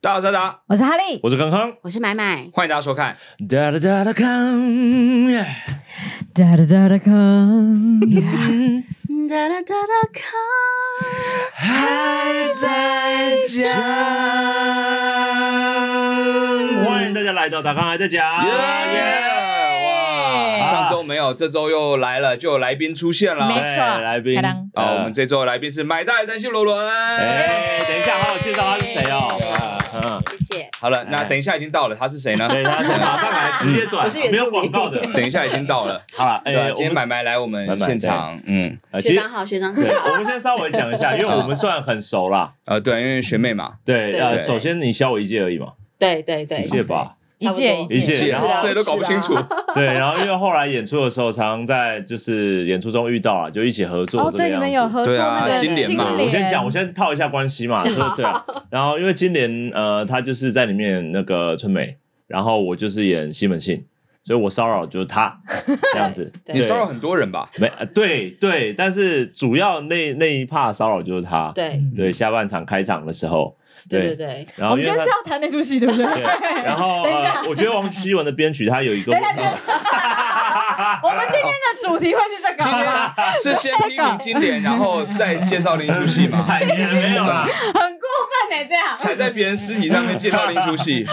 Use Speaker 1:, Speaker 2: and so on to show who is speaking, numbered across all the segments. Speaker 1: 大家好，我是阿达，
Speaker 2: 我是哈利，
Speaker 3: 我是康康，
Speaker 4: 我是买买，
Speaker 1: 欢迎大家收看。
Speaker 3: 哒哒哒哒康，耶
Speaker 2: 哒哒哒哒康，
Speaker 4: 哒啦哒啦卡，
Speaker 3: 还在讲，欢迎大家来到达康还在讲，
Speaker 1: 耶耶！哇，上周没有，这周又来了，就有来宾出现
Speaker 2: 没
Speaker 1: 了。
Speaker 2: 错，
Speaker 3: 哎来宾
Speaker 2: 恰当
Speaker 1: 啊，我们这周的来宾是买大担心罗伦。
Speaker 3: 哎，等一下，好好介绍他是谁哦，嗯，
Speaker 4: 谢谢。
Speaker 1: 好了，那等一下已经到了，他是谁呢？
Speaker 3: 对，他是马上来，直接转
Speaker 4: 我是，原住民
Speaker 3: 没有广告的，
Speaker 1: 等一下已经到了，
Speaker 3: 好了，
Speaker 1: 对吧
Speaker 3: 哎，
Speaker 1: 今天买卖来我
Speaker 3: 买
Speaker 1: 们
Speaker 3: 买
Speaker 1: 现场，嗯，
Speaker 3: 呃，其
Speaker 4: 学
Speaker 3: 实
Speaker 4: 长好，学长好
Speaker 3: 对，，我们先稍微讲一下，因为我们算很熟啦，
Speaker 1: 呃，对，因为学妹嘛，
Speaker 3: 对，
Speaker 4: 对
Speaker 3: 呃，
Speaker 1: 对
Speaker 3: 首先你小我一届而已嘛，
Speaker 4: 对对对，
Speaker 3: 一届吧，
Speaker 2: 一届一
Speaker 3: 一届
Speaker 1: 姐哦
Speaker 3: 是
Speaker 4: 是啊
Speaker 1: 这都搞不清楚
Speaker 4: 是啊，
Speaker 3: 对，然后因为后来演出的时候，常常在就是演出中遇到啊，就一起合作
Speaker 2: 哦，
Speaker 3: 这个
Speaker 2: 对，你们有
Speaker 3: 样子。
Speaker 2: 合作
Speaker 1: 对啊
Speaker 2: 那个金
Speaker 4: 经典
Speaker 2: 莲
Speaker 4: 嘛
Speaker 3: 我先讲，我先套一下关系嘛，对 对啊。然后因为今年呃，他就是在里面那个春梅，然后我就是演西门庆，所以我骚扰就是他这 样子。
Speaker 4: 对
Speaker 1: 你骚扰
Speaker 3: 对
Speaker 1: 很多人吧？
Speaker 3: 没？呃对对，但是主要那那一趴骚扰就是他。
Speaker 4: 对
Speaker 3: 对，下半场开场的时候，
Speaker 4: 对对对，
Speaker 3: 然
Speaker 2: 我
Speaker 3: 后
Speaker 2: 们
Speaker 3: 因
Speaker 2: 今天
Speaker 3: 为他
Speaker 2: 是要谈那出戏，对不对？
Speaker 3: 对，然后
Speaker 2: 等一下
Speaker 3: 呃，我觉得王希文的编曲他有一个
Speaker 2: 等一下，等一下，我们今天的主题会是这
Speaker 1: 今天
Speaker 2: 个，
Speaker 1: 是先批评经典，然后再介绍另一出戏嘛？
Speaker 3: 彩年没有啦。
Speaker 2: 很过分哎，这样。
Speaker 1: 踩在别人尸体上面介绍另一出戏，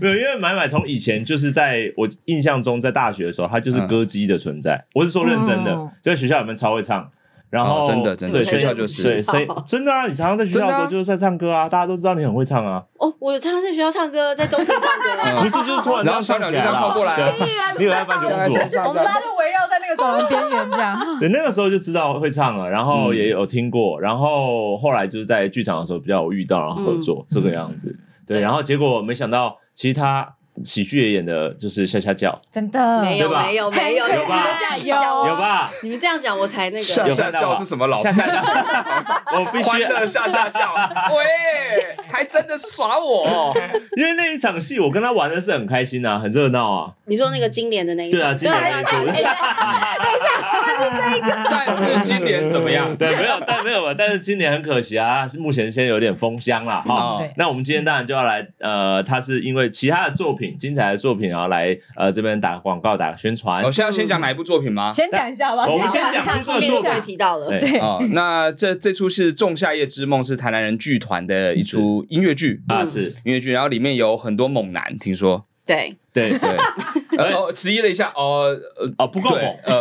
Speaker 3: 没有，因为买买从以前就是在我印象中，在大学的时候，他就是
Speaker 1: 嗯
Speaker 3: 歌姬的存在。我是说认真的，
Speaker 2: 嗯
Speaker 3: 就在学校里面超会唱，然后、
Speaker 1: 哦真的真的
Speaker 3: 对
Speaker 1: 学校就是
Speaker 3: 对谁真的啊？你常常在学校的
Speaker 1: 真
Speaker 3: 时
Speaker 1: 的
Speaker 3: 候
Speaker 1: 啊
Speaker 3: 就是在唱歌啊，大家都知道你很会唱啊，
Speaker 4: 哦，我有常常在学校唱歌，在中庭唱歌，
Speaker 1: 嗯
Speaker 3: 不是就是突然
Speaker 1: 然后
Speaker 3: 唱
Speaker 1: 小鸟
Speaker 3: 起来
Speaker 1: 就这样靠过来哎
Speaker 3: 对啊你有在办
Speaker 1: 就在
Speaker 3: 公
Speaker 1: 身
Speaker 3: 室，
Speaker 1: 上
Speaker 2: 我们大家就围绕在那个走廊边缘这样，
Speaker 3: 对，那个时候就知道会唱了，然后
Speaker 1: 嗯
Speaker 3: 也有听过，然后后来就是在剧场的时候比较有遇到，然后合作、这个样子，对，
Speaker 4: 对
Speaker 3: 然后结果没想到其实他喜剧也演的就是下下叫，
Speaker 2: 真的
Speaker 4: 没有没有没有，
Speaker 3: 嗯有哎吧
Speaker 4: 哦
Speaker 3: 有？吧？
Speaker 4: 你们这样讲我才那
Speaker 1: 下
Speaker 4: 个，
Speaker 3: 啊
Speaker 1: 下叫是什么老
Speaker 3: 下下叫，我必须
Speaker 1: 欢乐下下叫，喂，还真的是耍 我，哦
Speaker 3: 因为那一场戏，我跟他玩的是很开心啊，很热闹啊。
Speaker 4: 你说那个金莲的那一
Speaker 3: 对啊，
Speaker 4: 场，
Speaker 3: 今年那一
Speaker 4: 对
Speaker 3: 出，
Speaker 1: 但是今年怎么样？
Speaker 3: 对，没有，但没有吧。但是今年很可惜啊，是目前先有点封箱啦。哈、
Speaker 1: 哦
Speaker 2: 对，
Speaker 3: 那我们今天当然就要来，呃，他是因为其他的作品，精彩的作品，然后来呃这边打广告、打宣传
Speaker 1: 哦我。现在要先讲哪一部作品吗？
Speaker 2: 先讲一下吧，
Speaker 3: 我们
Speaker 2: 先
Speaker 3: 先
Speaker 2: 讲
Speaker 3: 讲
Speaker 4: 他
Speaker 3: 这
Speaker 4: 后
Speaker 3: 个
Speaker 4: 面
Speaker 3: 作
Speaker 4: 会
Speaker 3: 品。
Speaker 4: 提到了，
Speaker 3: 对
Speaker 1: 哦，那这这出是《仲夏夜之梦》，是台南人剧团的一出音乐剧嗯
Speaker 3: 啊，是
Speaker 1: 音乐剧，然后里面有很多猛男，听说，
Speaker 4: 对，
Speaker 3: 对
Speaker 1: 对， 呃哦，迟疑了一下，哦，呃
Speaker 3: 哦，不够
Speaker 1: 对
Speaker 3: 猛，
Speaker 1: 呃，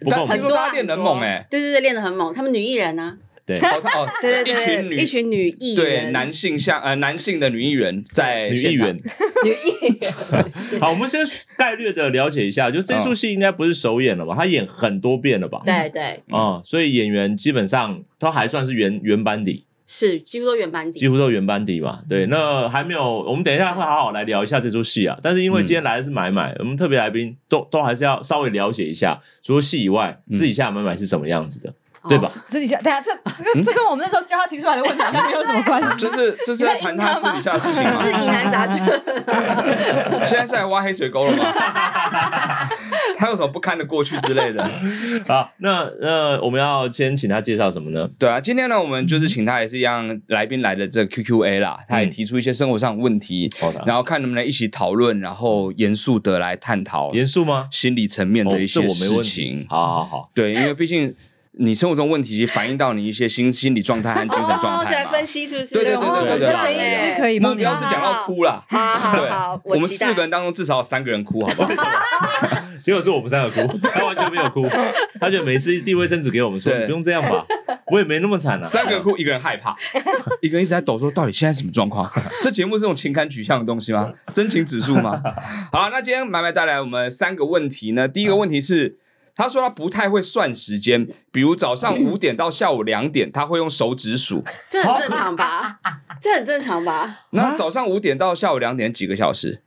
Speaker 3: 不够
Speaker 1: 但
Speaker 3: 猛
Speaker 1: 听
Speaker 4: 很
Speaker 1: 说
Speaker 4: 多
Speaker 1: 大
Speaker 4: 啊
Speaker 1: 家练得
Speaker 4: 很多
Speaker 1: 猛哎，
Speaker 4: 对对对，练得很猛，他们女艺人啊，
Speaker 3: 对。
Speaker 1: 哦，他哦，
Speaker 4: 对对
Speaker 1: 一群
Speaker 4: 对，
Speaker 1: 女
Speaker 4: 一群女艺
Speaker 1: 对
Speaker 4: 人，
Speaker 1: 男性向呃男性的女艺人在
Speaker 3: 女议
Speaker 1: 现场
Speaker 3: 员，
Speaker 4: 女艺人，
Speaker 3: 好，我们先概略的了解一下，就这出戏应该不是首演了吧？他演很多遍了吧？
Speaker 4: 对对
Speaker 3: 啊、所以演员基本上都还算是原原班底，
Speaker 4: 是几乎都原班
Speaker 3: 几
Speaker 4: 底，
Speaker 3: 乎都原班底嘛。
Speaker 1: 嗯
Speaker 3: 对，那还没有，我们等一下会好好来聊一下这出戏啊。但是因
Speaker 1: 嗯
Speaker 3: 为今天来的是买买，我们特别来宾都都还是要稍微了解一下，除了戏以外，
Speaker 1: 嗯
Speaker 3: 私底下买买是什么样子的，
Speaker 4: 哦
Speaker 3: 对吧？
Speaker 2: 私底下，等下这这个这跟我们那时候教他提出来的问题好像没有什么关系。
Speaker 1: 这 是这是在谈他私底下的事情
Speaker 4: 哦？
Speaker 1: 吗
Speaker 4: 是？疑难杂症。
Speaker 1: 现在是来挖黑水沟了吗？ 他有什么不堪的过去之类的？
Speaker 3: 好，那那我们要先请他介绍什么呢？
Speaker 1: 对啊，今天呢，我们就是请他也是一样，来宾来的这个 QQA 啦，他也提出一些生活上的问题，
Speaker 3: 好
Speaker 1: 然后看能不能一起讨论，然后严肃的来探讨
Speaker 3: 严肃吗？
Speaker 1: 心理层面
Speaker 3: 哦，
Speaker 1: 的一
Speaker 3: 这我
Speaker 1: 些
Speaker 3: 没问
Speaker 1: 事
Speaker 3: 题
Speaker 1: 情。。
Speaker 3: 好好好，
Speaker 1: 对，因为毕竟你生活中问题反映到你一些心心理状态 和精神状
Speaker 4: 哦，起
Speaker 1: 态
Speaker 4: 来
Speaker 1: 嘛。
Speaker 4: 分析是不是？
Speaker 1: 对对对
Speaker 2: 哦
Speaker 1: 对对对
Speaker 2: 那沈医师可以吗？
Speaker 1: 目标是讲到哭啦。
Speaker 4: 好好
Speaker 1: 对
Speaker 4: 好，，
Speaker 1: 我们
Speaker 4: 期待
Speaker 1: 四个人当中至少有三个人哭，好不 好？
Speaker 3: 结果是我们三个哭， 他完全没有哭，他就每次递卫生纸给我们说，
Speaker 1: 对
Speaker 3: 你不用这样吧，我也没那么惨啊。
Speaker 1: 三个人哭，一个人害怕， 一个人一直在抖，说到底现在什么状况？这节目是这种情感取向的东西吗？真情指数吗？好，那今天买买带来我们三个问题呢。第一个问题是。他说他不太会算时间，比如早上五点到下午两点，他会用手指数。
Speaker 4: 这很正常吧？ 这很正常吧？
Speaker 1: 那早上五点到下午两点几个小时？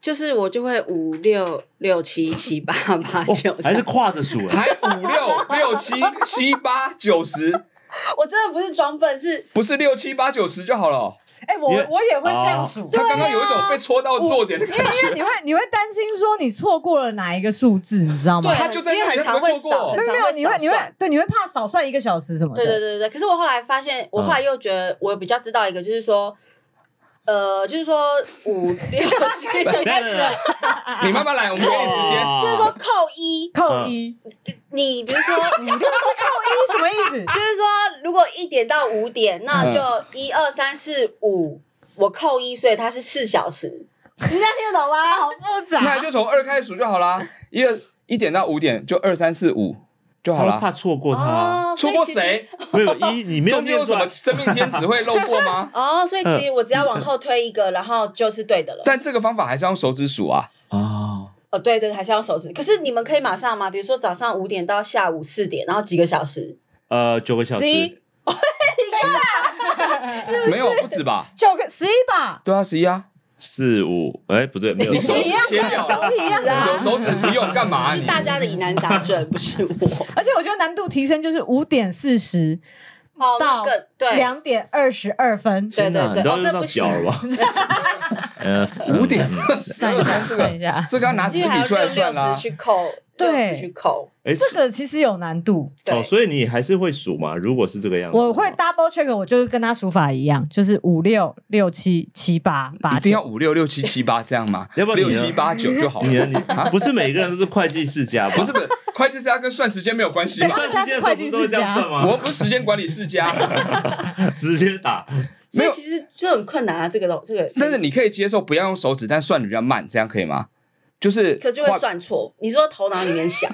Speaker 4: 就是我就会五六六七七八八
Speaker 3: 哦
Speaker 4: 九，
Speaker 3: 还是跨着数哎。
Speaker 1: 还五六六七七八九十，
Speaker 4: 我真的不是装笨，是
Speaker 1: 不是六七八九十就好了哦。
Speaker 2: 哎，我我也会这样数，
Speaker 1: 他刚刚有一种被戳到弱点的
Speaker 2: 因
Speaker 1: 感
Speaker 2: 为因
Speaker 1: 觉。
Speaker 2: 为你会你会担心说你错过了哪一个数字，你知道吗
Speaker 4: 对，？
Speaker 1: 他就在那
Speaker 4: 因为
Speaker 1: 里
Speaker 4: 很常
Speaker 1: 他
Speaker 4: 会
Speaker 1: 没错
Speaker 4: 少，
Speaker 1: 过
Speaker 2: 没
Speaker 4: 很
Speaker 2: 有
Speaker 4: 常
Speaker 2: 没有，
Speaker 4: 会
Speaker 2: 你
Speaker 4: 少
Speaker 2: 会你会
Speaker 4: 算。
Speaker 2: 对你会怕少算一个小时什么的。
Speaker 1: 嗯
Speaker 4: 对对对对对，可是我后来发现，我后来又觉得，我比较知道一个，就是说，呃，就是说五六 七，
Speaker 3: 等等等
Speaker 1: 你慢慢来，我们给你时 间。
Speaker 4: 就是说扣一，
Speaker 2: 扣一，
Speaker 4: 你比如说，
Speaker 2: 你刚刚说扣一什么意思？
Speaker 4: 就是说，如果一点到五点，那就一二三四五，我扣一，所以它是四小时。你这样听得懂吗？好？
Speaker 2: 复
Speaker 1: 那。就从二开始数就好啦，一二一点到五点就二三四五就好
Speaker 3: 好了，
Speaker 1: 啦。
Speaker 3: 哦怕错过他，啊
Speaker 1: 错过？谁？
Speaker 3: 没有一你没有
Speaker 1: 中间有
Speaker 3: 念
Speaker 1: 什
Speaker 3: 出来
Speaker 1: 么，生命天子会漏过吗
Speaker 4: 哦，所以其实我只要往后推一个，然后就是对的了。
Speaker 1: 但这个方法还是要用手指数啊。
Speaker 3: 哦，
Speaker 4: 哦，对对，还是要手指。可是你们可以马上吗？比如说早上五点到下午四点，然后几个小时？
Speaker 3: 呃，九个小时
Speaker 2: 十，一
Speaker 1: 没有，不止吧？
Speaker 2: 九个十一吧，
Speaker 1: 对啊，十一啊，
Speaker 3: 四五，哎，不对，没有
Speaker 1: 你
Speaker 3: 手
Speaker 1: 手
Speaker 2: 是
Speaker 1: 指
Speaker 2: 一样
Speaker 1: 切掉
Speaker 2: 的，是一样的啊。
Speaker 1: 有手指不用干嘛啊？
Speaker 4: 是
Speaker 1: 你
Speaker 4: 大家的疑难杂症，不是我。
Speaker 2: 而且我觉得难度提升就是五点四十
Speaker 4: 哦，那
Speaker 2: 到
Speaker 4: 个对，
Speaker 2: 两点二十二分，
Speaker 4: 对
Speaker 3: 天
Speaker 4: 对
Speaker 3: 哪
Speaker 4: 对，
Speaker 3: 你
Speaker 4: 哦
Speaker 3: 都，
Speaker 4: 这
Speaker 3: 用到
Speaker 4: 不行
Speaker 3: 脚。了吧？ 呃，
Speaker 1: 五点
Speaker 3: 嗯，
Speaker 2: 算一下算一下，
Speaker 1: 这个要拿纸
Speaker 4: 因为还
Speaker 1: 笔
Speaker 4: 要
Speaker 1: 出来
Speaker 4: 六
Speaker 1: 算
Speaker 4: 六
Speaker 1: 啦
Speaker 4: 十。去扣，
Speaker 2: 对
Speaker 4: 六十去扣。
Speaker 3: 哎，
Speaker 2: 这个其实有难度。
Speaker 4: 对，
Speaker 3: 哦，所以你还是会数嘛？如果是这个样子的话，
Speaker 2: 我会 double check，我就是跟他数法一样，就是五六六七七八八
Speaker 1: 一定要
Speaker 2: 九，
Speaker 1: 五六六七七八这样吗？
Speaker 3: 要不然
Speaker 1: 六
Speaker 3: 你呢
Speaker 1: 七八九就好
Speaker 3: 你啊
Speaker 1: 了
Speaker 3: 的。你不是每个人都是会计世家吧？
Speaker 1: 不是不是，会计是要跟算时间没有关系
Speaker 3: 你
Speaker 1: 吧？
Speaker 3: 算时间的时候不是都会这样算吗？
Speaker 1: 我不是时间管理世家，
Speaker 3: 直接打，
Speaker 1: 没
Speaker 4: 所
Speaker 1: 有
Speaker 4: 以其实就很困难啊，这个东这个。
Speaker 1: 但是你可以接受不要用手指，但算的比较慢，这样可以吗？就是
Speaker 4: 可就会
Speaker 1: 画
Speaker 4: 算错。你说头脑里 面想，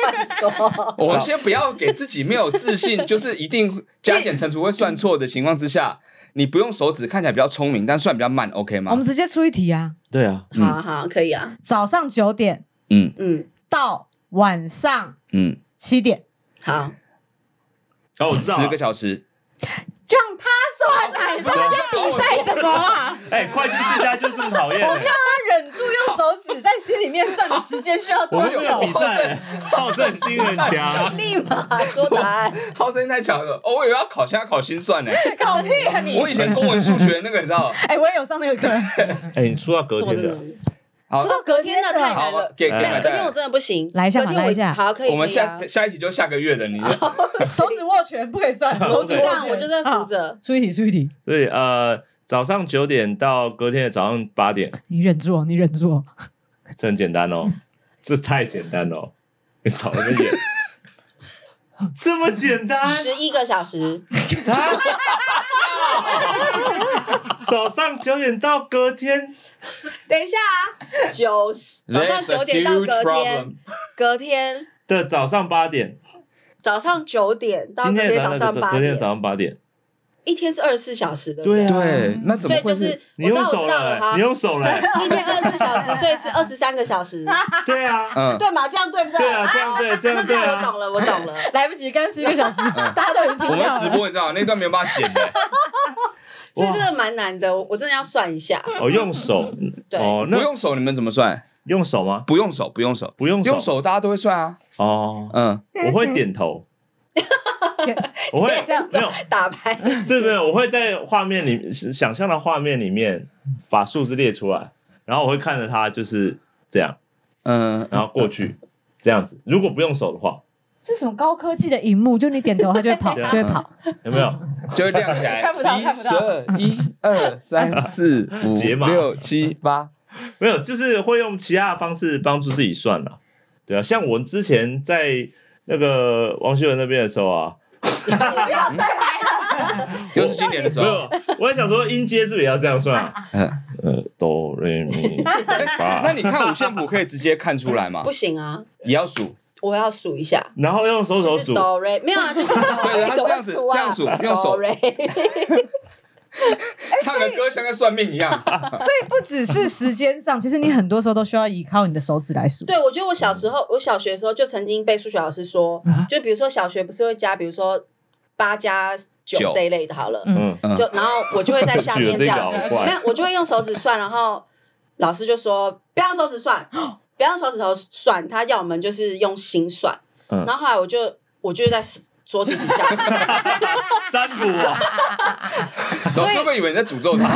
Speaker 4: 算错。
Speaker 1: 我们先不要给自己没有自 信，就是一定加减乘除会算错的情况之下，你不用手指看起来比较聪明，但算比较慢，OK
Speaker 2: 我
Speaker 1: 吗
Speaker 2: 们？直接出一题啊，
Speaker 3: 对啊，
Speaker 1: 嗯
Speaker 4: 好啊好啊，可以啊。
Speaker 2: 早上九点
Speaker 1: 嗯
Speaker 4: 嗯，
Speaker 2: 到晚上
Speaker 1: 嗯，
Speaker 2: 七点，
Speaker 4: 好。
Speaker 3: 哦，我知道
Speaker 1: 十
Speaker 3: 了
Speaker 1: 个，小时，
Speaker 2: 让他算啊，你在那边比赛什么啊？
Speaker 3: 哎，会计世家就这么讨厌欸，
Speaker 2: 他忍住用手指在心里面算的时间需要
Speaker 3: 我
Speaker 2: 多
Speaker 3: 们这个比
Speaker 2: 久？
Speaker 3: 赛欸好胜心 很强，
Speaker 4: 立马说答 案。
Speaker 1: 好声音太强了，哦我以为要考，现在考心算呢。
Speaker 2: 搞屁啊你！
Speaker 1: 我以前公文数学那个，你知道？
Speaker 2: 哎，我也有上那个课，
Speaker 3: 哎，你出到隔
Speaker 4: 做
Speaker 3: 天
Speaker 4: 真
Speaker 3: 的
Speaker 4: 的，，
Speaker 1: 好
Speaker 2: 说，到隔
Speaker 4: 天的太
Speaker 1: 好
Speaker 4: 难了，
Speaker 1: 给给
Speaker 3: 哎
Speaker 1: 买
Speaker 4: 隔天
Speaker 1: 单
Speaker 4: 我。真的不行。
Speaker 2: 来一下嘛
Speaker 4: 隔天我
Speaker 2: 来一下
Speaker 4: 好，可以。
Speaker 1: 我们
Speaker 4: 可以
Speaker 1: 下
Speaker 4: 啊
Speaker 1: 下一题就下个月的，你
Speaker 2: 手指握拳不可以算，手指握
Speaker 4: 这
Speaker 2: 拳
Speaker 4: 样我就在负责。
Speaker 2: 出一题，出一题，
Speaker 3: 所以呃，早上九点到隔天的早上八点，
Speaker 2: 你忍住哦，你忍住哦。
Speaker 3: 这很简单 哦，这太简单了哦，你少那么演， 这么简单，
Speaker 4: 十一个小时，
Speaker 3: 啊早上九点到隔天，
Speaker 4: 等一下啊，九 早上九点到隔天，隔天
Speaker 3: 的早上八点，
Speaker 4: 早上九点到
Speaker 3: 今
Speaker 4: 隔
Speaker 3: 天的
Speaker 4: 天早
Speaker 3: 早
Speaker 4: 上
Speaker 3: 上
Speaker 4: 八
Speaker 3: 隔天的
Speaker 4: 点
Speaker 3: 早，上八点，
Speaker 4: 一天是二十四小时的，不
Speaker 3: 对啊，
Speaker 1: 对，那怎
Speaker 4: 所
Speaker 1: 么
Speaker 4: 以就
Speaker 1: 会
Speaker 4: 是
Speaker 3: 你
Speaker 4: 我知
Speaker 3: 用
Speaker 4: 道我
Speaker 3: 手
Speaker 4: 知道了
Speaker 3: 来，你
Speaker 4: 哈，
Speaker 3: 用手来，
Speaker 4: 一天二十四小时，所以是二十三个小时，
Speaker 3: 对啊，
Speaker 1: 嗯，
Speaker 4: 对嘛？这样对不对？
Speaker 3: 对啊，这样对，这
Speaker 4: 那
Speaker 3: 样
Speaker 4: 这
Speaker 3: 对
Speaker 4: 样我
Speaker 3: 啊
Speaker 4: 懂，了，我懂了。
Speaker 2: 来不及，刚十一个小时，大家都已经
Speaker 1: 我们
Speaker 2: 听到
Speaker 1: 直
Speaker 2: 了。
Speaker 1: 播你知道那段没有办法剪的，
Speaker 4: 所以这个蛮难的，我真的要算一下。
Speaker 3: 哦，用手，
Speaker 4: 对
Speaker 3: 哦，
Speaker 1: 不
Speaker 3: 那
Speaker 1: 用手你们怎么算？
Speaker 3: 用手吗？
Speaker 1: 不用手，不用手，
Speaker 3: 不用
Speaker 1: 用手大家都会算啊，
Speaker 3: 哦，
Speaker 1: 嗯。
Speaker 3: 我会点 头，我会
Speaker 2: 这样
Speaker 3: 没有，
Speaker 4: 打牌，
Speaker 3: 对对，我会在画面里想象的画面里面把数字列出来，然后我会看着它就是这样，
Speaker 1: 嗯，
Speaker 3: 然后过去 这样子。如果不用手的话，
Speaker 2: 是什么高科技的荧幕？就你点头，它就会跑，
Speaker 3: 对
Speaker 2: 就
Speaker 3: 啊
Speaker 2: 会跑。
Speaker 3: 有没有？
Speaker 1: 就会亮起来，
Speaker 2: 看不到看
Speaker 1: 十
Speaker 2: 不
Speaker 1: 十二一二三四五
Speaker 3: 解码
Speaker 1: 六七八，
Speaker 3: 没有，就是会用其他的方式帮助自己算了、对啊，像我之前在那个王希文那边的时候啊，
Speaker 2: 不要再来了，
Speaker 1: 又是今年的时
Speaker 3: 没
Speaker 1: 候，
Speaker 3: 有，我 也想说音阶是不是也要这样 算啊？
Speaker 1: 嗯，
Speaker 3: 呃，哆瑞咪
Speaker 1: 哎那
Speaker 3: 发，
Speaker 1: 你看五线谱可以直接看出来吗
Speaker 4: 不？行啊，
Speaker 1: 也要数，
Speaker 4: 我要数一下。
Speaker 3: 然后用手手
Speaker 4: 就是
Speaker 3: 数，
Speaker 4: 哆瑞没有 啊，就是
Speaker 1: 对
Speaker 4: 对
Speaker 1: 他是这样子这样数用手
Speaker 4: 啊哆瑞，
Speaker 1: 唱个歌像在算命一样。
Speaker 2: 所以不只是时间上，其实你很多时候都需要依靠你的手指来数。
Speaker 4: 对，我觉得我小时候，我小学的时候就曾经被数学老师说，就比如说小学不是会加，比如说八加九
Speaker 1: 九
Speaker 4: 这一类的，好了，
Speaker 2: 嗯
Speaker 3: 嗯，
Speaker 1: 嗯
Speaker 4: 就然后我就会在下
Speaker 3: 举 了
Speaker 4: 面这
Speaker 3: 这个
Speaker 4: 样
Speaker 3: 好
Speaker 4: 子，
Speaker 3: 怪
Speaker 4: 没 有，我就会用手指算，然后老师就说不要用手指算， 不要用手指头算，他要我们就是用心算，
Speaker 3: 嗯
Speaker 4: 然后后来我就我就在桌子底下 算。
Speaker 3: 占卜啊，
Speaker 1: 老师会不会以为你在诅咒他？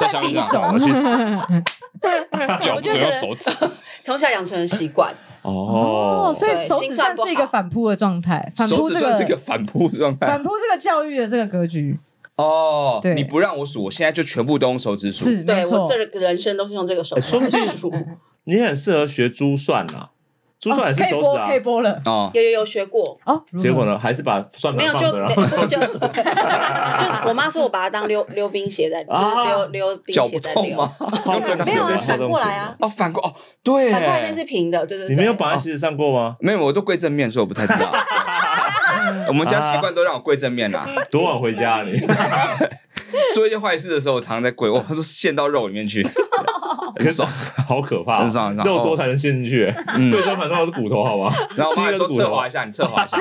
Speaker 1: 在下面这样，
Speaker 3: 我去死
Speaker 1: 脚
Speaker 4: 我就觉得
Speaker 1: 指，
Speaker 4: 从小养成的习惯，
Speaker 2: 哦，
Speaker 3: 哦，
Speaker 2: 所以
Speaker 4: 对
Speaker 2: 手指
Speaker 4: 心算
Speaker 2: 算
Speaker 4: 不好
Speaker 2: 是一个反扑的状态，反
Speaker 1: 手
Speaker 2: 扑
Speaker 1: 指
Speaker 2: 这
Speaker 1: 算是个
Speaker 2: 个
Speaker 1: 反扑状态
Speaker 2: 反。扑这个教育的这个格局。
Speaker 1: 哦，
Speaker 2: 对
Speaker 1: 你不让我数，我现在就全部都用手指数。
Speaker 2: 是没
Speaker 4: 对
Speaker 2: 错
Speaker 4: 我，这个人生都是用这个手
Speaker 3: 哎
Speaker 4: 数
Speaker 3: 说不定你很适合学珠算啦，珠算也是
Speaker 4: 哦
Speaker 2: 可以
Speaker 3: 手指
Speaker 2: 播
Speaker 3: 啊
Speaker 2: 哦可以。播了
Speaker 1: 哦，
Speaker 4: 有有有学过，
Speaker 2: 哦。如何
Speaker 3: 结果？呢，还是把算
Speaker 4: 没
Speaker 3: 盘
Speaker 4: 有
Speaker 3: 放
Speaker 4: 就
Speaker 3: 着，然后
Speaker 4: 被所以就就我妈说我把它当溜溜冰鞋在，就是溜
Speaker 3: 啊
Speaker 4: 溜冰
Speaker 1: 脚
Speaker 4: 鞋
Speaker 1: 不
Speaker 4: 在
Speaker 1: 痛
Speaker 4: 溜。
Speaker 1: 吗？
Speaker 3: 好
Speaker 1: 用
Speaker 3: 动
Speaker 1: 的
Speaker 4: 没有
Speaker 3: 写
Speaker 4: 啊，
Speaker 3: 的
Speaker 4: 反过来啊，
Speaker 1: 哦，反过哦，对耶，
Speaker 4: 反过来那是平的，对对对。
Speaker 3: 你没有绑在鞋子上过吗？
Speaker 1: 没有，我都跪正面，所以我不太知 道。我们家习惯都让我跪正面啦、
Speaker 4: 哦
Speaker 3: 多晚回家啊 你？
Speaker 1: 做一些坏事的时候，我常常在跪，我都陷到肉里面去， 很爽。
Speaker 3: 好可怕
Speaker 1: 很爽很
Speaker 3: 啊，
Speaker 1: 爽
Speaker 3: 肉多才能陷进去。
Speaker 1: 嗯
Speaker 3: 对，算盘通常是骨头，好吗？
Speaker 1: 然后我妈还
Speaker 3: 是
Speaker 1: 说
Speaker 3: 骨
Speaker 1: 侧
Speaker 3: 头
Speaker 1: 滑一。下，你侧滑一 下，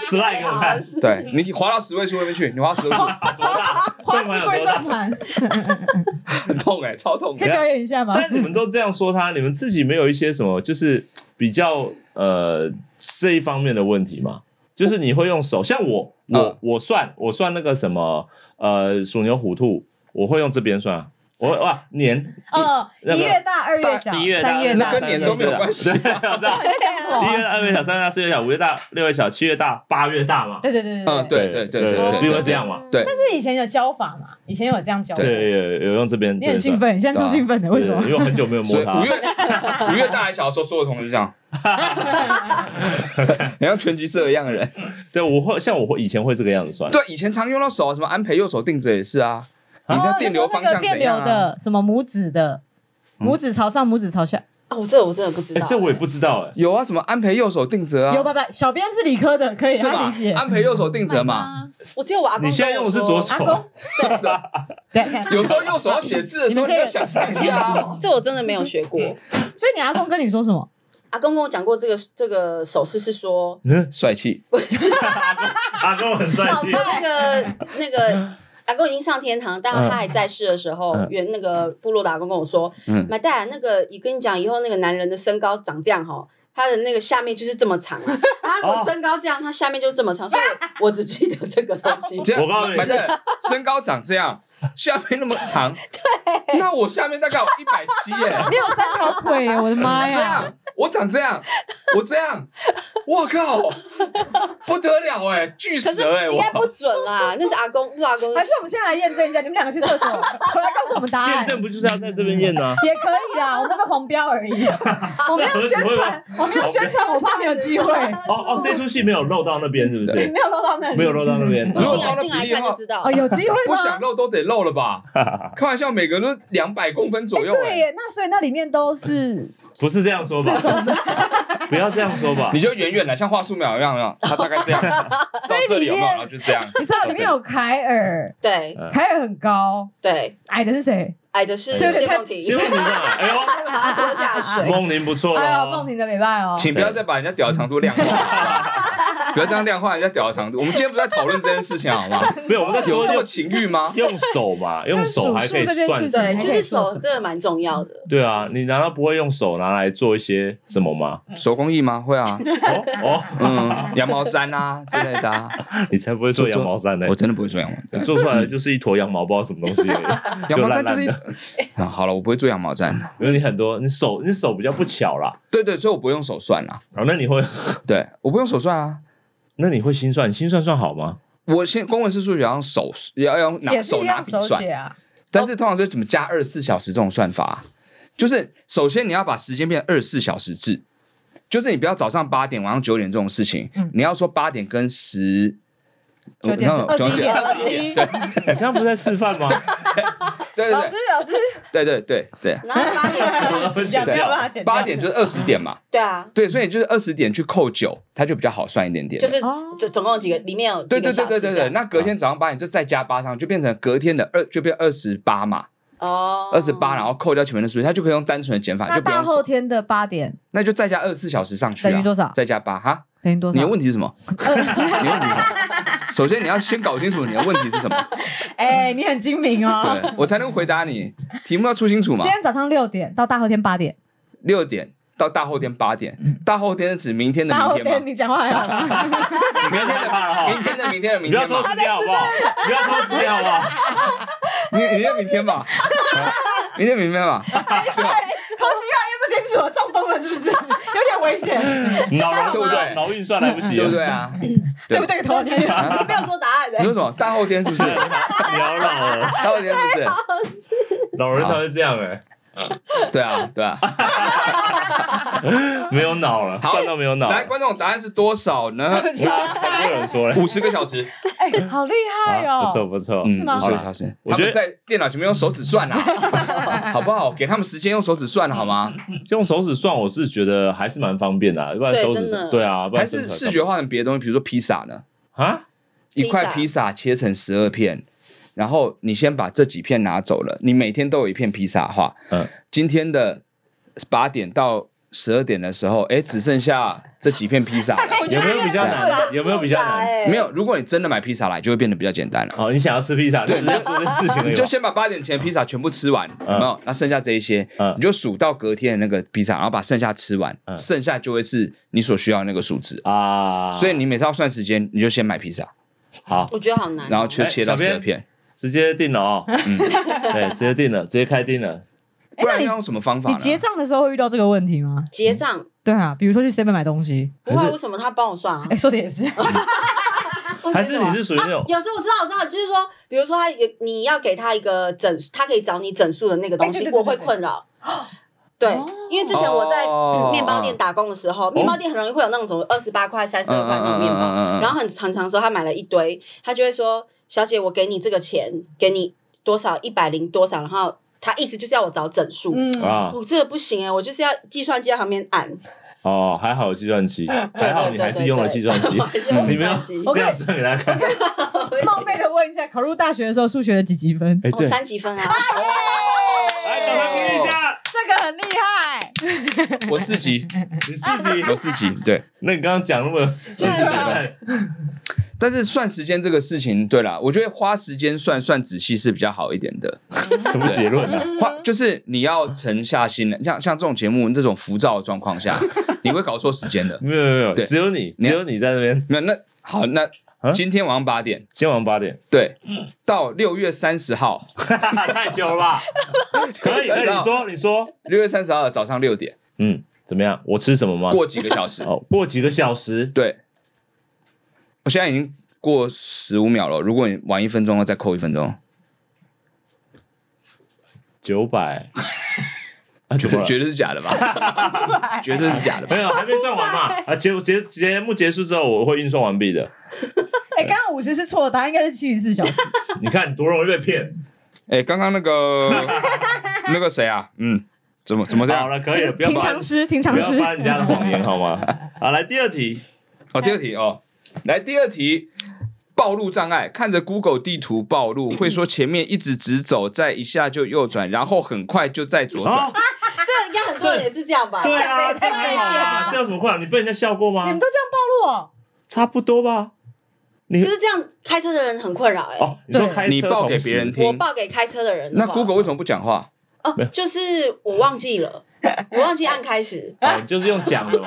Speaker 3: slide 给我看，
Speaker 1: 对你滑到十位数那边去，你滑十位 数
Speaker 2: 花
Speaker 3: 算
Speaker 2: 式
Speaker 3: 盘
Speaker 2: 跪
Speaker 3: 有多
Speaker 2: 算
Speaker 3: 大？
Speaker 2: 盘，
Speaker 1: 很痛哎、超痛
Speaker 2: 可以
Speaker 1: 的。
Speaker 2: 表演一下吗？
Speaker 3: 但你们都这样说他，你们自己没有一些什么就是比较呃这一方面的问题吗？就是你会用手，像我，
Speaker 1: 嗯
Speaker 2: 啊
Speaker 3: 我我算我算那个什么呃鼠牛虎兔，我会用这边算啊，我哇年
Speaker 2: 哦，
Speaker 3: 那个
Speaker 2: 一月大，二月小，
Speaker 3: 一月
Speaker 2: 三
Speaker 3: 大，
Speaker 2: 月大，
Speaker 1: 那跟年都没有关系
Speaker 3: 对，我知道
Speaker 2: 你在讲什么
Speaker 3: 一
Speaker 2: 啊？
Speaker 3: 月大、二月小、三月大、四月小、五月大、六月小、七月大、八月大嘛。
Speaker 2: 对对对
Speaker 1: 嗯，
Speaker 2: 对。
Speaker 1: 对对对
Speaker 3: 对
Speaker 1: 对，
Speaker 3: 是因为这样嘛
Speaker 1: 对
Speaker 2: 但是以前有教法嘛，以前有这样教法。
Speaker 3: 对，有有用这边。
Speaker 2: 你很兴
Speaker 3: 这边
Speaker 2: 奋，你
Speaker 1: 啊
Speaker 2: 现在超兴奋的，为
Speaker 3: 算，
Speaker 2: 什么
Speaker 3: 对？因为我很久没有
Speaker 1: 所
Speaker 3: 摸
Speaker 1: 以
Speaker 3: 它
Speaker 1: 五。月五月大还小的时候，所有同学就这 样，你像拳击社一样的人。
Speaker 3: 对，我会像我会以前会这个样子算。
Speaker 1: 对，以前常用到手啊，什么安培右手定着也是啊，你的电流方向
Speaker 2: 哦你说那个电
Speaker 1: 怎样啊？
Speaker 2: 流
Speaker 1: 嗯
Speaker 2: 的什么拇指的，拇指朝上，拇指朝下。
Speaker 4: 哦，我这个我真的不知
Speaker 3: 哎
Speaker 4: 道，，
Speaker 3: 这我也不知道哎。
Speaker 1: 有啊，什么安培右手定着啊？
Speaker 2: 有拜拜，小编是理科的，可以
Speaker 1: 是啊
Speaker 2: 他
Speaker 1: 嘛
Speaker 2: 理解？。
Speaker 1: 安培右手定着嘛，
Speaker 4: 我只有我阿公
Speaker 3: 你现在
Speaker 4: 跟
Speaker 3: 用
Speaker 4: 我
Speaker 3: 的是
Speaker 4: 说
Speaker 3: 左手
Speaker 2: 阿公， 对 对，
Speaker 1: 有时候右手要写字的时候，
Speaker 2: 你
Speaker 1: 你
Speaker 2: 们这
Speaker 1: 要想
Speaker 2: 个
Speaker 1: 象一下啊。嗯
Speaker 4: 这我真的没有学过。
Speaker 2: 所以你阿公跟你说什么？
Speaker 4: 阿公跟我讲过这个这个手势 是说，
Speaker 1: 帅气，
Speaker 3: 阿公很帅气，
Speaker 4: 那个那个阿公已经上天堂，但他还在世的时候
Speaker 3: 嗯，
Speaker 4: 原那个部落的阿公跟我说
Speaker 1: 嗯，
Speaker 4: 买蛋那个，也跟你讲，以后那个男人的身高长这样哈。他的那个下面就是这么长啊， 他如
Speaker 1: 哦
Speaker 4: 果身高这样，他下面就是这么长，所以 我我只记得这个东西。
Speaker 1: 这样
Speaker 3: 我告诉你
Speaker 1: 反正身高长这样，下面那么 长，对，那我下面大概有一百七耶，
Speaker 2: 你有啊三条腿耶，我的妈
Speaker 1: 这
Speaker 2: 呀！
Speaker 1: 样，我长这样，我这样，我靠，不得了哎、巨蛇哎、
Speaker 4: 应该不
Speaker 1: 我
Speaker 4: 准 啦，那是阿公，不阿公
Speaker 2: 还是我们现在来验证一下，你们两个去厕所，回来告诉我们答
Speaker 3: 验
Speaker 2: 案。
Speaker 3: 证不就是要在这边验啊吗？
Speaker 2: 也可以啦，我们那个黄标而已，我没有宣传，我没有宣传，我怕没有机会，
Speaker 3: 哦哦，这出戏没有漏到那边是不
Speaker 2: 你
Speaker 3: 是？
Speaker 2: 没有漏到那里，
Speaker 3: 没有漏到那边。
Speaker 1: 如果
Speaker 4: 进
Speaker 1: 照那
Speaker 4: 来进来
Speaker 1: 比例的
Speaker 4: 看
Speaker 1: 话
Speaker 4: 就知道
Speaker 2: 哦，。有机会吗？
Speaker 1: 不想露都得露了 吧？开玩笑，每个人都两百公分左右、
Speaker 2: 对啊
Speaker 1: 哎，
Speaker 2: 耶，那所以那里面都是
Speaker 3: 不是这样说吧？不要这样说吧
Speaker 1: 你。就远远的，像画素描一样，有没有它大概这 样，到这里有没有？然后就这样，
Speaker 2: 你知道里面有凯尔，
Speaker 4: 对
Speaker 3: 嗯
Speaker 2: 凯尔很高，
Speaker 4: 对，
Speaker 2: 矮的是谁？
Speaker 4: 矮的是
Speaker 1: 哎
Speaker 2: 这有点
Speaker 4: 谢
Speaker 2: 太
Speaker 4: 梦婷，
Speaker 3: 先问你上来，哎呦，
Speaker 4: 把它拖下水。
Speaker 3: 梦玲不错
Speaker 2: 哎呦，梦
Speaker 3: 哦。
Speaker 2: 婷的美拜哦，
Speaker 1: 请不要再把人家屌的长度量化， 不要这样量化人家屌的长度。我们今天不是在讨论这件事情好吗？
Speaker 3: 没有，我们在
Speaker 1: 有
Speaker 3: 说
Speaker 1: 这么
Speaker 3: 用
Speaker 1: 情欲吗？
Speaker 3: 用手嘛，用手还可以算什
Speaker 1: 哎
Speaker 4: 对，
Speaker 3: 么
Speaker 2: 还？
Speaker 4: 就
Speaker 2: 可以
Speaker 4: 是
Speaker 2: 做什
Speaker 4: 手
Speaker 2: 么
Speaker 4: 真的蛮重要的。
Speaker 3: 对啊，你难道不会用手拿来做一些什么吗？
Speaker 1: 手工艺吗？会啊，
Speaker 3: 哦哦，
Speaker 1: 嗯， 羊毛毡啊之类的啊。
Speaker 3: 你才不会做羊毛衫呢
Speaker 1: 我！真的不会做羊毛毡
Speaker 3: 你。做出来的就是一坨羊毛，不知道什么东西而
Speaker 1: 羊
Speaker 3: 已。
Speaker 1: 毛毡就
Speaker 3: 就
Speaker 1: 是
Speaker 3: 烂
Speaker 1: 一
Speaker 3: 烂
Speaker 1: 啊，好了，我不会做羊毛毡。
Speaker 3: 因为你很多，你手你手比较不巧啦。
Speaker 1: 对对，所以我不用手算啊啦。
Speaker 3: 然后那你会，
Speaker 1: 对，我不用手算啊。
Speaker 3: 那你会心算？你心算算好吗？
Speaker 1: 我先公文式数学要用手要要用拿
Speaker 2: 也是
Speaker 1: 手
Speaker 2: 一
Speaker 1: 拿
Speaker 2: 样
Speaker 1: 笔
Speaker 2: 手
Speaker 1: 算
Speaker 2: 写，啊，
Speaker 1: 但是通常就是什么加二十四小时这种算法啊、就是首先你要把时间变二十四小时制，就是你不要早上八点晚上九点这种事情，
Speaker 2: 嗯
Speaker 1: 你要说八点跟十
Speaker 2: 九点
Speaker 1: 我
Speaker 2: 二
Speaker 1: 看
Speaker 2: 十一点
Speaker 1: 9
Speaker 2: 二十一，
Speaker 3: 你刚刚不是在示 范吗？
Speaker 1: 对
Speaker 2: 老师老师
Speaker 1: 对对对对对
Speaker 4: 然后八点
Speaker 3: 我
Speaker 2: 讲
Speaker 3: 剪
Speaker 2: 没有
Speaker 3: 掉
Speaker 2: 办。法剪
Speaker 1: 对，
Speaker 2: 掉
Speaker 1: 八点就是二十点嘛，
Speaker 4: 对啊，
Speaker 1: 对，所以就是二十点去扣九，它就比较好算一点点。
Speaker 4: 就是
Speaker 2: 哦
Speaker 4: 总总共有几个，里面有
Speaker 1: 对
Speaker 4: 几
Speaker 1: 对对
Speaker 4: 个小
Speaker 1: 对
Speaker 4: 时
Speaker 1: 对
Speaker 4: 这
Speaker 1: 对，
Speaker 4: 样。
Speaker 1: 那隔天早上八点就再加八上，就变成隔天的二，就变二十八嘛，
Speaker 4: 哦，
Speaker 1: 二十八，然后扣掉前面的数据，它就可以用单纯的减法，
Speaker 2: 那
Speaker 1: 就不用
Speaker 2: 大后
Speaker 1: 手，
Speaker 2: 天的八点
Speaker 1: 那就再加二十四小时上去、啊，
Speaker 2: 等于多少
Speaker 1: 再加八哈？
Speaker 2: 等于多
Speaker 1: 你的
Speaker 2: 少？呃
Speaker 1: 问题是什么？ 你的问题是什么？首先你要先搞清楚你的问题是什么，
Speaker 2: 哎，你很精明 哦。
Speaker 1: 对我才能回答你。题目要出清楚嘛
Speaker 2: 今。天早上六点到大后天八点，
Speaker 1: 六点到大后天八点，大后天是指明天的
Speaker 2: 嗯大后
Speaker 1: 明天
Speaker 2: 天
Speaker 1: 吗？
Speaker 2: 你讲话还好 吗？
Speaker 3: 你不要太怕了
Speaker 1: 明
Speaker 3: 哈，
Speaker 1: 天的明天的
Speaker 3: 你
Speaker 1: 明
Speaker 3: 不要
Speaker 1: 天
Speaker 3: 偷
Speaker 1: 嘛，
Speaker 3: 吃掉好不好？不要偷吃掉好不好？
Speaker 1: 你你的明天吧，明天明天吧，
Speaker 2: 口齿越来越不清楚了，中风了是不 是？有点危险，
Speaker 3: 脑脑
Speaker 1: 对不对
Speaker 3: 脑运算来不及，
Speaker 1: 对不对？啊？
Speaker 2: 对不对？头
Speaker 4: 中
Speaker 2: 你
Speaker 4: 间你没有说答案
Speaker 1: 你说什
Speaker 4: 嘞，
Speaker 1: 么大后天是不 是？
Speaker 3: 聊老了，
Speaker 1: 大后天是不是？
Speaker 3: 老人才会这样哎，
Speaker 1: 对啊，对啊。
Speaker 3: 没有脑了，
Speaker 1: 好
Speaker 3: 算到没有脑了
Speaker 1: 来，。观众答案是多少呢？
Speaker 3: 还有人说了，
Speaker 1: 五十个小时，
Speaker 2: 哎，好厉害
Speaker 3: 啊
Speaker 2: 哦！
Speaker 3: 不错不错，
Speaker 2: 是吗
Speaker 1: 五十个小时。
Speaker 3: 我觉得
Speaker 1: 他们在电脑前面用手指 算啊，好不好？给他们时间用手指算好吗？
Speaker 3: 用手指算，我是觉得还是蛮方便的啊，不然
Speaker 4: 对
Speaker 3: 手指
Speaker 4: 真的
Speaker 3: 对啊，不然
Speaker 1: 还
Speaker 3: 手指
Speaker 1: 是视觉化成别的东西，比如说披萨呢？
Speaker 3: 啊？
Speaker 1: 一块
Speaker 4: 披萨
Speaker 1: 披萨切成十二片，然后你先把这几片拿走了，你每天都有一片披萨的话，
Speaker 3: 嗯，
Speaker 1: 今天的八点到十二点的时候，哎，只剩下这几片披萨 了。
Speaker 3: 有没有比较难？有没有比较难？
Speaker 4: 哎
Speaker 1: 没有，如果你真的买披萨来，就会变得比较简单了。
Speaker 3: 哦，你想要吃披萨，就
Speaker 1: 对
Speaker 3: 只是做这件事情而
Speaker 1: 你
Speaker 3: 已
Speaker 1: 就
Speaker 3: 吧。
Speaker 1: 先把八点前的披萨全部吃完，有
Speaker 3: 嗯
Speaker 1: 没有？那剩下这一些
Speaker 3: 嗯，
Speaker 1: 你就数到隔天的那个披萨，然后把剩下吃完，
Speaker 3: 嗯
Speaker 1: 剩下就会是你所需要的那个数字。
Speaker 3: 啊，
Speaker 1: 所以你每次要算时间，你就先买披萨，
Speaker 3: 好，
Speaker 4: 我觉得好难哦，
Speaker 1: 然后就切到
Speaker 3: 哎小
Speaker 1: 十
Speaker 3: 编
Speaker 1: 二片。
Speaker 3: 直接定了哦， 嗯，对，直接定了，直接开定了。
Speaker 1: 不
Speaker 2: 那
Speaker 1: 然
Speaker 2: 你
Speaker 1: 要用什么方法
Speaker 2: 你
Speaker 1: 呢？嗯
Speaker 2: 结账的时候会遇到这个问题吗？
Speaker 4: 结账
Speaker 2: 对啊，比如说去 seven 买东西，
Speaker 4: 不会，为什么他帮我算啊
Speaker 2: 哎，？说的也是，
Speaker 4: 为什么
Speaker 3: 还是你是属于那种
Speaker 4: 有时候我知道，我知道，就是说，比如说他有你要给他一个整，他可以找你整数的那个东
Speaker 2: 哎
Speaker 4: 西，
Speaker 2: 对对对哦
Speaker 4: 我会困扰。 对，因为之前我在
Speaker 1: 哦
Speaker 4: 嗯面包店打工的时候，面包店很容易会有那种什么二十八块、三十二块那种面包，
Speaker 1: 嗯嗯嗯嗯嗯嗯
Speaker 4: 然后很常常说他买了一堆，他就会说：“小姐，我给你这个钱，给你多少一百零多少。”然后他一直就是要我找整 数。
Speaker 2: 嗯，
Speaker 3: 啊？
Speaker 4: 我、这个不行哎、我就是要计算机在旁边按，
Speaker 3: 哦，还好有计算器，
Speaker 4: 嗯
Speaker 3: 还好你还是用了计算机，
Speaker 4: 我还是 用
Speaker 3: 嗯你
Speaker 4: 计
Speaker 3: 没有
Speaker 4: 算机。
Speaker 2: 我
Speaker 3: 这样算给大家看。
Speaker 2: 冒昧的问一下，考入大学的时候数学的几几分？
Speaker 3: 哎，
Speaker 4: 哦，
Speaker 3: 对，
Speaker 4: 三级分啊！
Speaker 3: 哎
Speaker 2: 哎
Speaker 3: 来，掌声鼓励一下。
Speaker 2: 这个很厉害，
Speaker 1: 我四级，
Speaker 3: 你四级，
Speaker 1: 我四级，对。
Speaker 3: 那你刚刚讲那么
Speaker 4: 对啊
Speaker 3: 几十答案，
Speaker 1: 但是算时间这个事情，对啦，我觉得花时间算算仔细是比较好一点的。
Speaker 3: 什么结论啊呢？
Speaker 1: 花就是你要沉下心来，像像这种节目这种浮躁的状况下，你会搞错时间的。
Speaker 3: 没有没有没有，
Speaker 1: 对
Speaker 3: 只有你，只有你在那边。
Speaker 1: 没有，那好，那
Speaker 3: 啊
Speaker 1: 今天晚上八点，
Speaker 3: 今晚八点，
Speaker 1: 对，到六月三十号，
Speaker 3: 太久了吧？ 可以，那你说，你说，
Speaker 1: 六月三十号的早上六点，
Speaker 3: 嗯，怎么样？我吃什么吗？
Speaker 1: 过几个小时，
Speaker 3: 哦，过几个小时，
Speaker 1: 对。我现在已经过十五秒了，如果你晚一分钟，再扣一分钟，
Speaker 3: 九 百， 啊，
Speaker 1: 绝
Speaker 3: 怎
Speaker 1: 对
Speaker 3: 么了
Speaker 1: 绝对是假的吧？绝 对是假的吧
Speaker 3: 没？有，还没算完嘛。啊，节节节目结束之后，我会运算完毕的。
Speaker 2: 哎，刚刚五十是错的，答案应该是七十四小 时。
Speaker 3: 你看你多容易 被骗。
Speaker 1: 哎、刚刚那个 那个谁啊，嗯，怎么怎么这
Speaker 3: 好
Speaker 1: 样？
Speaker 3: 了，可以了，哎不要
Speaker 2: 平
Speaker 3: 发
Speaker 2: 常吃，平
Speaker 3: 不
Speaker 2: 常
Speaker 3: 要
Speaker 2: 吃。
Speaker 3: 发人家的谎言 好吗？好，来第二题，
Speaker 1: 哦，第二题哦，来第二题，暴露障碍，看着 Google 地图暴露，会说前面一直直走，再一下就右转，然后很快就再左转。
Speaker 3: 哦，
Speaker 4: 这应该很多人也是这样吧？
Speaker 3: 对啊，
Speaker 2: 这
Speaker 3: 这
Speaker 2: 样
Speaker 3: 没
Speaker 2: 没
Speaker 3: 有
Speaker 2: 有
Speaker 3: 啊，
Speaker 2: 啊
Speaker 3: 这有什么困扰？你被人家笑过
Speaker 2: 你们
Speaker 3: 吗？
Speaker 2: 都这样暴露哦？
Speaker 3: 差不多吧。
Speaker 4: 可是这样开车的人很困扰哎、
Speaker 3: 哦，你说
Speaker 2: 对
Speaker 3: 开车
Speaker 1: 你报给
Speaker 3: 同时
Speaker 1: 别人
Speaker 4: 我
Speaker 1: 听，
Speaker 4: 报给开车的人。
Speaker 1: 那
Speaker 4: 好不好
Speaker 1: Google 为什么不讲话？
Speaker 4: 哦，就是我忘记了，我忘记按开始。
Speaker 3: 哦，你就是用 讲的嘛。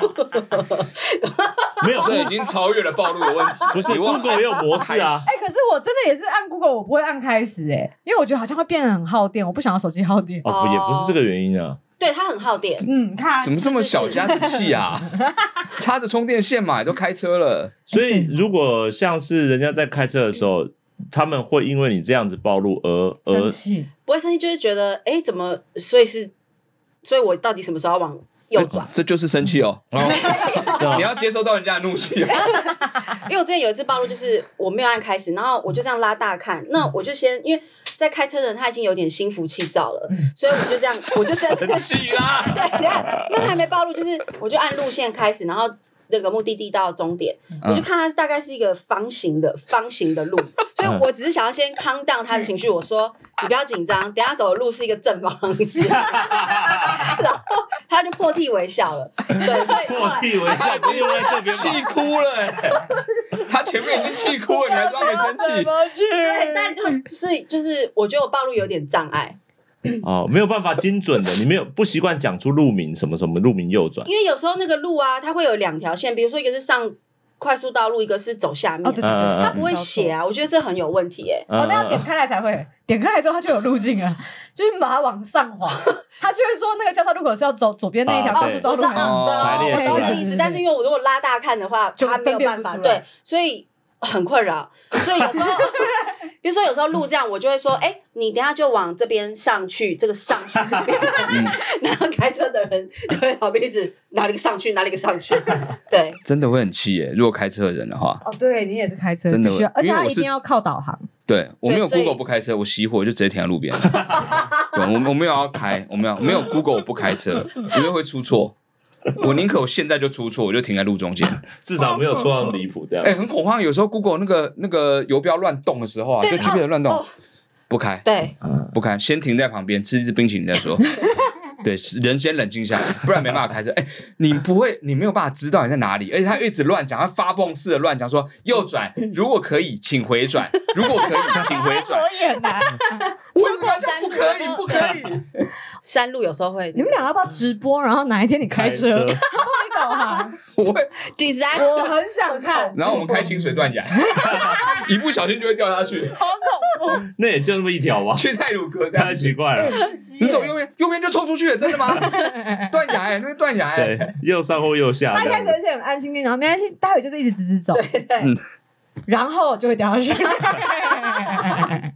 Speaker 3: 没有，
Speaker 1: 这已经超越了暴露的问题。
Speaker 3: 不是
Speaker 1: 你忘
Speaker 3: Google 也有模式啊。
Speaker 2: 哎、可是我真的也是按 Google，我不会按开始哎、因为我觉得好像会变得很耗电，我不想要手机耗电。
Speaker 3: 哦，不也不是这个原因啊。
Speaker 4: 对他很耗电，
Speaker 2: 嗯，你看
Speaker 1: 怎么这么小家子气 啊？插着充电线嘛，也都开车了。
Speaker 3: 所
Speaker 2: 哎
Speaker 3: 以如果像是人家在开车的时候，他们会因为你这样子暴露而
Speaker 2: 生
Speaker 3: 而
Speaker 2: 气？
Speaker 4: 不会生气，就是觉得哎，怎么？所以是，所以我到底什么时候要往右转？
Speaker 1: 哎这就是生气哦！
Speaker 3: 这样
Speaker 1: 你要接收到人家的怒气哦。
Speaker 4: 因为我之前有一次暴露，就是我没有按开始，然后我就这样拉大看，那我就先因为。在开车的人他已经有点心浮气躁了，
Speaker 3: 嗯
Speaker 4: 所以我就这样，我就这样，
Speaker 1: 生气啦！
Speaker 4: 等一下那个还没暴露，就是我就按路线开始，然后那个目的地到终点，
Speaker 3: 嗯
Speaker 4: 我就看它大概是一个方形的方形的路，
Speaker 3: 嗯
Speaker 4: 所以我只是想要先 calm down 他的情绪。我说你不要紧张，等一下走的路是一个正方形， 然后他就破涕为笑了。对，所以后
Speaker 3: 破
Speaker 4: 来
Speaker 3: 涕为笑，不用在这边
Speaker 1: 气
Speaker 3: 吧。
Speaker 1: 哭了、欸，他前面已经气哭了，你还说他没生气？
Speaker 2: 哦么去？
Speaker 4: 对，但就是就是，我觉得我暴露有点障碍，
Speaker 3: 哦，没有办法精准的，你没有不习惯讲出路名什么什么路名右转
Speaker 4: 因为有时候那个路啊，它会有两条线，比如说一个是上快速道路，一个是走下面
Speaker 2: 哦，对，对对，
Speaker 4: 他不会写啊，我觉得这很有问题哎、
Speaker 3: 啊
Speaker 2: 哦，
Speaker 3: 呃
Speaker 2: 那要点开来才会，点开来之后它就有路径啊，就是把它往上滑，它就会说那个交叉路口是要走左边那一条
Speaker 3: 啊
Speaker 2: 高
Speaker 3: 对
Speaker 2: 速道
Speaker 4: 我
Speaker 2: 路
Speaker 4: 知道，
Speaker 2: 还是什么，
Speaker 4: 嗯，对，
Speaker 3: 排列
Speaker 4: 我懂
Speaker 3: 出来
Speaker 4: 你的意思。但是因为我如果拉大看的话，
Speaker 2: 就
Speaker 4: 它没有办法，
Speaker 2: 分辨不出来
Speaker 4: 对，所以很困扰。所以有时候， 比如说有时候路这样，我就会说，哎、你等一下就往这边上去，这个上去这边，
Speaker 3: 嗯
Speaker 4: 然后开车的人就会好鼻子哪里个上去，哪里个上去，对，
Speaker 1: 真的会很气耶、如果开车的人的话，
Speaker 2: 哦，对你也是开车，
Speaker 1: 真的
Speaker 2: 必须要，
Speaker 1: 因为
Speaker 2: 而且它
Speaker 1: 我
Speaker 2: 一
Speaker 1: 是
Speaker 2: 定要靠导航，
Speaker 1: 对我
Speaker 4: 对
Speaker 1: 没有
Speaker 4: 所以
Speaker 1: Google 不开车，我熄火就直接停在路边 了。对，我我没有要开，我没有没有 Google 我不开车，因为会出错。我宁可我现在就出错，我就停在路中间。
Speaker 3: 至少没有错到离谱 这样
Speaker 1: 哎、。很恐慌，有时候 Google 那个那个游标乱动的时候啊，
Speaker 4: 对
Speaker 1: 就 GPS 乱动
Speaker 4: 哦，
Speaker 1: 不开
Speaker 4: 对，
Speaker 1: 不开，先停在旁边吃一支冰淇淋再 说。对，人先冷静下来，不然没办法开车。哎、你不会，你没有办法知道你在哪里，而且他一直乱讲，他发蹦似的乱讲，说右转， 如果可以请回 转，如果可以请回转。
Speaker 2: 眼呐，
Speaker 1: 为什么不可以？不可以？
Speaker 4: 山路有时候会
Speaker 2: 你们俩要不要直播？然后哪一天你开车，
Speaker 3: 开车
Speaker 2: 然后你导航，
Speaker 1: 我会。
Speaker 2: 我
Speaker 4: disaster，
Speaker 2: 很想看，
Speaker 1: 然后我们开清水断 崖，一不小心就会掉下去，
Speaker 2: 好恐
Speaker 3: 那也就那么一 条吧，
Speaker 1: 去泰鲁阁这样
Speaker 3: 太
Speaker 1: 子。
Speaker 3: 奇怪了。
Speaker 2: 怖，刺激耶
Speaker 1: 你走右 边，右边就冲出去了，真的 吗？断崖、欸，那是断崖、欸。
Speaker 3: 对，右上或右下
Speaker 2: 他
Speaker 3: 这
Speaker 2: 一开
Speaker 3: 样
Speaker 2: 始
Speaker 3: 子。
Speaker 2: 而且很安心，然后没关系，待会就是一直直直走，
Speaker 4: 对对，
Speaker 2: 然后就会掉下去。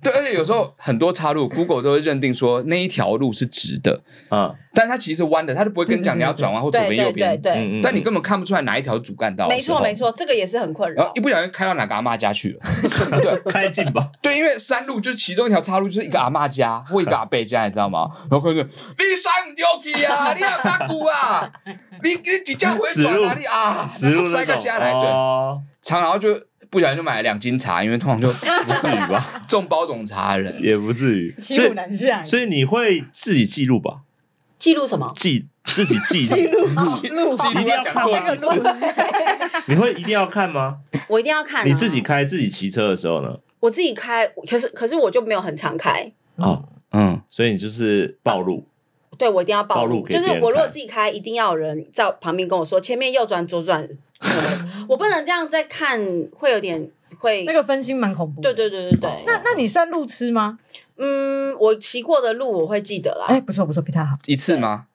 Speaker 1: 对，而且有时候很多岔路，Google 都会认定说那一条路是直的，
Speaker 3: 嗯
Speaker 1: 但它其实是弯的，它就不会跟你讲你要转弯或左边右边。
Speaker 4: 对对对对
Speaker 3: 嗯嗯，
Speaker 1: 但你根本看不出来哪一条是主干道。
Speaker 4: 没错没
Speaker 1: 错。
Speaker 4: 错，这个也是很困
Speaker 1: 然后
Speaker 4: 扰
Speaker 1: 一。不小心开到哪个阿嬷家去了。对，
Speaker 3: 开进 吧，
Speaker 1: 对，因为山路就是其中一条岔路，就是一个阿嬷家或一个阿伯家，你知道吗？然后看着你山唔丢去啊，你阿大姑啊，你你几家回转哪里啊？
Speaker 3: 直路
Speaker 1: 塞
Speaker 3: 那
Speaker 1: 个
Speaker 3: 种
Speaker 1: 家来，对，
Speaker 3: 哦，
Speaker 1: 常然后就不小心就买了两斤茶，因为通常就
Speaker 3: 不至于 吧，
Speaker 1: 中包种茶的人，
Speaker 3: 也不至于。所
Speaker 2: 骑虎
Speaker 3: 以，
Speaker 2: 难下，
Speaker 3: 所以你会自己记录吧？
Speaker 4: 记录什么？
Speaker 3: 记自己记 录，
Speaker 1: 路 记录要讲错几次，
Speaker 3: 你会一定要 看吗？
Speaker 4: 我一定要看、啊。
Speaker 3: 你自己，开自己骑车的时候呢？
Speaker 4: 我自己开，可是可是我就没有很常开。
Speaker 3: 啊，
Speaker 1: 嗯，
Speaker 3: 所以你就是暴露，
Speaker 4: 对，我一定要暴
Speaker 3: 暴露给
Speaker 4: 就是
Speaker 3: 别人
Speaker 4: 我如果
Speaker 3: 看
Speaker 4: 自己开，一定要有人在旁边跟我说前面右转、左转，我不能这样再看，会有点会。
Speaker 2: 那个分心蛮恐怖。
Speaker 4: 对，对对对对。
Speaker 2: 那那你算路痴吗？
Speaker 4: 嗯，我骑过的路我会记得啦，
Speaker 2: 哎，不错不错，比他好。
Speaker 1: 一次吗？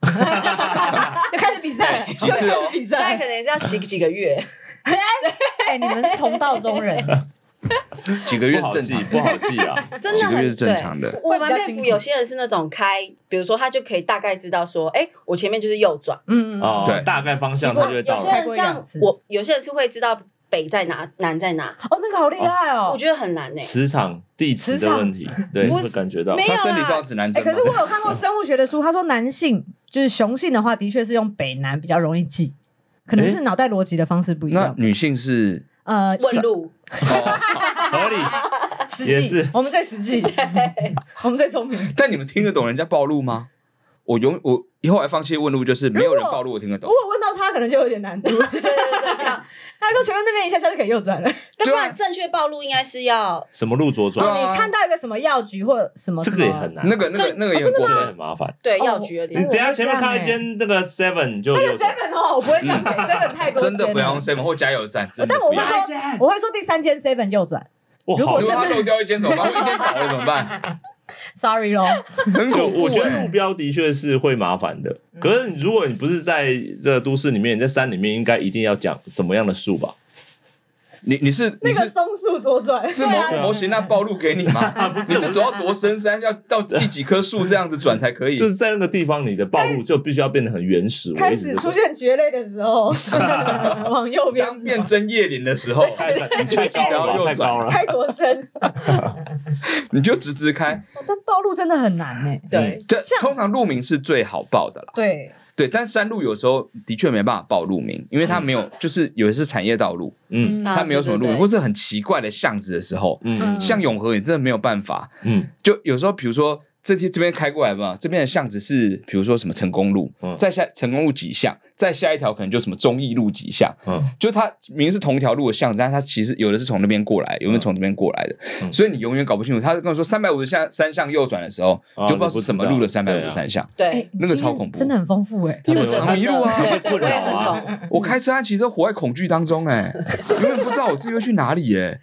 Speaker 2: 要开始比赛了，
Speaker 1: 几次哦
Speaker 2: 要开始比
Speaker 4: 大概
Speaker 2: 赛。
Speaker 4: 可能是要骑几个月。
Speaker 2: 哎，你们是同道中人，嗯
Speaker 1: 几个月是
Speaker 3: 不好
Speaker 1: 正
Speaker 3: 记，
Speaker 1: 常，
Speaker 3: 不好记 啊。
Speaker 4: 真的
Speaker 1: 几
Speaker 4: 很
Speaker 1: 个月是正常的。
Speaker 4: 对我
Speaker 2: 会比
Speaker 4: 蛮
Speaker 2: 较
Speaker 4: 佩
Speaker 2: 辛
Speaker 4: 服
Speaker 2: 苦
Speaker 4: 有些人是那种开，比如说他就可以大概知道说，哎，我前面就是右转。
Speaker 2: 嗯，嗯
Speaker 3: 哦
Speaker 1: 对，
Speaker 3: 大概方向
Speaker 4: 骑过
Speaker 3: 他就会到
Speaker 4: 有些
Speaker 3: 了。
Speaker 2: 开
Speaker 4: 人
Speaker 2: 过一
Speaker 4: 像
Speaker 2: 两次
Speaker 4: 我，有些人是会知道北在哪，南在哪，
Speaker 2: 哦，那个好厉害哦。
Speaker 4: 我觉得很难呢。欸
Speaker 3: 磁场、地磁的问题，对，
Speaker 4: 不
Speaker 3: 会
Speaker 4: 是
Speaker 3: 感觉到
Speaker 4: 没。
Speaker 1: 他身体是要指南
Speaker 2: 哎，
Speaker 1: 针吗
Speaker 2: 可？是我有看过生物学的书，他说男性就是雄性的话，的确是用北南比较容易记，可能
Speaker 3: 哎
Speaker 2: 是脑袋逻辑的方式不一
Speaker 1: 那
Speaker 2: 样。
Speaker 1: 女性是
Speaker 2: 呃，
Speaker 4: 问路，
Speaker 1: 哦，
Speaker 3: 合理，
Speaker 2: 实
Speaker 3: 也
Speaker 2: 际
Speaker 3: 是，
Speaker 2: 我们最实际，我们最聪明。
Speaker 1: 但你们听得懂人家暴露吗？我永我后来放弃问路，就是没有人暴露，我听得
Speaker 2: 如
Speaker 1: 懂。
Speaker 2: 果问到他，可能就有点难度。
Speaker 4: 对对对 对对，
Speaker 2: 他说前面那边一下下就可以右转了。
Speaker 4: 但
Speaker 1: 对
Speaker 4: 不
Speaker 1: 啊
Speaker 4: 然正确暴露应该是要
Speaker 3: 什么路左
Speaker 1: 对
Speaker 3: 转，
Speaker 1: 啊
Speaker 2: 你看到一个什么药局或什么，
Speaker 3: 这个也很难。啊
Speaker 1: 那个那个那个也很过
Speaker 3: 这个
Speaker 1: 分，
Speaker 3: 很麻烦。
Speaker 4: 对
Speaker 2: 哦
Speaker 4: 药局有
Speaker 3: 你
Speaker 4: 点
Speaker 2: 我
Speaker 3: 等一下
Speaker 2: 会
Speaker 3: 前面
Speaker 2: 这样
Speaker 3: 看到一
Speaker 2: 欸
Speaker 3: 间那个 Seven 就右转，
Speaker 2: seven 哦，我不会这样给 seven 太多间
Speaker 1: 嗯真
Speaker 2: 了
Speaker 1: 的不要用 seven 或加油站，真的
Speaker 2: 但我
Speaker 1: 不
Speaker 2: 会
Speaker 1: 要。
Speaker 2: 说，我会说第三间 seven 右转
Speaker 3: 哇，
Speaker 2: 如
Speaker 3: 好
Speaker 2: 果
Speaker 1: 如
Speaker 2: 真
Speaker 1: 果
Speaker 2: 的
Speaker 1: 他漏掉一间怎么办？我一间倒了怎么 办？
Speaker 2: ，sorry 咯。
Speaker 1: 很
Speaker 3: 就
Speaker 1: 恐怖。欸
Speaker 3: 我觉得路标的确是会麻烦的，可是如果你不是在这个都市里面，你在山里面，应该一定要讲什么样的树
Speaker 1: 嗯
Speaker 3: 吧？
Speaker 1: 你你是你
Speaker 2: 那个
Speaker 1: 是
Speaker 2: 松树左转，啊
Speaker 1: 是模模型那暴露给 你吗？你啊是走到多深山，要到第几棵树这样子转才可以？
Speaker 3: 就是在那个地方，你的暴露就必须要变得很原始。我
Speaker 2: 开
Speaker 3: 一直
Speaker 2: 始
Speaker 3: 就
Speaker 2: 出现蕨类的 时候，往右
Speaker 1: 当
Speaker 2: 边走
Speaker 1: 变针叶林的时 候，
Speaker 3: 太你太高了吧，太高了。
Speaker 2: 开多深，
Speaker 1: 你就直直开。
Speaker 2: 但暴露真的很难欸呢。
Speaker 4: 对
Speaker 1: 这通常路名是最好报的啦。
Speaker 2: 对，
Speaker 1: 对，但山路有时候的确没办法报路名，因为它没有，就是有的是产业道路，
Speaker 3: 嗯
Speaker 4: 啊
Speaker 1: 它没有什么路
Speaker 4: 对对
Speaker 1: 名，
Speaker 4: 对
Speaker 1: 或是很奇怪的巷子的时候，
Speaker 3: 嗯
Speaker 1: 像永和也真的没有办法。
Speaker 3: 嗯
Speaker 1: 就有时候，比如说这天这边开过来吧，这边的巷子是比如说什么成功路，
Speaker 3: 嗯
Speaker 1: 再下成功路几巷，再下一条可能就什么忠义路几巷，
Speaker 3: 嗯
Speaker 1: 就它明明是同一条路的巷子，但它其实有的是从那边过来，有的是从这边过来的，
Speaker 3: 嗯
Speaker 1: 所以你永远搞不清楚。他跟我说三百五十巷三巷右转的时候，
Speaker 3: 哦
Speaker 1: 就不知道是什么路的三百五
Speaker 3: 你不
Speaker 1: 十
Speaker 3: 知道
Speaker 1: 三巷。
Speaker 4: 对，
Speaker 1: 那个超恐怖
Speaker 2: 哎真的很丰富哎、
Speaker 3: 他
Speaker 4: 这
Speaker 3: 们
Speaker 4: 个
Speaker 3: 有
Speaker 4: 真
Speaker 1: 常
Speaker 4: 的
Speaker 1: 迷路啊
Speaker 4: 对
Speaker 3: 会
Speaker 4: 对，我
Speaker 3: 困
Speaker 4: 也
Speaker 3: 扰
Speaker 4: 很
Speaker 3: 啊
Speaker 4: 懂。
Speaker 1: 我开车和骑车活在恐惧当中、哎，永远不知道我自己会去哪里、哎，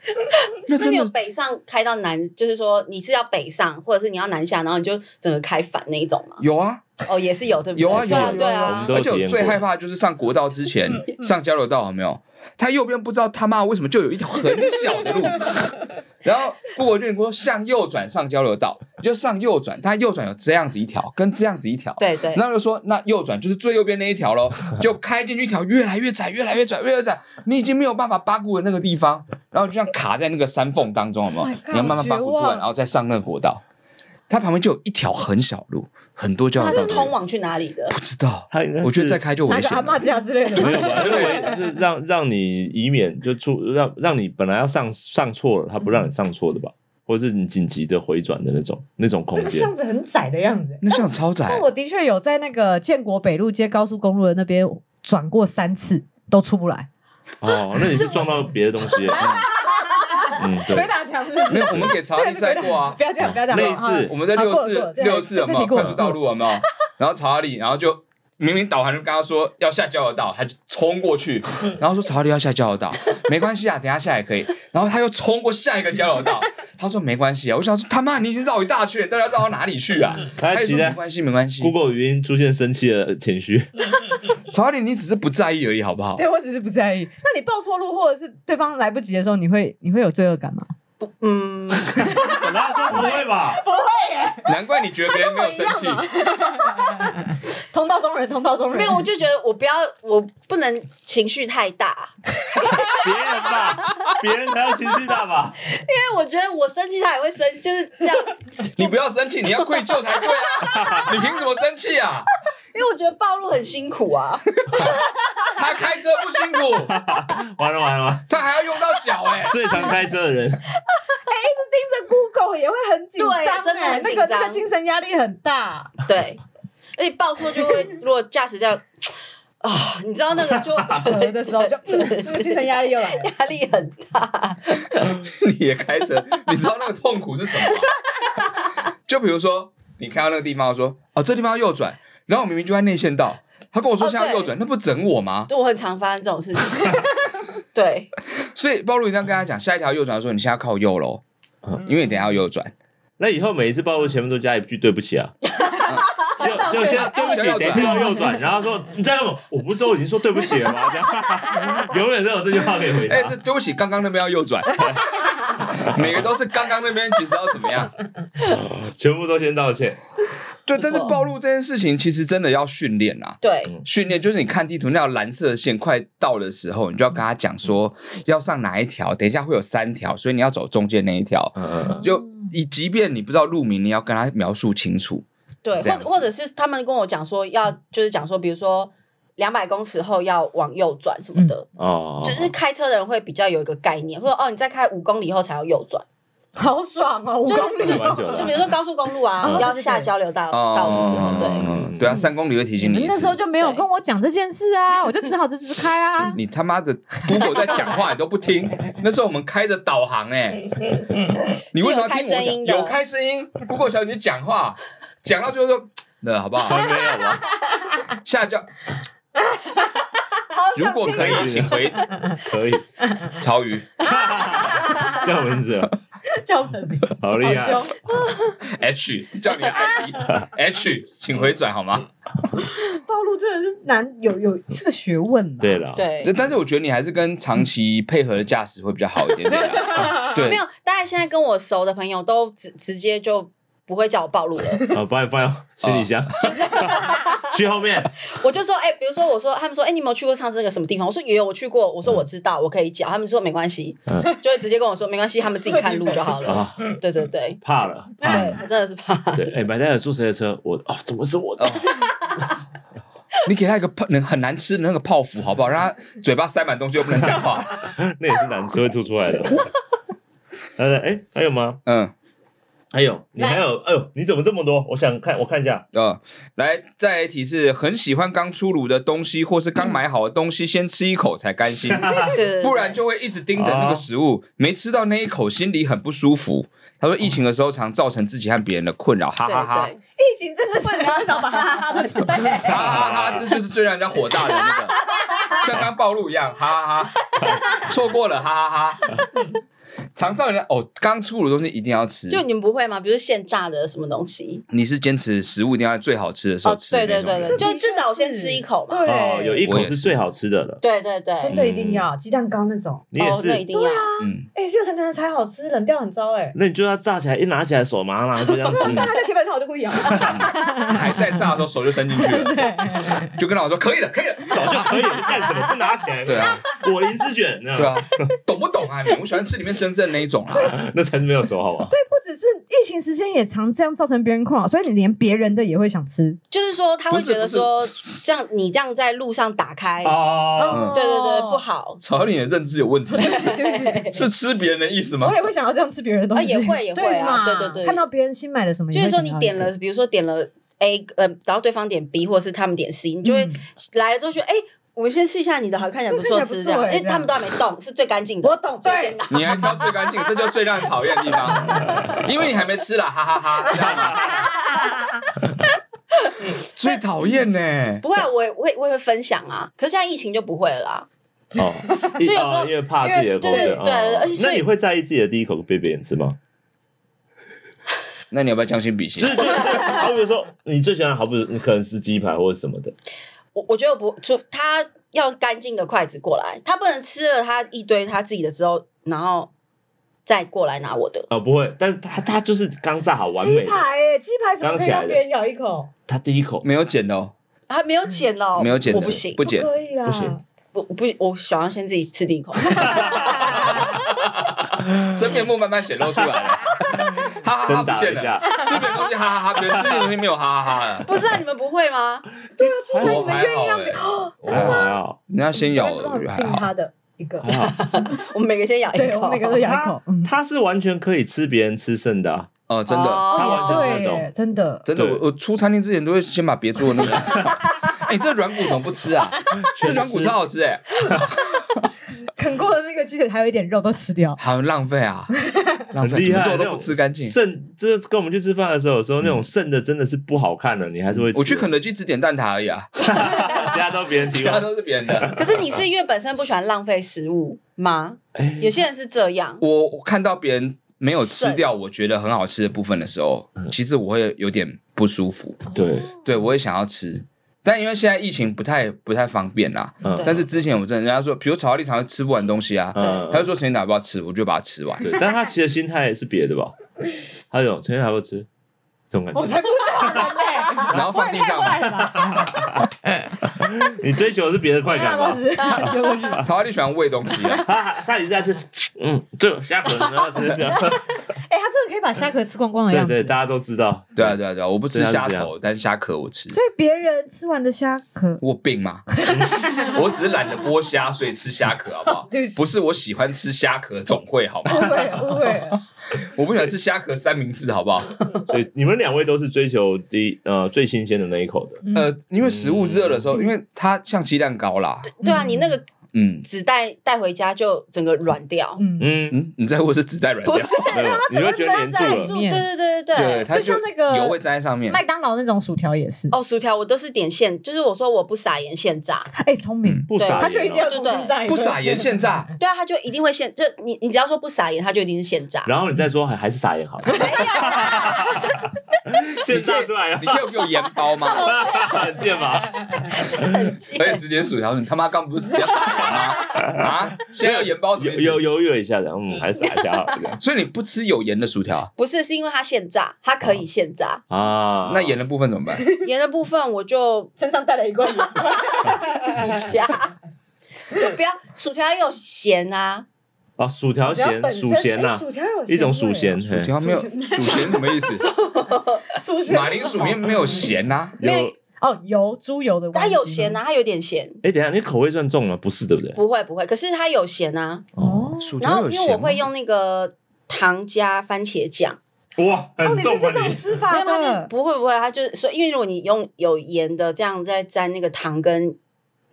Speaker 1: 那
Speaker 4: 那
Speaker 1: 真
Speaker 4: 你有
Speaker 1: 的
Speaker 4: 北上开到南，就是说你是要北上，或者是你要南下，然后你就整个开反那一种吗？
Speaker 1: 有啊，
Speaker 4: 哦，也是有，对不对？
Speaker 1: 有啊
Speaker 4: 对
Speaker 1: 有
Speaker 4: 啊，
Speaker 1: 啊
Speaker 4: 对
Speaker 3: 我们
Speaker 4: 啊
Speaker 3: 都。有
Speaker 1: 而且
Speaker 3: 体
Speaker 1: 我
Speaker 3: 验
Speaker 1: 最
Speaker 3: 过
Speaker 1: 害怕就是上国道之前，
Speaker 4: 嗯
Speaker 1: 上交流道有没有？它右边不知道他妈为什么就有一条很小的路， 然后不国就跟你说向右转上交流道，你就上右转，它右转有这样子一条，跟这样子一条，
Speaker 4: 对啊
Speaker 2: 哎
Speaker 4: 对，
Speaker 1: 那就说那右转就是最右边那一条 喽，就开进去一条越来越窄，越来越窄，越来越窄，你已经没有办法扒顾的那个地方，然后就像卡在那个山缝当中，有没有
Speaker 2: Oh my god，
Speaker 1: 你要慢慢扒
Speaker 2: 好
Speaker 1: 顾
Speaker 2: 绝
Speaker 1: 出来，
Speaker 2: 望
Speaker 1: 然后再上那个国道，它旁边就有一条很小路，很多交
Speaker 4: 它
Speaker 1: 流道
Speaker 4: 是
Speaker 1: 都有
Speaker 4: 通往去哪里的？
Speaker 1: 不知道，
Speaker 3: 他应该是
Speaker 1: 我觉得 再开就
Speaker 2: 哪
Speaker 1: 危
Speaker 2: 个
Speaker 1: 险
Speaker 2: 阿
Speaker 1: 了
Speaker 2: 嬷。家之类的
Speaker 3: 没有吧？因为是让让你以免就出让让你本来要上上错了，他不让你上错的吧？或者是你紧急的回转的那种那种空
Speaker 5: 那个
Speaker 3: 间
Speaker 5: 巷，子很窄的样子、欸。
Speaker 1: 那像超窄
Speaker 2: 但，我的确有在那个建国北路接高速公路的那边转过三次，都出不来。
Speaker 3: 哦，那你是撞到别的东西了。嗯，嗯对
Speaker 5: 鬼，打墙是不是？
Speaker 1: 没 有，我们给 曹安载过 啊
Speaker 2: 不。要这样，不要这样。
Speaker 3: 类似
Speaker 2: 啊
Speaker 1: 我们在六
Speaker 2: 啊过了过
Speaker 1: 四
Speaker 2: 了这样
Speaker 1: 六四有没有
Speaker 2: 这题过
Speaker 1: 快
Speaker 2: 了
Speaker 1: 速道路有没有？ 然后曹阿里，然后就明明导航就跟他说要下交流道，他就冲过去，
Speaker 2: 嗯
Speaker 1: 然后说曹阿里要下交流道， 没关系啊，等一下下也可以。然后他又冲过下一个交流道，他说没关系啊。我想说他妈你已经绕一大圈，大家绕到哪里去啊？
Speaker 3: 嗯
Speaker 1: 他
Speaker 3: 他
Speaker 1: 就
Speaker 3: 期
Speaker 1: 说没
Speaker 3: 待
Speaker 1: 关系没关系，
Speaker 3: Google 语音出现生气的情绪，
Speaker 1: 曹阿里你只是不在意而已，好不好？
Speaker 2: 对我只是不在意。那你报错路，或者是对方来不及的时候，你会你会有罪恶感吗？
Speaker 4: 嗯，
Speaker 3: 本来说不会吧？
Speaker 1: 难怪你觉得别人没有生气，
Speaker 2: 啊同道中人，同道中 人。
Speaker 4: 没有，我就觉得我不要，我不能情绪太大，
Speaker 3: 别人吧，别人才有情绪大吧？
Speaker 4: 因为我觉得我生气他也会生气，就是这样。
Speaker 1: 你不要生气，你要愧疚才对啊！你凭什么生气啊？
Speaker 4: 因为我觉得暴露很辛苦啊，
Speaker 1: 他开车不辛苦，
Speaker 3: 完了完了完了，
Speaker 1: 他还要用到脚哎、
Speaker 3: 最常开车的人，
Speaker 2: 盯着 Google 也会很紧张、欸，
Speaker 4: 对真的很
Speaker 2: 那个
Speaker 4: 紧张
Speaker 2: 那个精神压力很大。
Speaker 4: 对，而且报错就会，如果驾驶这样啊、你知道那个就
Speaker 2: 有的时候就、嗯、那个精神压力又来了。
Speaker 4: 压力很 大，
Speaker 1: 你也开车，你知道那个痛苦是什么吗？ 就比如说，你看到那个地方说，哦，这地方要右转，然后我明明就在内线道，他跟我说
Speaker 4: 哦
Speaker 1: 现在要
Speaker 4: 对
Speaker 1: 右转，那不整我 吗？
Speaker 4: 就我很常发生这种事情。对，
Speaker 1: 所以暴露一定要跟他讲，下一条右转的时候，你现在要靠右喽
Speaker 3: 嗯，
Speaker 1: 因为你等一下要右转。
Speaker 3: 那以后每一次暴露前面都加一句对不起啊。就就先对不起，等一次要右转，然后说你再让我，我不是都已经说对不起了吗？这样永远都有这句话可以回答
Speaker 1: 哎、。是对不起，刚刚那边要右转，每个都是刚刚那边其实要怎么 样？
Speaker 3: 全部都先道歉。
Speaker 1: 对，但是暴露这件事情其实真的要训练啊。
Speaker 4: 对，
Speaker 1: 训练就是你看地图那条蓝色的线快到的时候，你就要跟他讲说要上哪一条，等一下会有三条，所以你要走中间那一条。
Speaker 3: 嗯嗯嗯，
Speaker 1: 就你即便你不知道路名，你要跟他描述清楚。
Speaker 4: 对，
Speaker 1: 这
Speaker 4: 或
Speaker 1: 样
Speaker 4: 者
Speaker 1: 子
Speaker 4: 或者是他们跟我讲说要，就是讲说，比如说两百公尺后要往右转什么的，
Speaker 3: 哦，
Speaker 4: 就是开车的人会比较有一个概念，或者哦，你再开五公里以后才要右转，
Speaker 2: 好爽哦，五
Speaker 4: 就是
Speaker 2: 公里
Speaker 3: 就蛮久了
Speaker 4: 就比如说高速公路啊，
Speaker 3: 嗯
Speaker 4: 要下交流道
Speaker 1: 哦
Speaker 4: 道哦的时候，对，
Speaker 1: 嗯对啊，三公里会提
Speaker 2: 你
Speaker 1: 醒你
Speaker 2: 们
Speaker 1: 一
Speaker 2: 那时候
Speaker 1: 次。
Speaker 2: 就没有跟我讲这件事啊，我就只好直直 开啊。
Speaker 1: 你他妈的 Google 在讲话你都不听， 那时候我们开着导航哎、你为什么要听
Speaker 4: 是
Speaker 1: 我
Speaker 4: 有开声音
Speaker 1: 讲？
Speaker 4: 的
Speaker 1: 有开声音，Google 小姐姐讲话，讲到最后说，那好不好？
Speaker 3: 没有啊吧？
Speaker 1: 下 降。如果可以，请回
Speaker 3: 可以
Speaker 1: 曹鱼。
Speaker 3: 叫文字了，
Speaker 5: 叫本名，
Speaker 3: 好厉害！
Speaker 5: 好凶，
Speaker 1: H 叫你的 ID，H，请回转好吗？
Speaker 2: 暴露真的是难，有有是个学问啊。
Speaker 3: 对了，
Speaker 4: 对，
Speaker 1: 但是我觉得你还是跟长期配合的驾驶会比较好一点点 啊。对
Speaker 4: 没，有，大家现在跟我熟的朋友都直直接就不会叫我暴露了，
Speaker 3: 啊，放放行李箱， 去后面。
Speaker 4: 我就说，哎、比如说我说他们说，哎、你有没有去过上次那个什么地方？我说有，我去过，我说我知道，我可以讲，他们说没关系，
Speaker 3: 嗯
Speaker 4: 就会直接跟我说没关系，他们自己看路就好了。
Speaker 3: 啊，
Speaker 4: 对对对。
Speaker 3: 怕了，怕
Speaker 4: 对
Speaker 3: 了。，
Speaker 4: 我真的是怕。
Speaker 3: 对，哎，买单了坐谁的车？我哦，怎么是我 的？
Speaker 1: 你给他一个泡能很难吃的那个泡芙好不好？让他嘴巴塞满东西又不能讲话。
Speaker 3: 那也是难吃会吐出来的。呃，哎，还有吗？
Speaker 1: 嗯，
Speaker 3: 还有你还有，哎呦，你怎么这么多？我想看，我看一下。
Speaker 1: 啊、来，再来一题是很喜欢刚出炉的东西，或是刚买好的东西，先吃一口才甘心，
Speaker 4: 对对对，
Speaker 1: 不然就会一直盯着那个食物，没吃到那一口，心里很不舒服。他
Speaker 4: 哦
Speaker 1: 说，疫情的时候常造成自己和别人的困扰，哈
Speaker 4: 对
Speaker 1: 哈哈，
Speaker 4: 对，
Speaker 2: 疫情真的是没有少把哈哈 哈的讲，
Speaker 1: 哈哈哈，这就是最让人家火大的那个，像刚暴露一样，哈哈哈，错过了，哈哈哈。常造成人家哦，刚出炉的东西一定要吃，
Speaker 4: 就你们不会吗？比如现炸的什么东西？
Speaker 1: 你是坚持食物一定要在最好吃的时候
Speaker 4: 哦，
Speaker 1: 吃的
Speaker 4: 对
Speaker 1: 那
Speaker 4: 对
Speaker 1: 种人，
Speaker 4: 对对，
Speaker 2: 这的
Speaker 4: 就
Speaker 2: 确
Speaker 4: 至少
Speaker 2: 是
Speaker 4: 先吃一口 嘛。
Speaker 2: 对
Speaker 3: 哦，有一
Speaker 1: 我
Speaker 3: 口
Speaker 1: 也是
Speaker 3: 是最好吃的了。
Speaker 4: 对对对，
Speaker 2: 真的一定要鸡蛋糕那种，
Speaker 3: 你也
Speaker 4: 哦，那一
Speaker 3: 是，
Speaker 4: 定要。
Speaker 1: 嗯，
Speaker 2: 哎，热腾腾的才好吃，冷掉很糟哎。
Speaker 3: 那你就要炸起来，一拿起来手麻 麻就这样吃。
Speaker 2: 但它在铁板上我就故意 咬，
Speaker 1: 还在炸的时候手就伸进去 了，就跟老师说可以了，可以了，
Speaker 3: 早就可以了，你干什么不拿起来？
Speaker 1: 对啊，
Speaker 3: 果林之卷，
Speaker 1: 对
Speaker 3: 对，
Speaker 1: 啊，懂不懂啊你？我喜欢吃里面生生的那一种啊，
Speaker 3: 那才是没有手好吧？
Speaker 2: 所以不只是疫情时间也常这样造成别人困扰，所以你连别人的也会想吃。
Speaker 4: 就是说他会
Speaker 1: 不是
Speaker 4: 觉得说，这样你这样在路上打开，
Speaker 3: 哦，
Speaker 1: 嗯
Speaker 4: 对对对， 不。好。
Speaker 1: 曹你的认知有问题，
Speaker 2: 对不起，对不起，
Speaker 1: 是吃别人的意思吗
Speaker 2: 我？也会想要这样吃别人的东西，
Speaker 4: 啊也会也会啊
Speaker 2: 嘛
Speaker 4: 对对对
Speaker 2: 看到别人新买的什么，
Speaker 4: 就是说你
Speaker 2: 也会
Speaker 4: 点
Speaker 2: 想要一
Speaker 4: 了，比如说点了 A，呃，然后对方点 B，或者是他们点 C，
Speaker 2: 个，
Speaker 4: 你就会
Speaker 2: 嗯
Speaker 4: 来了之后觉得，哎，我们先试一下你的，好像看起来不错吃
Speaker 2: 这看
Speaker 4: 这
Speaker 2: 起来不错
Speaker 4: 样，
Speaker 2: 哎
Speaker 4: 因为
Speaker 2: 这样
Speaker 4: 他们都还没动，是最干净的。
Speaker 2: 我懂，
Speaker 4: 就
Speaker 2: 对
Speaker 4: 先，拿。
Speaker 1: 你还挑最干净，这就最让人讨厌的地方，因为你还没吃啦，哈哈哈，你知道吗？最讨厌呢，
Speaker 4: 不会啊，我也我也我也会分享啊，可是现在疫情就不会了啦。
Speaker 3: 哦，
Speaker 4: 以有时候
Speaker 3: 哦因为怕自己的口
Speaker 4: 因为
Speaker 3: 水
Speaker 4: 对，对
Speaker 3: 哦
Speaker 4: 而且所
Speaker 3: 那
Speaker 4: 以
Speaker 3: 你会在意自己的第一口被别人吃 吗？
Speaker 1: 那你要不要将心比心
Speaker 3: 就？是就是，好比如说你最喜欢，好比你可能是鸡排或者什么的，
Speaker 4: 我我觉得不，除他要干净的筷子过来，他不能吃了他一堆他自己的之后，然后再过来拿我的。
Speaker 3: 哦，不会，但是他他就是刚炸好完美
Speaker 2: 鸡
Speaker 3: 的，
Speaker 2: 排哎，鸡排怎么可以
Speaker 3: 刚起来
Speaker 2: 让
Speaker 3: 的
Speaker 2: 别人咬一口？
Speaker 3: 他第一口
Speaker 1: 没有剪的哦，
Speaker 4: 啊，没有剪哦，
Speaker 1: 没有剪的，
Speaker 4: 我不行，
Speaker 1: 不剪
Speaker 2: 不。可以啦，
Speaker 3: 不行
Speaker 4: 我我不我想要先自己吃第一 口。
Speaker 1: 真面目慢慢显露出来 了，哈哈哈
Speaker 3: 挣
Speaker 1: 不
Speaker 3: 扎
Speaker 1: 见
Speaker 3: 一下
Speaker 1: 了，，吃别的东西哈哈哈，别人吃别的东西没有哈哈哈了。
Speaker 4: 不是啊，你们不会吗？
Speaker 2: 鸡排你
Speaker 1: 我
Speaker 2: 们
Speaker 1: 还
Speaker 2: 愿意
Speaker 1: 好
Speaker 2: 让
Speaker 1: 哎、
Speaker 2: 别哦
Speaker 3: 还好还好
Speaker 1: 人家先咬了，我觉得还
Speaker 2: 定
Speaker 1: 好。
Speaker 2: 他的一个，
Speaker 3: 还好，
Speaker 4: 我们每个先咬一口，
Speaker 2: 对，我们每个都咬一口，嗯，
Speaker 3: 他是完全可以吃别人吃剩的啊，
Speaker 1: 哦、真的，
Speaker 4: 哦
Speaker 3: 他完全是那
Speaker 2: 对，
Speaker 3: 种
Speaker 2: 真的，
Speaker 1: 真的，
Speaker 3: 对
Speaker 1: 我我出餐厅之前都会先把别桌的那个。哎、这软骨怎么不吃啊？这软骨超好吃哎、
Speaker 2: 啃过的那个鸡腿还有一点肉都吃掉，
Speaker 1: 好浪费 啊，浪费，怎
Speaker 3: 很厉
Speaker 1: 么
Speaker 3: 害，啊
Speaker 1: 做
Speaker 3: 那
Speaker 1: 都不
Speaker 3: 种
Speaker 1: 吃干净。
Speaker 3: 剩，这跟我们去吃饭的时候，有时候那种
Speaker 1: 嗯
Speaker 3: 剩的真的是不好看的，你还是会吃。
Speaker 1: 我去肯德基只点蛋挞而已啊，
Speaker 3: 其他都别人提
Speaker 1: 其他
Speaker 3: 供。
Speaker 1: 都是别人的。
Speaker 4: 可是你是因为本身不喜欢浪费食物吗？
Speaker 3: 哎
Speaker 4: 有些人是这样，
Speaker 1: 我我看到别人没有吃
Speaker 4: 剩
Speaker 1: 掉我觉得很好吃的部分的时候，其实我会有点不舒服，
Speaker 3: 对，
Speaker 1: 对我也想要吃，但因为现在疫情不太不太方便啦。
Speaker 3: 嗯
Speaker 4: 对
Speaker 1: 但是之前我真的人家说，比如炒力常会吃不完东西啊，
Speaker 3: 嗯
Speaker 1: 他就说陈建达要不要吃，我就把它吃完。
Speaker 3: 对，但他其实心态是别的吧？他有陈天还会吃这种 感
Speaker 2: 我
Speaker 3: 觉，
Speaker 2: 才不是啊 好人嘞，
Speaker 1: 然后放地上嘛
Speaker 2: 坏。了吧，
Speaker 3: 你追求的是别的快感吧
Speaker 2: 不？是，丢过去。
Speaker 1: 曹阿丽喜欢喂东西、啊，
Speaker 3: 他他一直在吃，嗯，这个下可啊能要吃这 样。
Speaker 2: 哎，他真的可以把虾壳吃光光的
Speaker 3: 对
Speaker 2: 样子
Speaker 3: 对，，大家都知道。
Speaker 1: 对啊对啊对啊，我不吃虾
Speaker 3: 真的是这
Speaker 1: 头，但是虾壳我吃。
Speaker 2: 所以别人吃完的虾壳，
Speaker 1: 我有病吗？ 我只是懒得剥虾，所以吃虾壳好不好
Speaker 2: 对不？起
Speaker 1: 不是我喜欢吃虾壳总会好吗？
Speaker 2: 误会误会，
Speaker 1: 我不喜欢吃虾壳三明治好不好？
Speaker 3: 所以你们两位都是追求第呃最新鲜的那一口 的，
Speaker 1: 呃，因为食物热的时候，因为它像鸡蛋糕啦，
Speaker 4: 对啊，你那个
Speaker 1: 嗯
Speaker 4: 纸袋带回家就整个软掉，
Speaker 2: 嗯，
Speaker 3: 嗯，
Speaker 1: 嗯，你在乎是纸袋软掉
Speaker 4: 不，是
Speaker 3: 没有，你会觉得黏住
Speaker 4: 在
Speaker 3: 了。
Speaker 4: 住，对对对对
Speaker 1: 对，
Speaker 4: 对。
Speaker 1: 它
Speaker 2: 就像那个
Speaker 1: 油会粘在上面，嗯
Speaker 2: 麦当劳那种薯条也是，
Speaker 4: 哦，薯条我都是点现，就是我说我不撒盐现炸，
Speaker 2: 哎，聪明，
Speaker 3: 不
Speaker 4: 对
Speaker 3: 撒
Speaker 2: 他
Speaker 3: 盐
Speaker 2: 就一定要
Speaker 3: 哦
Speaker 2: 重新炸一
Speaker 1: 不
Speaker 2: 遍，
Speaker 1: 撒盐现炸，
Speaker 4: 对啊，他就一定会现，就你你只要说不撒盐，他就一定是 现炸。啊
Speaker 3: 然后你再说还还是撒盐好了， 现炸出来了
Speaker 1: 你，可以给我盐包吗？
Speaker 3: 很贱吧？
Speaker 1: 可以直接薯条，你他妈刚不是直接撒盐吗？啊，现在要盐包什么
Speaker 3: 犹
Speaker 1: 意思
Speaker 3: 犹？犹豫了一下，然后嗯，还是撒一下好了这样
Speaker 1: 所以你不吃有盐的薯条，啊
Speaker 4: 不是，是因为它现炸，它可以现炸。
Speaker 3: 啊。
Speaker 1: 那盐的部分怎么办？
Speaker 4: 盐的部分我就
Speaker 2: 身上带了一罐盐，
Speaker 4: 自己加，就不要薯条也有咸啊，
Speaker 3: 啊，薯条咸薯咸呐，
Speaker 2: 哎薯条有
Speaker 3: 一种薯咸，
Speaker 1: 啊薯条没有
Speaker 2: 薯
Speaker 1: 薯咸什么意思？
Speaker 2: 薯
Speaker 1: 马铃薯面没有咸呐。
Speaker 3: 有
Speaker 4: 没
Speaker 2: 哦，油猪油的，
Speaker 4: 它有咸，啊，它有点咸，
Speaker 3: 哎，等一下你口味算重吗？不是，对不对？
Speaker 4: 不会不会，可是它有咸啊。
Speaker 2: 哦，
Speaker 1: 薯
Speaker 4: 然
Speaker 1: 条
Speaker 4: 后
Speaker 1: 有
Speaker 4: 因为我
Speaker 1: 咸吗
Speaker 4: 会？用那个糖加番茄酱，
Speaker 3: 哇，很
Speaker 2: 哦，你是
Speaker 3: 重啊
Speaker 2: 这种
Speaker 3: 你！
Speaker 2: 吃
Speaker 4: 没
Speaker 2: 法
Speaker 4: 有，他
Speaker 2: 的
Speaker 4: 就，不会不会，他就是说，因为如果你用有盐的这样在沾那个糖跟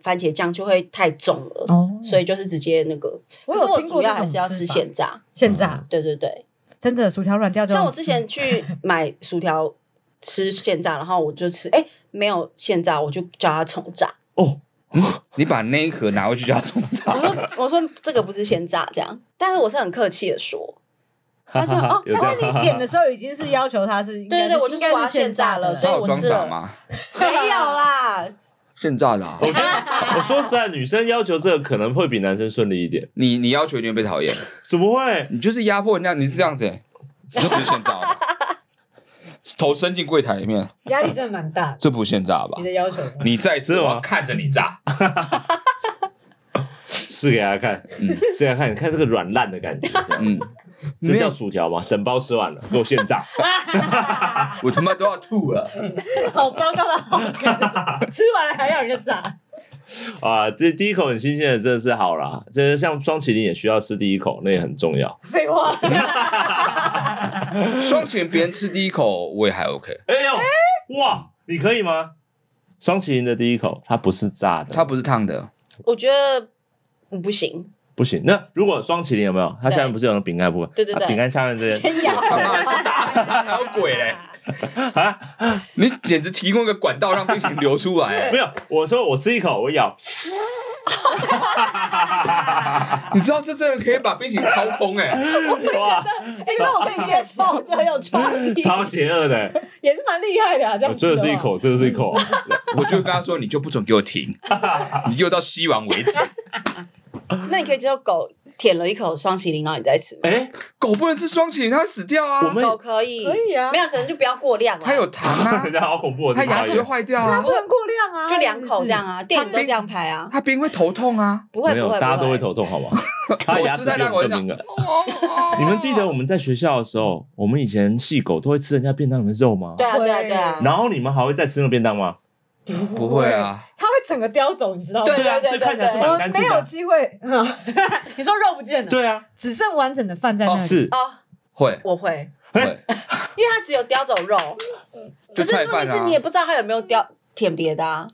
Speaker 4: 番茄酱，就会太重了，
Speaker 2: 哦
Speaker 4: 所以就是直接那个。
Speaker 2: 我
Speaker 4: 可是
Speaker 2: 有
Speaker 4: 我
Speaker 2: 听过
Speaker 4: 主
Speaker 2: 这
Speaker 4: 要
Speaker 2: 种
Speaker 4: 还是要吃
Speaker 2: 吃法
Speaker 4: 现炸，
Speaker 2: 现炸，
Speaker 3: 嗯
Speaker 4: 对对对。
Speaker 2: 真的薯条软掉就
Speaker 4: 像我之前去买薯条吃现炸，然后我就吃，哎、没有现炸，我就叫他重炸。
Speaker 3: 哦，
Speaker 1: 你把那一盒拿回去叫他重炸
Speaker 4: 我， 说我说这个不是现炸这样，但是我是很客气的说，他就哦
Speaker 3: 有这
Speaker 2: 但
Speaker 3: 样
Speaker 2: 是你点的时候已经是要求它是，应
Speaker 4: 对
Speaker 2: 该
Speaker 4: 对
Speaker 2: 是
Speaker 4: 对，我就
Speaker 2: 应
Speaker 4: 说我
Speaker 2: 该
Speaker 4: 要
Speaker 2: 是现
Speaker 4: 现炸了，
Speaker 2: 的
Speaker 4: 所以我
Speaker 1: 装
Speaker 4: 吃
Speaker 1: 傻
Speaker 4: 了
Speaker 1: 吗？
Speaker 4: 没有啦，
Speaker 1: 现炸的啊
Speaker 3: 我，觉得我说实在，女生要求这个可能会比男生顺利一点。
Speaker 1: 你你要求一定会被讨厌，
Speaker 3: 怎么会？
Speaker 1: 你就是压迫人家，你是这样子欸，你这不是现炸吧？头伸进柜台里面，
Speaker 5: 压力真的蛮大的。
Speaker 1: 这不现炸吧
Speaker 5: 你？的 要求，
Speaker 1: 你再吃，
Speaker 3: 是吗
Speaker 1: 我要看着你炸。
Speaker 3: 吃给大家看，嗯，吃给大家看，你看这个软烂的感觉，这样，
Speaker 1: 嗯，
Speaker 3: 这
Speaker 1: 没有
Speaker 3: 叫薯条吗？整包吃完了，给我现炸，
Speaker 1: 我他妈都要吐了。
Speaker 5: 好糟糕的 好感，吃完了还要人家炸，
Speaker 3: 啊！这第一口很新鲜的，真的是好啦。这个像双麒麟也需要吃第一口，那也很重要。
Speaker 5: 废话，
Speaker 2: 哎
Speaker 1: 双麒麟别人吃第一口，我也还 OK，
Speaker 3: 哎呦，哇，你可以吗？双麒麟的第一口，它不是炸的，
Speaker 1: 它
Speaker 3: 它
Speaker 1: 不是烫的。
Speaker 4: 我觉得不行，
Speaker 3: 不行。那如果双麒麟有没有？它下面不是有那个饼干部分？啊
Speaker 4: 对对对
Speaker 3: 它饼干下面这边
Speaker 4: 先咬
Speaker 1: 他妈打死他还有鬼嘞！
Speaker 3: 啊，
Speaker 1: 你简直提供一个管道让冰淇淋流出来
Speaker 3: 没。有。我说我吃一口，我 咬，
Speaker 1: 你知道这真的可以把冰淇淋掏空哎！
Speaker 3: 哇，
Speaker 5: 哎， 那我可以接受，就很有创意，
Speaker 3: 超邪恶的。
Speaker 5: 也是蛮厉害的啊，这
Speaker 3: 嗯我
Speaker 5: 样
Speaker 3: 真
Speaker 5: 吃
Speaker 3: 的是一
Speaker 5: 话，
Speaker 3: 口，真的是一口。
Speaker 4: 哦
Speaker 1: 我就跟他说，你就不准给我 停，你给我到吸完为止。
Speaker 4: 那你可以接受狗舔了一口双麒麟，然后你再吃吗？
Speaker 3: 哎，
Speaker 1: 狗不能吃双麒麟，它会死掉
Speaker 3: 我
Speaker 1: 啊！
Speaker 3: 们
Speaker 4: 狗可以，
Speaker 5: 可以啊
Speaker 4: 没有可能就不要过量了，
Speaker 1: 它有糖啊
Speaker 3: 人，家好恐怖哦，
Speaker 1: 它
Speaker 3: 这个
Speaker 1: 牙齿会
Speaker 3: 导演
Speaker 1: 坏掉
Speaker 2: 它
Speaker 1: 啊，
Speaker 2: 不能过量啊，
Speaker 4: 就两口这样啊，电影都这样拍啊，
Speaker 1: 它冰会头痛啊。
Speaker 4: 不会
Speaker 3: 没
Speaker 4: 不
Speaker 3: 有，
Speaker 4: 会，
Speaker 3: 大家都会
Speaker 4: 不
Speaker 3: 头痛，好 不好？他牙齿比我们更敏感。你们记得我们在学校的时候，我们以前细狗都会吃人家便当里面肉吗？
Speaker 4: 对。啊对啊对
Speaker 5: 会
Speaker 4: 啊，
Speaker 3: 然后你们还会再吃那个便当吗？
Speaker 1: 不会啊，
Speaker 5: 它会整个叼走，你知道吗？
Speaker 4: 对
Speaker 3: 啊，
Speaker 4: 对
Speaker 3: 所以看起来是
Speaker 2: 我呃
Speaker 3: 蛮干
Speaker 2: 没
Speaker 3: 净
Speaker 2: 有
Speaker 3: 的。啊
Speaker 2: 机会，嗯
Speaker 5: 你说肉不见了，
Speaker 3: 对啊，
Speaker 2: 只剩完整的饭在那
Speaker 1: 嗯
Speaker 2: 里，
Speaker 3: 是
Speaker 4: 哦，
Speaker 1: 会啊
Speaker 4: 我会，
Speaker 1: 会，
Speaker 4: 因为它只有叼走肉，
Speaker 1: 就
Speaker 4: 可是
Speaker 1: 菜
Speaker 4: 问题
Speaker 1: 饭
Speaker 4: 是
Speaker 1: 啊
Speaker 4: 你。也不知道它有没有叼舔别的啊，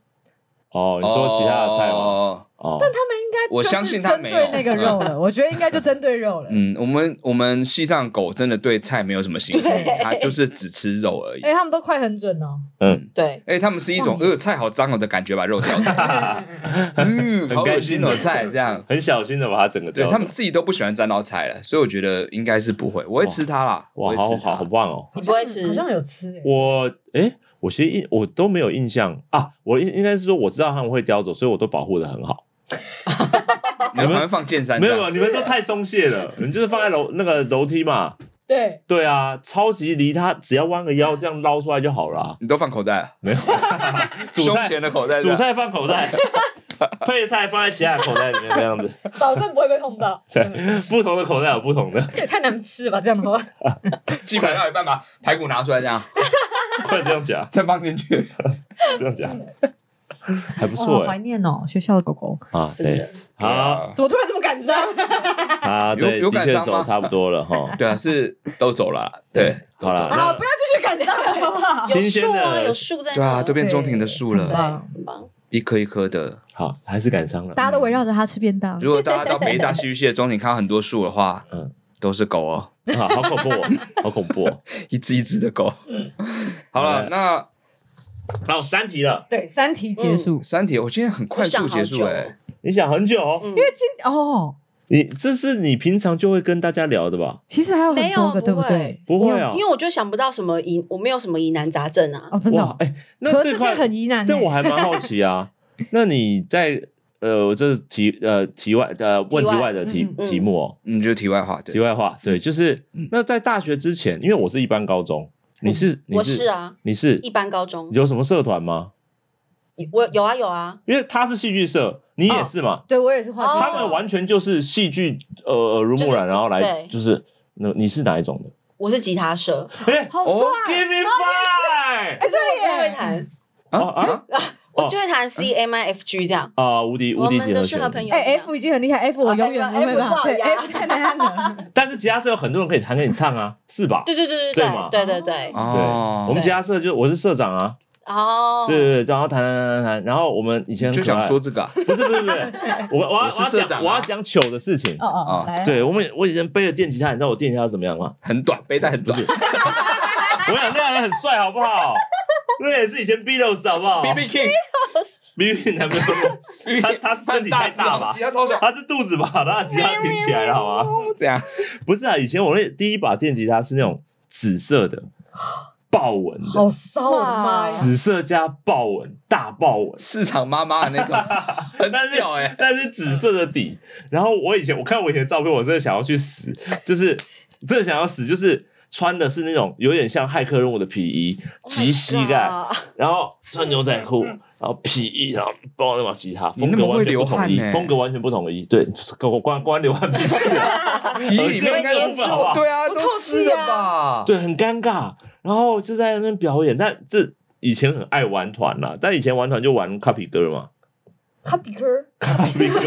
Speaker 3: 哦，你说其他的菜吗？
Speaker 1: 哦？
Speaker 3: 哦，
Speaker 2: 他们应该
Speaker 1: 我
Speaker 2: 就是
Speaker 1: 相信它
Speaker 2: 针
Speaker 1: 没有
Speaker 2: 对那个肉了，我觉得应该就针对肉了。
Speaker 1: 嗯，我们我们西藏狗真的对菜没有什么兴趣
Speaker 2: 对，
Speaker 1: 它就是只吃肉而已。
Speaker 5: 哎，他们都快很准哦，
Speaker 3: 嗯，
Speaker 4: 对，
Speaker 1: 哎，他们是一种呃菜好脏哦的感觉，把肉挑出来，嗯，好恶心哦菜这样。
Speaker 3: 很小心的把它整个
Speaker 1: 对
Speaker 3: 叼
Speaker 1: 他们
Speaker 3: 走。
Speaker 1: 自己都不喜欢沾到菜了，所以我觉得应该是不会，我会吃它啦，我
Speaker 3: 哇，
Speaker 1: 会
Speaker 3: 好
Speaker 1: 吃
Speaker 3: 好好
Speaker 1: 它。
Speaker 3: 棒哦！
Speaker 4: 你不会吃
Speaker 5: 好，像有吃欸，
Speaker 3: 我哎，我其实印我都没有印象啊，我应应该是说我知道他们会叼走，所以我都保护的很好。
Speaker 1: 你们好像放剑山
Speaker 3: 没
Speaker 1: 这
Speaker 3: 有
Speaker 1: 样
Speaker 3: 没有，你们都太松懈了， 你就是放在楼那个楼梯嘛。
Speaker 5: 对，
Speaker 3: 对啊，超级离它只要弯个腰这样捞出来就好了啊、
Speaker 1: 你都放口袋啊，
Speaker 3: 没有，主
Speaker 1: 胸
Speaker 3: 菜
Speaker 1: 前的口袋这
Speaker 3: 主
Speaker 1: 样，
Speaker 3: 菜放 口袋，配菜放在其他的口袋里面这样子。
Speaker 5: 保证不会被碰到，
Speaker 3: 对，不同的口袋有不同的，
Speaker 5: 这也太难吃了吧，这样的话，
Speaker 1: 鸡排到一半把排骨拿出来这样，
Speaker 3: 快这样夹，
Speaker 1: 再放进去。
Speaker 3: 这样夹，还不
Speaker 2: 哇好
Speaker 3: 错
Speaker 2: 怀
Speaker 3: 哎、
Speaker 2: 念哦，学校的狗狗，
Speaker 3: 啊，
Speaker 4: 真
Speaker 3: 对
Speaker 4: 的，
Speaker 3: 好
Speaker 5: 怎么突然这么感伤？
Speaker 3: 啊，
Speaker 1: 有
Speaker 3: 对，
Speaker 1: 啊有
Speaker 3: 的
Speaker 1: 感
Speaker 3: 确
Speaker 1: 伤吗
Speaker 3: 走差不多 了哈。
Speaker 1: 对啊，是都走了啦，对，
Speaker 3: 好啦
Speaker 5: 好，不要继续感伤了，好不好？
Speaker 4: 有
Speaker 3: 新鲜
Speaker 4: 树啊，
Speaker 3: 的
Speaker 4: 有树在那，
Speaker 1: 对啊，都变中庭的树
Speaker 2: 对
Speaker 4: 对，
Speaker 1: 了，
Speaker 4: 很棒，
Speaker 1: 一棵一棵的。
Speaker 3: 好，还是感伤了。
Speaker 2: 大家都围绕着它吃便当。
Speaker 1: 如果大家到北大戏剧系的中庭看到很多树的话，
Speaker 3: 嗯
Speaker 1: 嗯，都是狗哦，
Speaker 3: 啊，好恐怖、哦，好恐怖、哦。
Speaker 1: 一只一只的狗。好了，那
Speaker 3: 好，三题了，
Speaker 5: 对，三题结
Speaker 2: 嗯
Speaker 5: 束，
Speaker 1: 嗯三题我今天很快速结束
Speaker 4: 我想好久
Speaker 1: 哎，
Speaker 3: 你想很久、哦，
Speaker 4: 嗯
Speaker 2: 因，为今哦，
Speaker 3: 你这是你平常就会跟大家聊的吧？
Speaker 2: 其实还有很多
Speaker 4: 没
Speaker 2: 个，
Speaker 4: 有
Speaker 2: 对
Speaker 4: 不
Speaker 2: 对
Speaker 4: 会？
Speaker 3: 不会啊、
Speaker 4: 因为我就想不到什么疑，我没有什么疑难杂症啊，
Speaker 2: 哦，真的
Speaker 3: 哇
Speaker 2: 哦，，
Speaker 3: 哎、那
Speaker 2: 可是
Speaker 3: 这
Speaker 2: 这些
Speaker 3: 块，
Speaker 2: 很疑难欸。
Speaker 3: 但我还蛮好奇啊。那你在呃，我这是题呃题外呃问题外的题
Speaker 2: 嗯
Speaker 4: 嗯
Speaker 3: 题目哦，
Speaker 1: 嗯，就题外话，
Speaker 3: 题
Speaker 1: 对，
Speaker 3: 外话，对，就是
Speaker 1: 嗯
Speaker 3: 那在大学之前，因为我是一般高中，你是你
Speaker 4: 我
Speaker 3: 是
Speaker 4: 是啊，
Speaker 3: 你是
Speaker 4: 一般高中，
Speaker 3: 有什么社团吗？
Speaker 4: 我有啊有啊，
Speaker 3: 因为他是戏剧社，你也
Speaker 4: 哦
Speaker 3: 是嘛，
Speaker 2: 对我也是画
Speaker 4: 哦
Speaker 2: 地
Speaker 3: 他
Speaker 2: 上
Speaker 3: 们完全就是戏剧呃耳濡目染，然后来
Speaker 4: 对
Speaker 3: 就是那你是哪一种的？
Speaker 4: 我是吉他社，
Speaker 3: 哎
Speaker 2: 好
Speaker 1: 哦
Speaker 4: 啊
Speaker 2: 帅，
Speaker 4: 嗯
Speaker 3: ，Give me five！
Speaker 2: 哎对
Speaker 4: 我不太会
Speaker 2: 耶，
Speaker 4: 弹，
Speaker 3: 哦啊，
Speaker 4: 我就会弹 C M I F G 这样。
Speaker 3: 啊，无敌无
Speaker 4: 我
Speaker 3: 敌
Speaker 4: 们
Speaker 3: 结合
Speaker 4: 都
Speaker 3: 拳
Speaker 4: 是和朋友。
Speaker 2: 哎、F 已经很厉害，F 哦我永远
Speaker 4: 啊
Speaker 2: 不会吧？
Speaker 4: F
Speaker 2: 对
Speaker 4: 不好呀
Speaker 2: ，F 太难了。
Speaker 3: 但是吉他社有很多人可以弹给你唱啊，是吧？
Speaker 4: 对对对
Speaker 3: 对
Speaker 4: 对
Speaker 3: 嘛
Speaker 4: 对对对
Speaker 1: 哦
Speaker 3: 对，我们吉他社就我是社长啊，
Speaker 4: 哦，
Speaker 3: 对对对，然后弹弹弹弹弹，然后我们以前很
Speaker 1: 就
Speaker 3: 可爱
Speaker 1: 想说这个啊，
Speaker 3: 不是不是不是， 我我要
Speaker 1: 我是
Speaker 3: 我要
Speaker 1: 社长
Speaker 3: 讲
Speaker 1: 啊
Speaker 3: 我要讲糗的事情
Speaker 2: 哦。哦，来啊，
Speaker 3: 对我们我以前背着电吉他，你知道我电吉他是怎么样吗？
Speaker 1: 很短，背带很短。
Speaker 4: 啊
Speaker 3: 我想那样也很帅，好不好？那也是以前 Beatles 好不好
Speaker 1: B B King，
Speaker 3: B B 男朋友，他他是身体太大吧
Speaker 1: 啊其他超小，
Speaker 3: 他是肚子吧？他的吉他挺起来了好吗？
Speaker 1: 这样
Speaker 3: 不是啊，以前我那第一把电吉他是那种紫色 的，豹纹的，
Speaker 2: 好骚啊，我的妈呀！
Speaker 3: 紫色加豹纹，大豹纹，
Speaker 1: 市场妈妈的那种，很
Speaker 3: 但是
Speaker 1: 屌 哎。
Speaker 3: 但是紫色的底。然后我以前我看我以前的照片，我真的想要去死，就是真的想要死，就是穿的是那种有点像骇客任务的皮衣，及膝盖
Speaker 4: Oh my god 嗯
Speaker 3: 然后穿牛仔裤，然后皮衣，然后抱那把吉他，
Speaker 1: 你
Speaker 3: 风
Speaker 1: 那
Speaker 3: 格
Speaker 1: 么会
Speaker 3: 完全
Speaker 1: 流
Speaker 3: 不统
Speaker 1: 汗欸
Speaker 3: 一，
Speaker 1: 呢
Speaker 3: 风格完全不统一。对，跟我关关流汗屁事啊
Speaker 1: 皮里面应该
Speaker 4: 有
Speaker 1: 都
Speaker 4: 一
Speaker 1: 是
Speaker 4: 些
Speaker 3: 好不好
Speaker 1: 对啊，
Speaker 2: 不透
Speaker 1: 都湿
Speaker 2: 气
Speaker 1: 的
Speaker 2: 啊
Speaker 1: 吧？
Speaker 3: 对，很尴尬。然后就在那边表演，但这以前很爱玩团啦，但以前玩团就玩卡比歌嘛，
Speaker 2: 他比哥，
Speaker 3: 卡比歌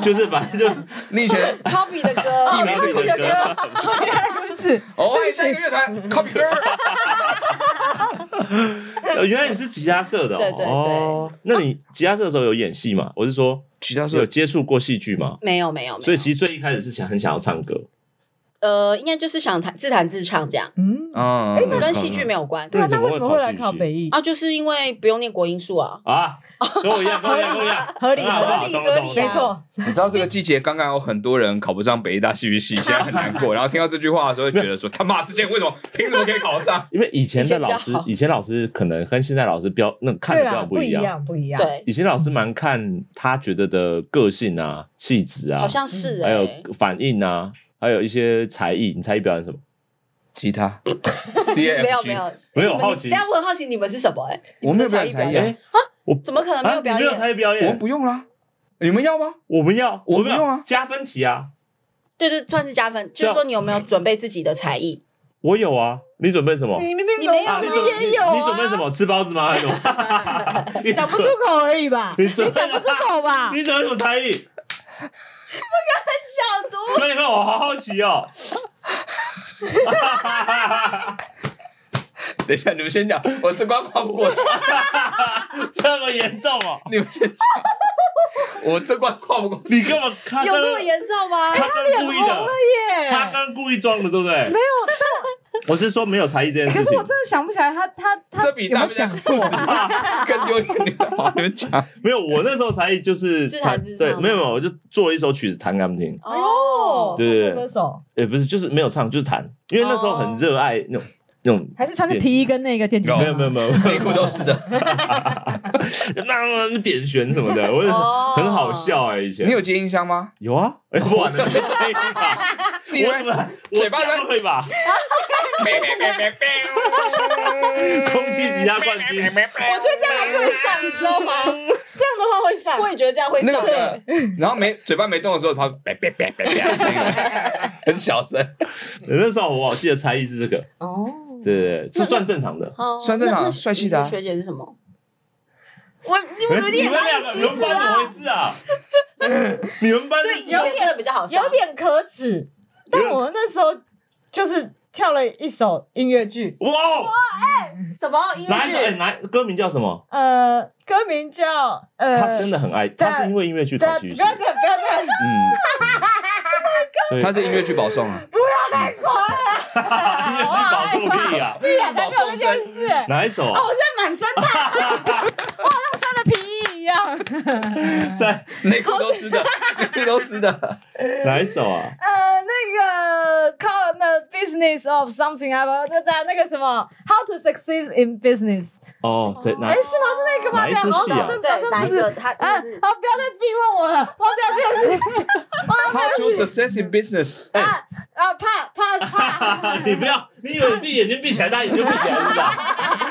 Speaker 3: 就是反正就
Speaker 4: 哦
Speaker 1: 你以前
Speaker 4: copy 的歌，
Speaker 3: 卡比的歌。
Speaker 2: 原来如此，
Speaker 1: 哦，哎下一个乐团 Copy Girl，
Speaker 3: 呃原来你是吉他社的、哦，
Speaker 4: 对对对
Speaker 3: 哦。那你吉他社的时候有演戏吗？我是说，
Speaker 1: 其他
Speaker 3: 有接触过戏剧吗？
Speaker 4: 没有没有，没有
Speaker 3: 所以其实最一开始是想很想要唱歌，
Speaker 4: 呃，应该就是想弹自弹自唱这样，
Speaker 2: 嗯，
Speaker 1: 嗯，
Speaker 4: 哎跟戏剧没有关。
Speaker 2: 对啊，
Speaker 3: 怎
Speaker 2: 那
Speaker 3: 么
Speaker 2: 为
Speaker 3: 会
Speaker 2: 什么
Speaker 3: 考
Speaker 2: 会来
Speaker 3: 戏
Speaker 2: 考
Speaker 3: 剧
Speaker 2: 北艺？
Speaker 4: 啊，就是因为不用念国音数啊，
Speaker 3: 啊，跟我一样，跟我一样，跟我一样，
Speaker 2: 合理
Speaker 3: 很好很好
Speaker 4: 合理
Speaker 3: 懂了懂
Speaker 4: 合
Speaker 3: 了
Speaker 4: 理
Speaker 2: 没
Speaker 4: 啊
Speaker 2: 错，
Speaker 1: 你知道这个季节刚刚有很多人考不上北医大戏剧系，现在很难过。然后听到这句话的时候，觉得说他妈之前为什么凭什么可以考上？
Speaker 3: 因为以前的老师
Speaker 4: 以前比较，好
Speaker 3: 以前老师可能跟现在老师标那看的
Speaker 2: 对啊啦，
Speaker 3: 标准
Speaker 2: 不
Speaker 3: 不
Speaker 2: 一
Speaker 3: 一样。
Speaker 2: 样，不一样。，
Speaker 4: 对，
Speaker 3: 以前老师蛮看他觉得的个性啊、气质啊
Speaker 4: 好，像是
Speaker 3: 还
Speaker 4: 哎，
Speaker 3: 有反应啊，还有一些才艺。你才艺表演什么？
Speaker 1: 吉他，C
Speaker 4: 没
Speaker 1: F
Speaker 4: 有
Speaker 1: G，
Speaker 4: 没有
Speaker 3: 没有
Speaker 4: 你们
Speaker 3: 好奇
Speaker 4: 但我很好奇你们是什么哎，
Speaker 1: 我没有表演
Speaker 4: 才
Speaker 1: 才
Speaker 4: 艺
Speaker 1: 艺
Speaker 4: 表
Speaker 1: 啊
Speaker 4: 演，怎么可能没
Speaker 3: 啊，
Speaker 4: 有
Speaker 3: 你
Speaker 4: 表
Speaker 3: 没有
Speaker 4: 演？
Speaker 3: 才艺表
Speaker 1: 我们
Speaker 3: 演？
Speaker 1: 不用啦。你们要吗？
Speaker 3: 我们要，
Speaker 1: 我
Speaker 3: 们
Speaker 1: 没有啊
Speaker 3: 加分题啊，
Speaker 4: 对对，算是加分，就是说你有没有准备自己的才艺？
Speaker 3: 我有啊。你准备什么？
Speaker 2: 你明明
Speaker 4: 你没有
Speaker 3: 啊，
Speaker 4: 吗
Speaker 3: 你准备
Speaker 2: 也有啊
Speaker 3: 你准备什么？吃包子吗？还是什 么？你
Speaker 2: 讲不出口而已吧？
Speaker 3: 你
Speaker 2: 你
Speaker 3: 准备
Speaker 2: 讲不出口吧？
Speaker 3: 你准备什么 才艺？
Speaker 4: 想 读
Speaker 3: 所以你看，我好好奇哦。
Speaker 1: 等一下，你们先讲，我这关跨不过去。
Speaker 3: 这么严重哦？
Speaker 1: 你们先讲，我这关跨不过去。
Speaker 3: 你干嘛？啊他
Speaker 4: 有
Speaker 3: 刚
Speaker 4: 这么严重哎吗？
Speaker 3: 他刚刚故意的，
Speaker 2: 耶！
Speaker 3: 他刚刚故意装的，对不对？没有，我是说没有才艺这件
Speaker 2: 可
Speaker 3: 事
Speaker 2: 是
Speaker 3: 情
Speaker 2: 我。真的想不起来他他他
Speaker 1: 这比
Speaker 2: 有没
Speaker 1: 大
Speaker 2: 有
Speaker 1: 家
Speaker 2: 讲
Speaker 1: 裤子 更丢脸。你们好，你们讲。
Speaker 3: 没有，我那时候才艺就是
Speaker 4: 自弹自唱哦
Speaker 3: 对，
Speaker 4: 吗
Speaker 3: 没有没有，我就做一首曲子弹给他们听，
Speaker 4: 哦，
Speaker 3: 对对
Speaker 2: 创作
Speaker 3: 对
Speaker 2: 歌，手
Speaker 3: 也不是就是没有唱，就是弹，因为那时候很热爱那种那种。
Speaker 2: 哦还是穿着皮衣跟那个电吉他？
Speaker 3: 没有没有没有，
Speaker 1: 内裤都是的。
Speaker 3: 那那点旋什么的，我
Speaker 4: 哦
Speaker 3: 很好笑哎，以 前
Speaker 1: 你有接音箱吗？
Speaker 3: 有啊？哎，不玩了，没声音吧？
Speaker 1: 自己在
Speaker 3: 我怎么
Speaker 1: 嘴巴
Speaker 3: 我这样
Speaker 1: 在
Speaker 3: 都可以吧？
Speaker 1: 别别别别别！
Speaker 3: 空气吉他冠军，
Speaker 6: 我觉得这样还是会上，你知道吗？这样的话会上。
Speaker 4: 我也觉得这样会
Speaker 1: 那
Speaker 4: 上。
Speaker 1: 个，然后没嘴巴没动的时候， 他别别别别别，很小声。
Speaker 3: 那时候我好记得才艺是这个，
Speaker 6: 哦，
Speaker 3: 对对，对是算正常的。
Speaker 4: 哦
Speaker 1: 算正常
Speaker 4: 那那
Speaker 1: 帅气的啊
Speaker 4: 你学姐是什么？我你们怎么
Speaker 3: 哎你
Speaker 4: 也
Speaker 3: 们两
Speaker 4: 拿
Speaker 3: 个，
Speaker 4: 起
Speaker 3: 你
Speaker 4: 橘
Speaker 3: 们班
Speaker 4: 子
Speaker 3: 怎么回
Speaker 4: 啊？
Speaker 3: 事啊？ 你们班
Speaker 4: 所以以
Speaker 6: 有
Speaker 4: 前
Speaker 6: 点
Speaker 4: 真的比较好上，
Speaker 6: 有点可耻，但我那时候就是跳了一首音乐剧，
Speaker 3: 哇，哦
Speaker 4: 什么音乐
Speaker 3: 哪一首？哎
Speaker 4: 剧？
Speaker 3: 哪歌名叫什么？
Speaker 6: 呃，歌名叫
Speaker 3: 他
Speaker 6: 呃，
Speaker 3: 真的很爱，他是因为音乐剧
Speaker 6: 对
Speaker 3: 考
Speaker 6: 啊，
Speaker 3: 戏
Speaker 6: 不
Speaker 3: 剧
Speaker 6: 要
Speaker 3: 系
Speaker 6: 这样，不要这 样，
Speaker 1: 嗯，
Speaker 3: 对
Speaker 1: 他是音乐剧保送啊，
Speaker 6: 再说了，
Speaker 3: 音乐剧保送屁 啊！
Speaker 6: 还在做这件事。哎
Speaker 3: 哪一首啊
Speaker 6: 哦，？我现在满身大汗，我好像穿了皮衣一样。
Speaker 3: 在
Speaker 1: 内裤都 湿的，内裤都湿的。
Speaker 3: 哪一首啊？
Speaker 6: 呃，那个 call the business of something I 对对，那个什么 how to succeed in business，
Speaker 3: 哦，谁哪
Speaker 6: 哎，？是吗？是那个吗？
Speaker 3: 哪一出戏啊
Speaker 6: 好像好
Speaker 4: 对，
Speaker 6: 像
Speaker 4: 哪
Speaker 6: 不
Speaker 4: 一
Speaker 6: 是
Speaker 4: 个？他
Speaker 6: 啊，好，
Speaker 4: 他
Speaker 6: 不要
Speaker 4: 是
Speaker 6: 再逼问我了，忘掉这件事情
Speaker 1: How to success in business？
Speaker 3: 哎，
Speaker 6: 啊！怕怕怕！
Speaker 3: 你不要，你以为你自己眼睛闭起来，他眼睛闭起来是啊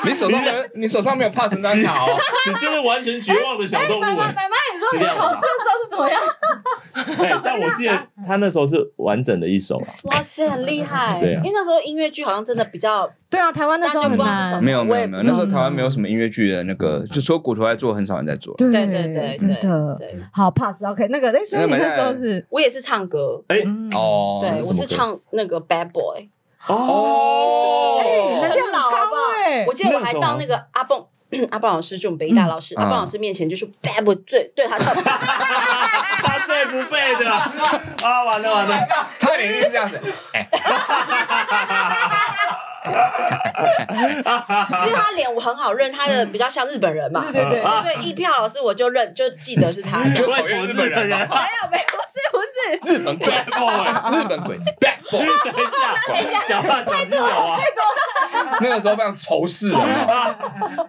Speaker 3: 吧？
Speaker 1: 你手上没有，你手上没有帕神丹卡哦。
Speaker 3: 你真的完全绝望的小
Speaker 6: 哎，
Speaker 3: 动
Speaker 6: 买
Speaker 3: 物
Speaker 6: 买
Speaker 3: 哎！
Speaker 6: 买买，你说你考试的时候是怎么样？
Speaker 3: 哎，但我记得他那时候是完整的一首啊，
Speaker 4: 哇塞，很厉害！
Speaker 3: 对啊
Speaker 4: 因为那时候音乐剧好像真的比较
Speaker 6: 对啊，台湾那时候
Speaker 4: 大家
Speaker 6: 很
Speaker 4: 就不知道是什
Speaker 6: 难
Speaker 4: 么。
Speaker 1: 没有没有没有，那时候
Speaker 6: 嗯
Speaker 1: 台湾没有什么音乐剧的那个，就除了果球在做，很少人在做。
Speaker 6: 对
Speaker 4: 对对对，
Speaker 6: 真的
Speaker 4: 对，对
Speaker 2: 好 pass OK，那个哎，所以你
Speaker 1: 那个
Speaker 2: 那
Speaker 1: 买
Speaker 2: 时
Speaker 1: 下来
Speaker 2: 候是
Speaker 4: 我也是唱歌，
Speaker 3: 哎，
Speaker 6: 嗯
Speaker 1: 哦，
Speaker 4: 嗯对
Speaker 3: 那是
Speaker 4: 我
Speaker 3: 什么
Speaker 4: 是
Speaker 3: 歌
Speaker 4: 唱那个 Bad Boy，
Speaker 6: 哦
Speaker 4: 哎
Speaker 1: 哦，
Speaker 4: 很老好不
Speaker 2: 高哎
Speaker 4: 好？我记得我还
Speaker 3: 啊
Speaker 4: 到那个阿蹦。 阿蹦老师就我们北大老师，
Speaker 1: 嗯
Speaker 4: 阿蹦老师面前就是 bad boy 最对他唱，
Speaker 3: 他最不配的啊！完了完了，
Speaker 1: 差点是这样子。
Speaker 4: 因为他脸我很好认，他的比较像日本人嘛，嗯
Speaker 6: 对对对
Speaker 4: 所以一票老师我就认就记得是他。这
Speaker 3: 就
Speaker 4: 样
Speaker 3: 为什么日本人？啊
Speaker 4: 没有没有，不是不是，
Speaker 1: 日本鬼
Speaker 3: 太
Speaker 1: 子，
Speaker 3: 过了，
Speaker 1: 日本鬼子，bad boy，
Speaker 3: 等一下，讲话讲清楚啊！
Speaker 1: 那个时候非常仇视人啊，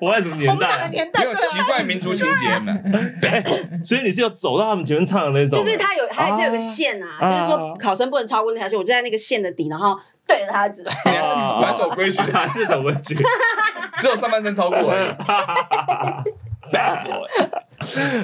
Speaker 3: 我在什么年代？啊
Speaker 6: 年
Speaker 4: 啊
Speaker 1: 没有奇怪民族情节 呢。
Speaker 3: 所以你是要走到他们前面唱的那种，
Speaker 4: 就是他有他还是有个线啊，
Speaker 3: 啊
Speaker 4: 就是说考生不能超过那条线，我就在那个线的底，然后对着他指。
Speaker 3: 啊
Speaker 1: 蛮守规矩的，
Speaker 3: 这首文曲，
Speaker 1: 只有上半身超过而 已。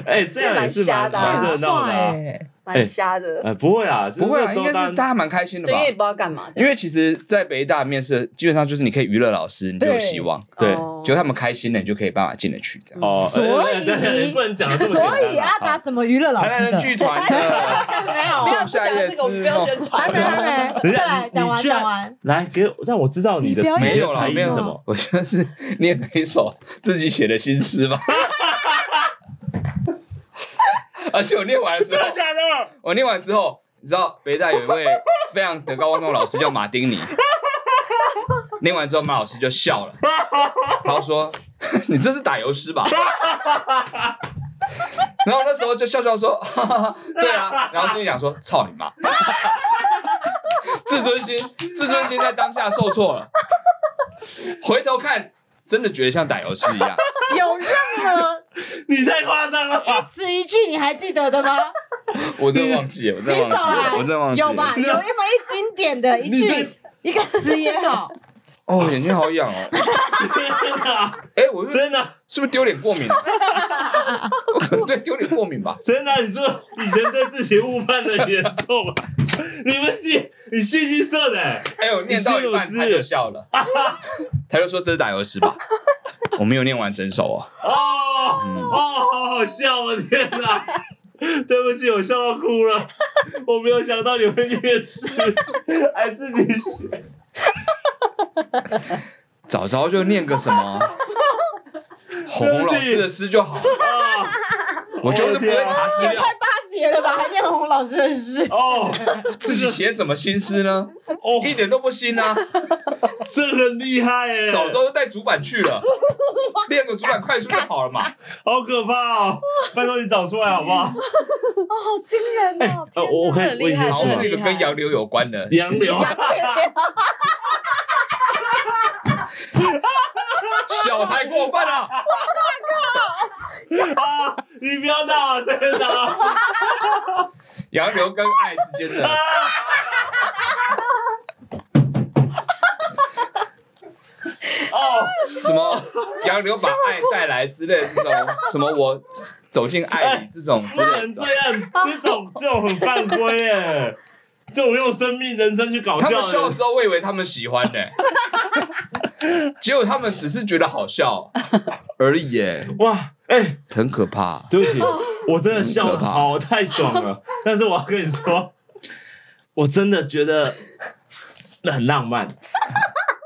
Speaker 3: 哎，这样也是蛮蛮热
Speaker 2: 很
Speaker 3: 闹的
Speaker 2: 帅
Speaker 3: 啊。
Speaker 2: 哎，
Speaker 4: 蛮瞎的，
Speaker 3: 哎，不会啊，
Speaker 1: 不会啊，应
Speaker 3: 收
Speaker 1: 该是大
Speaker 3: 单。
Speaker 1: 家蛮开心的
Speaker 4: 对，因
Speaker 1: 吧
Speaker 4: 为？也不知道干嘛。
Speaker 1: 因为其实，在北大面试，基本上就是你可以娱乐老师，你就有希望。
Speaker 3: 对
Speaker 4: 哦
Speaker 1: 只要他们开心了，你就可以办法进得去。这样，
Speaker 3: 哦，不能讲这么啊
Speaker 2: 所以啊阿达什么娱乐老
Speaker 1: 台
Speaker 2: 师
Speaker 1: 南人
Speaker 2: 的？
Speaker 1: 剧团 的，
Speaker 2: 没有
Speaker 4: 不要
Speaker 1: 种
Speaker 4: 不
Speaker 1: 下
Speaker 4: 讲
Speaker 1: 一个
Speaker 4: 这个，我们不要宣
Speaker 6: 还
Speaker 4: 传
Speaker 6: 没。
Speaker 2: 哦
Speaker 6: 还没，再来讲完讲完。
Speaker 3: 来给我让我知道你的
Speaker 1: 没有啦，
Speaker 3: 才艺
Speaker 1: 没
Speaker 3: 是
Speaker 1: 有
Speaker 3: 什么。？
Speaker 1: 我觉得是念了一首自己写的新诗 吧。而且我念完的时候，
Speaker 3: 假的？
Speaker 1: 我念完之后，你知道北大有一位非常德高望重的老师叫马丁尼。念完之后，马老师就笑了，然后说：“ 你这是打油诗吧？” 然后那时候就笑笑说：“ 哈哈哈，对啊。”然后心里想说：“操你妈！”自尊心，自尊心在当下受挫了。回头看，真的觉得像打油诗一样。
Speaker 2: 有任何
Speaker 3: 你太夸张了吧！
Speaker 2: 词一句你还记得的吗？
Speaker 1: 我真的忘记了，我真的忘记了，我真的忘记了。
Speaker 2: 啊有吧？有那么一丁点的一 句一个词也好，
Speaker 1: 哦，眼睛好痒哦。哎、我就是
Speaker 3: 啊真的，
Speaker 1: 是不是丢脸过 敏、啊？我可能对丢脸过敏吧。
Speaker 3: 真的，你说以前对自己误判的严重啊！ 你们戏，你戏剧社的、欸，
Speaker 1: 哎、我念到一半
Speaker 3: 你是有事
Speaker 1: 他就笑了，他就说这是打油诗吧？我没有念完整首哦。
Speaker 3: 哦哦，好好笑，我的天哪！ 对不起，我笑到哭了， 我没有想到你会念诗， 还自己学。
Speaker 1: 早知道就念个什 么红红老师的诗就好了。
Speaker 3: 哦
Speaker 1: 我就是不会查资料，
Speaker 6: 八节了吧？还念洪老师的诗，
Speaker 3: 哦，
Speaker 1: 自己写什么新诗呢？
Speaker 3: 哦
Speaker 1: 一点都不新 啊！
Speaker 3: 这很厉害耶、
Speaker 1: 早知道就带主板去了，练个主板快速就好了 嘛。
Speaker 3: 好可怕哦！拜托你找出来好不 好？
Speaker 6: 哦好惊人哦！
Speaker 3: 呃，我我可以，
Speaker 4: 很
Speaker 3: 我以
Speaker 4: 厉害
Speaker 3: 前
Speaker 1: 然后
Speaker 3: 是啊
Speaker 1: 是一个跟洋流有关的，
Speaker 3: 杨柳，
Speaker 1: 小太过分 了。
Speaker 3: 啊！你不要闹啊，真的啊！
Speaker 1: 洋流跟爱之间的。
Speaker 3: 哦，
Speaker 1: 什么洋流把爱带来之类的这 种，什么我走进爱里这种之
Speaker 3: 不
Speaker 1: 类
Speaker 3: 能
Speaker 1: 的
Speaker 3: 这。样，这种这种很犯规耶！这种用生命人生去搞
Speaker 1: 他
Speaker 3: 笑
Speaker 1: 们笑的
Speaker 3: 的，
Speaker 1: 时候，我以为他们喜欢呢、结果他们只是觉得好笑而已、耶，
Speaker 3: 哇！哎，
Speaker 1: 很可怕。
Speaker 3: 对不起，我真的笑
Speaker 1: 很
Speaker 3: 的
Speaker 1: 可怕
Speaker 3: 好太爽了，但是我要跟你说，我真的觉得那很浪漫，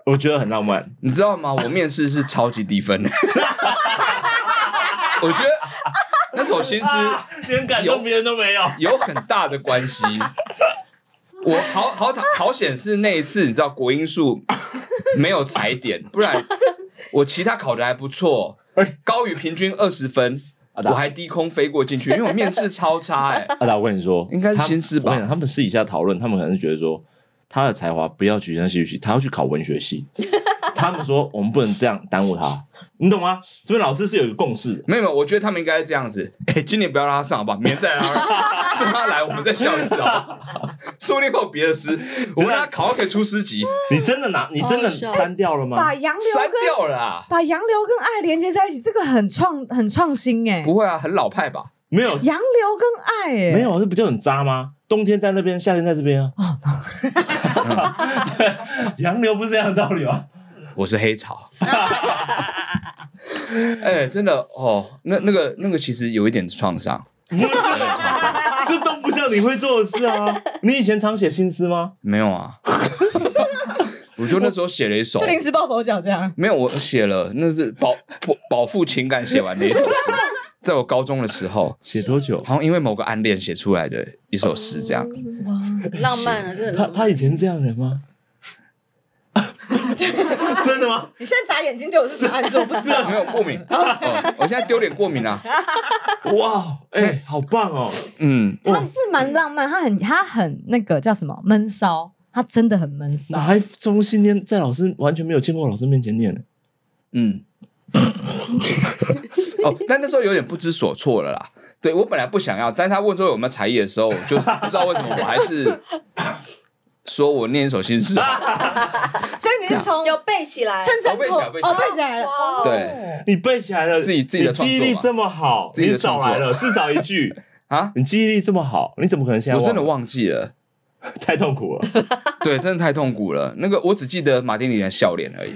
Speaker 3: 我觉得很浪漫。
Speaker 1: 你知道吗？我面试是超级低 分的，我觉得那首新诗
Speaker 3: 啊，连感动别人都没有。
Speaker 1: 有很大的关系。我好好好显示那一次，你知道国音数没有踩点，不然我其他考的还不错，高于平均二十分，我还低空飞过进去，因为我面试超差哎、
Speaker 3: 阿达，啊我跟你说，
Speaker 1: 应该是
Speaker 3: 他
Speaker 1: 心思吧
Speaker 3: 我跟你讲他们私底下讨论，他们可能是觉得说他的才华不要局限在戏剧系，他要去考文学 系。他们说我们不能这样耽误他，你懂吗？这边老师是有一个共识的。
Speaker 1: 没有，没有，我觉得他们应该是这样子。 哎、今年不要让他上好不好？明年再让他，让他来，我们再笑一次好不好？说不定会有别的诗，我们让他考到可以出诗集，
Speaker 3: 你真的拿，你真的
Speaker 4: 好笑
Speaker 3: 删掉了
Speaker 2: 把
Speaker 3: 吗？
Speaker 2: 洋流
Speaker 1: 删
Speaker 2: 跟
Speaker 1: 掉了啦。
Speaker 2: 把洋流跟爱连接在一起，这个很创很创新哎、
Speaker 1: 不会啊，很老派吧？
Speaker 3: 没有
Speaker 2: 洋流跟爱、欸，
Speaker 3: 没有，这不就很渣吗？冬天在那边，夏天在这边啊。
Speaker 2: 哦
Speaker 3: 洋流不是这样的道理吗？
Speaker 1: 我是黑潮。 哎、真的哦，那那个那个其实有一点创伤，
Speaker 3: 不 是，这都不像你会做的事啊！你以前常写新诗吗？
Speaker 1: 没有啊。 我就那时候写了一首
Speaker 2: 就，临时抱佛脚这样。
Speaker 1: 没有，我写了，那是饱饱饱腹情感写完的一首诗，在我高中的时候，
Speaker 3: 写多久？
Speaker 1: 好像因为某个暗恋写出来的一首诗，这样。
Speaker 4: 浪漫啊，真的
Speaker 3: 他
Speaker 4: 浪
Speaker 3: 他
Speaker 4: 漫。
Speaker 3: 以前是这样的人 吗？ 真的吗？
Speaker 2: 你现在眨眼睛对我是什么暗示？我不知道。
Speaker 1: 没有过敏，哦我现在丢脸过敏啊。
Speaker 3: 哇，哎，好棒哦！
Speaker 1: 嗯，
Speaker 2: 他是蛮浪漫，他很他很那个叫什么闷骚，他真的很闷骚
Speaker 3: 哪。还中信念在老师完全没有见过老师面前念呢？
Speaker 1: 嗯。哦，但那时候有点不知所措了啦。对我本来不想要，但是他问说有没有才艺的时候，我 就不知道为什么我还是说我念一首新诗。啊
Speaker 2: 所以你是从
Speaker 4: 有背起来，
Speaker 2: 衬衫
Speaker 1: 哦背起来背起来
Speaker 2: 哦背起来了。
Speaker 4: 哇，
Speaker 1: 对
Speaker 3: 你背起来了，
Speaker 1: 自己自己的
Speaker 3: 你记
Speaker 1: 创
Speaker 3: 忆
Speaker 1: 作
Speaker 3: 力
Speaker 1: 嘛
Speaker 3: 这么好，
Speaker 1: 自己
Speaker 3: 你
Speaker 1: 的创
Speaker 3: 少
Speaker 1: 作
Speaker 3: 来了至少 一句。
Speaker 1: 啊，
Speaker 3: 你记忆力这么好，你怎么可能现在
Speaker 1: 我真的
Speaker 3: 忘
Speaker 1: 忘记了，
Speaker 3: 了？太痛 苦了。
Speaker 1: 对，真的太痛苦了。那个我只记得马丁里的笑脸而已，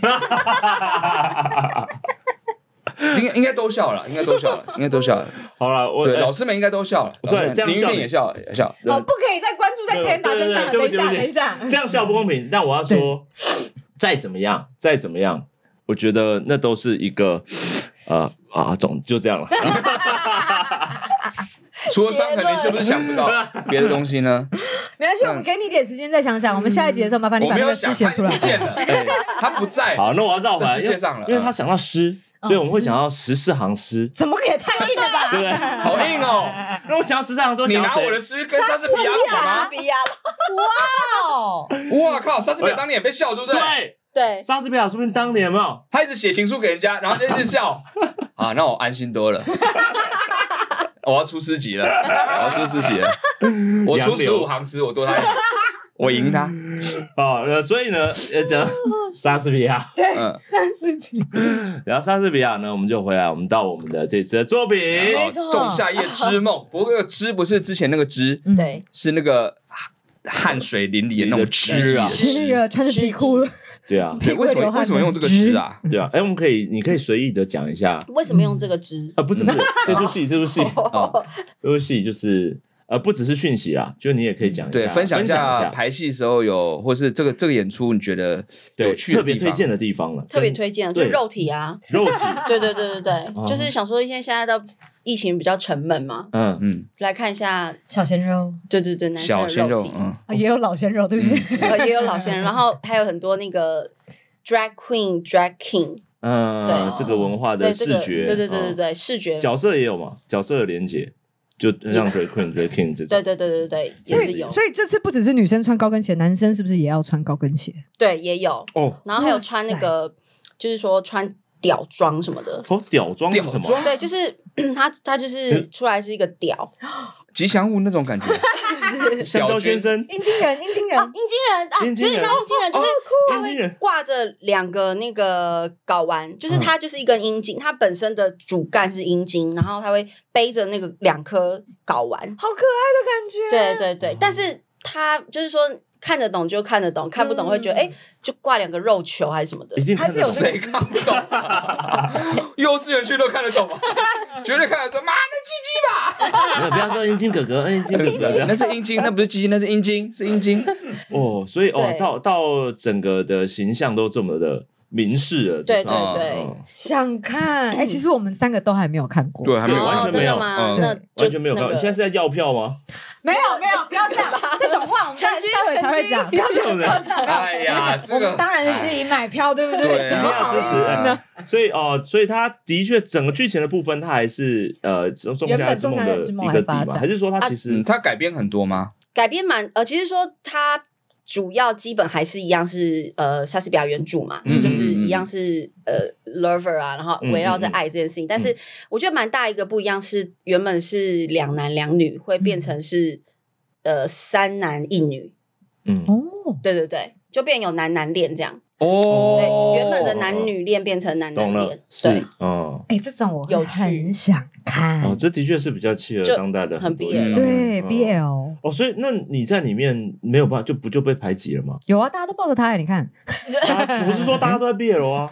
Speaker 1: 应该应该都笑了，应该都笑了，应该都笑了。
Speaker 3: 好了，我
Speaker 1: 对，
Speaker 3: 哎
Speaker 1: 老师们应该都笑了，
Speaker 3: 不是
Speaker 1: 老师们
Speaker 3: 这样
Speaker 1: 林玉
Speaker 3: 笑
Speaker 1: 令也笑了也笑了。
Speaker 2: 哦，不可以再关注在千达身上了。等
Speaker 3: 对对
Speaker 2: 一
Speaker 3: 对
Speaker 2: 下，
Speaker 3: 对
Speaker 2: 等一
Speaker 3: 不起
Speaker 2: 下，
Speaker 3: 这样笑不公平。但我要说，再怎么样，再怎么样，我觉得那都是一个呃啊，总就 这样了。
Speaker 1: 除了伤痕，你是不是想不到别的东西呢？
Speaker 6: 没关系，我们给你一点时间再想想。我们下一集的时候，麻烦你
Speaker 1: 我
Speaker 6: 把
Speaker 1: 没
Speaker 6: 那
Speaker 1: 有
Speaker 6: 个诗
Speaker 1: 想，
Speaker 6: 写
Speaker 1: 他
Speaker 6: 出来
Speaker 1: 不。见了，哎 他不在。
Speaker 3: 好，那我要绕回来，
Speaker 1: 这世界上了
Speaker 3: 因为因为他想到诗，所以我们会
Speaker 2: 嗯
Speaker 3: 想到十四行诗，
Speaker 2: 怎么也太硬了吧？
Speaker 3: 对不对？
Speaker 1: 好硬哦！
Speaker 3: 那我想到十四行诗，我
Speaker 1: 你
Speaker 3: 想到
Speaker 1: 拿
Speaker 3: 谁
Speaker 1: 我的诗跟莎士比亚比
Speaker 4: 莎
Speaker 1: 吗
Speaker 4: 士？ 比亚了，
Speaker 6: 哦，
Speaker 1: 哇靠！莎士比亚当年也被笑，对不对？
Speaker 3: 对
Speaker 4: 对，
Speaker 3: 莎士比亚，说不定当年有没有？
Speaker 1: 他一直写情书给人家，然后就一直笑啊，那我安心多了。 我要出诗集了，我要出诗集了，我出
Speaker 3: 杨柳
Speaker 1: 十五行诗，我多他一行，我赢他。
Speaker 3: 哦，呃，所以呢，呃， 讲莎士比亚，
Speaker 1: 嗯，
Speaker 2: 三十平，
Speaker 3: 然后莎士比亚呢，我们就回来，我们到我们的这次的作品，
Speaker 1: 好
Speaker 2: 错
Speaker 1: 仲夏夜之梦，不过那个之不是之前那个之，
Speaker 2: 嗯
Speaker 4: 对，
Speaker 1: 是那个汗汗水淋漓的那种之啊。
Speaker 2: 是那个穿着皮裤，
Speaker 3: 对啊，
Speaker 1: 对，为什么为什么用这个之啊？
Speaker 3: 对啊，哎，我们可以，你可以随意的讲一下
Speaker 4: 为什么用这个汁？
Speaker 3: 啊，不是不是，这出戏，这出戏，
Speaker 1: 哦，
Speaker 3: 这出戏就是呃，不只是讯息啊，就你也可以讲一下，
Speaker 1: 对，分
Speaker 3: 分
Speaker 1: 享一
Speaker 3: 一
Speaker 1: 下排戏时候有，或是这个这个演出你觉得有
Speaker 3: 对
Speaker 1: 趣的
Speaker 3: 特
Speaker 1: 地
Speaker 3: 别
Speaker 1: 方
Speaker 3: 推荐的地方了，
Speaker 4: 特别推荐，就
Speaker 3: 对
Speaker 4: 肉体啊，
Speaker 3: 肉 体，
Speaker 4: 对对对对对，
Speaker 3: 哦
Speaker 4: 就是想说，因为现在到疫情比较沉闷嘛，
Speaker 3: 嗯，
Speaker 1: 嗯，
Speaker 4: 来看一下，
Speaker 2: 小鲜肉
Speaker 4: 对对对，男
Speaker 1: 小
Speaker 4: 生
Speaker 1: 鲜
Speaker 4: 的
Speaker 1: 肉
Speaker 4: 体，，
Speaker 1: 嗯，
Speaker 2: 啊，也有老鲜肉，对不起。
Speaker 4: 呃，也有老先人，然后还有很多那个 drag queen、drag king，
Speaker 3: 嗯，
Speaker 4: 对
Speaker 3: 这个文化的
Speaker 4: 对这
Speaker 3: 视
Speaker 4: 个，
Speaker 3: 觉，
Speaker 4: 对对对对
Speaker 3: 嗯
Speaker 4: 对，视觉，对
Speaker 3: 角色也有嘛，角色的连接，就让 Drake Queen、Drake King 这种，
Speaker 4: 对对对对，
Speaker 2: 所
Speaker 4: 也
Speaker 2: 以
Speaker 4: 是有，
Speaker 2: 所以这次不只是女生穿高跟鞋，男生是不是也要穿高跟鞋？
Speaker 4: 对也有，
Speaker 3: 哦，
Speaker 4: 然后还有穿那个，就是说穿屌装什么的，
Speaker 3: 哦，屌装是
Speaker 1: 吊
Speaker 3: 什么？
Speaker 1: 装
Speaker 4: 对，就是 他他就是出来是一个屌，
Speaker 1: 吉祥物那种感觉，
Speaker 3: 香蕉先生，
Speaker 2: 阴茎 人，阴茎人，
Speaker 4: 阴茎人啊，有
Speaker 3: 阴茎人哦
Speaker 4: 点像阴茎人，就是他
Speaker 3: 阴茎
Speaker 4: 会
Speaker 3: 人嗯
Speaker 4: 挂着两个那个睾丸，就是它就是一根阴茎，它本身的主干是阴茎，然后它会背着那个两颗睾丸，
Speaker 2: 好可爱的感觉。
Speaker 4: 对对对，但是它就是说看得懂就看得懂，看不懂会觉得哎，诶就挂两个肉球还是什么的
Speaker 3: 一，定看得懂
Speaker 2: 还是有那
Speaker 1: 谁看不懂、啊？ 幼稚园去都看得懂、啊，绝对看得懂。妈的
Speaker 3: 没 有不要说阴茎哥哥，嗯阴茎
Speaker 1: 鸡
Speaker 3: 哥
Speaker 1: 鸡
Speaker 3: 哥
Speaker 1: 吧！，那是阴茎，那不是鸡鸡，那是阴茎，是阴茎。
Speaker 3: 哦，所以哦
Speaker 4: 对，
Speaker 3: 到到整个的形象都这么的明示了，就
Speaker 4: 对
Speaker 3: 是
Speaker 4: 对
Speaker 1: 哦
Speaker 4: 对。
Speaker 3: 嗯
Speaker 2: 想看，哎，其实我们三个都还没有看过。
Speaker 1: 对，还没有
Speaker 3: 完
Speaker 4: 哦，
Speaker 3: 全
Speaker 4: 真
Speaker 3: 没
Speaker 4: 的
Speaker 3: 有
Speaker 4: 吗？
Speaker 1: 嗯
Speaker 4: 那就
Speaker 3: 完全没有看过。
Speaker 4: 那个
Speaker 3: 你现在是在要票 吗？
Speaker 2: 没有没有，不要这 样，这种话我们待待会才会讲。不要这 样，不要这样。
Speaker 1: 哎呀，这
Speaker 2: 我
Speaker 1: 个哎
Speaker 2: 们当然是自己买票，对不
Speaker 1: 对
Speaker 2: 怎
Speaker 1: 啊，
Speaker 2: 么
Speaker 3: 要
Speaker 2: 好
Speaker 3: 支
Speaker 2: 意
Speaker 3: 持
Speaker 2: 思
Speaker 3: 哎
Speaker 2: 呢？
Speaker 3: 所以哦，所以他的确整个剧情的部分，他还是呃《仲
Speaker 6: 原
Speaker 3: 夏夜
Speaker 6: 本
Speaker 3: 之梦
Speaker 6: 仲夏》夜
Speaker 3: 的
Speaker 6: 之梦
Speaker 3: 一个
Speaker 6: 还
Speaker 3: 底
Speaker 6: 发
Speaker 3: 嘛，
Speaker 6: 展
Speaker 3: 还是说
Speaker 4: 啊
Speaker 3: 他其
Speaker 1: 嗯，
Speaker 3: 实
Speaker 1: 它改编很多吗？
Speaker 4: 改编蛮呃，其实说它主要基本还是一样是呃莎士比亚原著嘛，
Speaker 1: 嗯嗯
Speaker 4: 就是一样是呃 lover 啊，然后围绕着爱这件事情。但是我觉得蛮大一个不一样是，原本是两男两女，会变成是、呃三男一女，
Speaker 3: 嗯
Speaker 2: 哦，
Speaker 4: 对对对，就变有男男恋这样。
Speaker 1: 哦
Speaker 4: 对，原本的男女恋变成男男
Speaker 3: 懂了
Speaker 4: 恋，，对
Speaker 3: 是，，嗯，
Speaker 2: 哎，这种我
Speaker 4: 有
Speaker 2: 会
Speaker 4: 趣
Speaker 2: 很想看，
Speaker 3: 哦，这的确是比较契合
Speaker 4: 就
Speaker 3: 当代的
Speaker 4: 很
Speaker 3: 多
Speaker 4: BL
Speaker 3: 人
Speaker 2: 对
Speaker 3: 嗯
Speaker 2: BL
Speaker 3: 哦，所以那你在里面没有办法，就不就被排挤了吗？
Speaker 2: 有啊，大家都抱着他，你看，
Speaker 3: 大家不是说大家都在 BL 啊，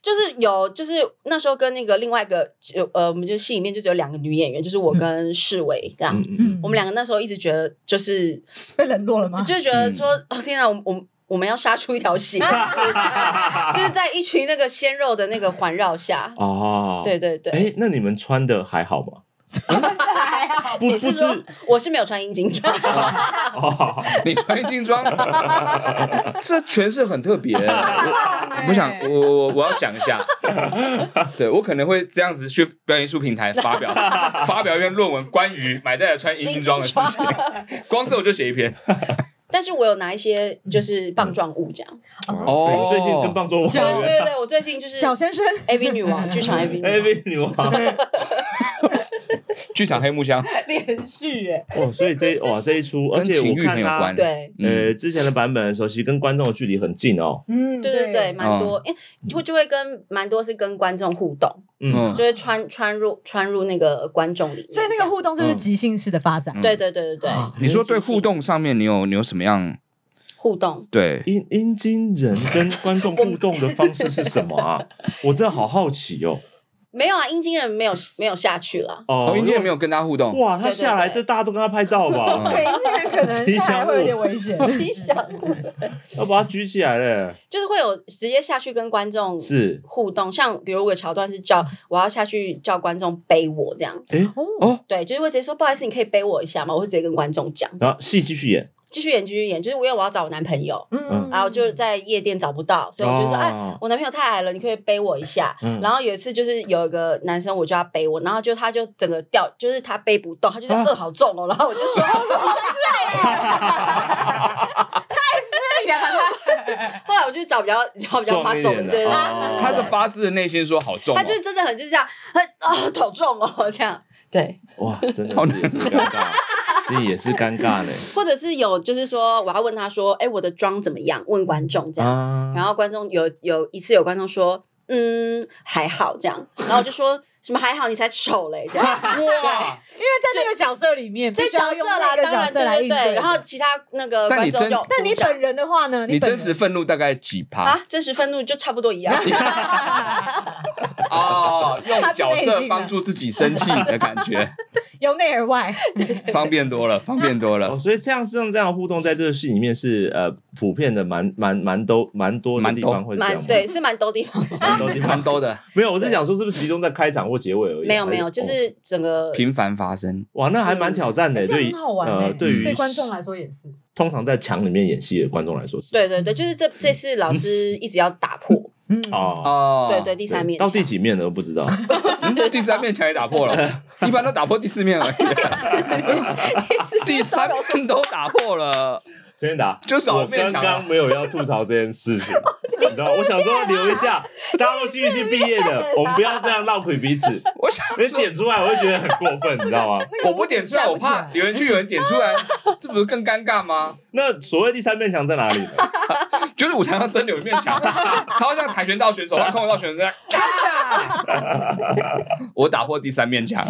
Speaker 4: 就是有，就是那时候跟那个另外一个，就呃，我们就戏里面就只有两个女演员，就是
Speaker 1: 嗯
Speaker 4: 我跟世伟这样。
Speaker 3: 嗯嗯，
Speaker 4: 我们两个那时候一直觉得，就是
Speaker 2: 被冷落了吗？
Speaker 4: 就是觉得
Speaker 3: 嗯
Speaker 4: 说，哦天啊，我们我们我们要杀出一 条血，就是在一群那个鲜肉的那个环绕下，
Speaker 3: 哦，
Speaker 4: 嗯对对对。
Speaker 3: 哎，那你们穿的还好吗？不
Speaker 4: 你
Speaker 3: 不
Speaker 4: 是
Speaker 3: 是
Speaker 4: 说我是没有穿阴茎装，
Speaker 3: 哦，
Speaker 1: 你穿一定 装，这诠释很特别。
Speaker 2: 哎
Speaker 1: 我我想，我我我要想一 下，对我可能会这样子去表演艺术平台发 表发表一篇论文，关于买带来穿阴茎装的事情。 光这我就写一篇。
Speaker 4: 但是我有拿一些就是棒状物这样。
Speaker 1: 哦
Speaker 3: 你最近跟嗯棒中
Speaker 4: 对
Speaker 3: 王
Speaker 4: 对对对，我最近就是
Speaker 2: 小先生，
Speaker 4: A V 女王，剧场 A V 女
Speaker 3: A
Speaker 4: 王。
Speaker 3: V 女王
Speaker 1: 剧场黑木箱
Speaker 5: 连续哎，
Speaker 3: 哦，所以这哇这一出，而
Speaker 1: 跟
Speaker 3: 且
Speaker 1: 情
Speaker 3: 我
Speaker 1: 欲很
Speaker 3: 看
Speaker 1: 有
Speaker 3: 他
Speaker 1: 关。，
Speaker 4: 对
Speaker 3: 呃
Speaker 1: 嗯，
Speaker 3: 之前的版本的时候，其实跟观众的距离很近哦，
Speaker 2: 嗯，
Speaker 4: 对对对，，蛮多，因为就就会跟蛮多是跟观众互动，
Speaker 1: 嗯
Speaker 3: 嗯，
Speaker 4: 就会穿穿入穿入那个观众里面。
Speaker 2: 所以那
Speaker 4: 这
Speaker 2: 个
Speaker 4: 样
Speaker 2: 互动就是即兴式的发展，
Speaker 4: 对对对对对，
Speaker 1: 你说对互动上面，你有你有什么样
Speaker 4: 互动，
Speaker 1: 对？
Speaker 3: 阴阴茎人跟观众互动的方式是什 么啊？我真的好好奇哦。
Speaker 4: 没有啊，阴茎人没有没有下去了。
Speaker 3: 哦
Speaker 1: 哦，英姐没有跟他互动，
Speaker 3: 哇，他
Speaker 4: 对对
Speaker 3: 下来
Speaker 4: 对
Speaker 3: 这大家都跟他拍照吧，
Speaker 2: 对，这人可能下来会有点危险。
Speaker 4: 吉祥物
Speaker 3: 要把他举起来嘞。
Speaker 4: 就是会有直接下去跟观众
Speaker 3: 是，
Speaker 4: 互动，像比如有个桥段是叫我要下去叫观众背我这样，
Speaker 3: 哎，
Speaker 1: 哦
Speaker 4: 对，就是会直接说不好意思，你可以背我一下嘛，我会直接跟观众讲，
Speaker 3: 然后戏继续演，
Speaker 4: 继续演继续演，就是因为我要找我男朋友，
Speaker 3: 嗯
Speaker 4: 然后就在夜店找不到，所以我就说，
Speaker 3: 哦
Speaker 4: 哎、我男朋友太矮了，你可以背我一下。
Speaker 3: 嗯
Speaker 4: 然后有一次就是有一个男生，我就要背我，然后就他就整个掉，就是他背不动，他就是
Speaker 3: 啊
Speaker 4: 饿好重哦，然后我 就说， 后来我就找比较找比较
Speaker 3: 壮一
Speaker 4: muscle，
Speaker 3: 点
Speaker 4: 的
Speaker 3: 的
Speaker 4: 对，
Speaker 3: 哦
Speaker 1: 他是发自内心说好重哦，
Speaker 4: 他就是真的很就是这样，很啊、好重哦这样。对，
Speaker 3: 哇，真的
Speaker 1: 好
Speaker 3: 是
Speaker 1: 难
Speaker 3: 也是尴尬，这也是尴尬嘞
Speaker 4: 或者是有就是说我要问他说，哎，我的妆怎么样？问观众 这样，
Speaker 3: 啊。
Speaker 2: 嗯
Speaker 4: 然后观众有有一次有观众说，嗯，还好这样，然后我就说什么还好，你才丑嘞这样， 哇，
Speaker 2: 因为在那个角色里面，
Speaker 4: 这
Speaker 2: 必须要
Speaker 4: 角色
Speaker 2: 用
Speaker 4: 啦，
Speaker 2: 那个
Speaker 4: 当
Speaker 2: 角
Speaker 4: 然
Speaker 2: 色来
Speaker 4: 对
Speaker 2: 应对。
Speaker 4: 然后其他那个
Speaker 1: 但
Speaker 4: 观
Speaker 1: 你
Speaker 4: 众
Speaker 1: 真
Speaker 4: 就，
Speaker 2: 但你
Speaker 4: 鼓掌
Speaker 2: 本人的话呢？
Speaker 1: 你
Speaker 2: 本
Speaker 1: 真
Speaker 2: 人
Speaker 1: 实愤怒大概几趴？
Speaker 4: 啊，真实愤怒就差不多一样，
Speaker 1: 哦，用
Speaker 2: 他是内
Speaker 1: 角
Speaker 2: 心
Speaker 1: 色
Speaker 2: 的
Speaker 1: 帮助自己生气的感 觉，
Speaker 2: 由内而外，
Speaker 1: 方便多了，方便多
Speaker 3: 哦，
Speaker 1: 了。
Speaker 3: 所以这样像这样的互动，在这个戏里面是呃普遍的蛮蛮蛮都蛮多的
Speaker 1: 蛮
Speaker 3: 地
Speaker 1: 多
Speaker 3: 方会这样
Speaker 4: 蛮
Speaker 3: 吗
Speaker 4: 对，是蛮多地方。
Speaker 3: 蛮多地
Speaker 1: 蛮
Speaker 3: 方
Speaker 1: 多的，
Speaker 3: 没有，我是想说是不是集中在开场或结尾而已？
Speaker 4: 没有
Speaker 3: 还
Speaker 4: 没有，就
Speaker 3: 哦
Speaker 4: 是嗯整个
Speaker 1: 频繁发生。
Speaker 3: 哇，那还蛮挑战的，
Speaker 2: 这
Speaker 3: 对
Speaker 2: 样
Speaker 3: 于
Speaker 2: 很好玩
Speaker 3: 呃
Speaker 2: 欸
Speaker 3: 对于
Speaker 2: 对观众来说也是。
Speaker 3: 通常在墙里面演戏的观众来说是
Speaker 4: 对对对，就是这
Speaker 3: 嗯
Speaker 4: 这次老师一直要打破，
Speaker 2: 嗯，
Speaker 3: 哦，
Speaker 1: 哦，
Speaker 4: 对对，第三面
Speaker 3: 到第
Speaker 4: 墙
Speaker 3: 几面了都不知道，
Speaker 1: 嗯，第三面墙也打破了，一般都打破第四面而已。第三面都打破了，
Speaker 3: 陈建达，
Speaker 1: 就少
Speaker 3: 我
Speaker 1: 了面
Speaker 3: 刚
Speaker 1: 墙啊
Speaker 3: 刚没有要吐槽这件 事情，你知道，我想说
Speaker 1: 啊
Speaker 3: 留一下，大家都戏剧系毕业的，我们不要这样绕腿彼此，
Speaker 1: 我想
Speaker 3: 你
Speaker 1: 说，
Speaker 3: 点出来我会觉得很过分，你知道吗？
Speaker 1: 我不点出来，我怕有人去，有人点出来，这不是更尴尬吗？
Speaker 3: 那所谓第三面墙在哪里呢？
Speaker 1: 就是舞台上真的有一面墙，他好像跆拳道选手、或空手道选手这样。我打破第三面墙。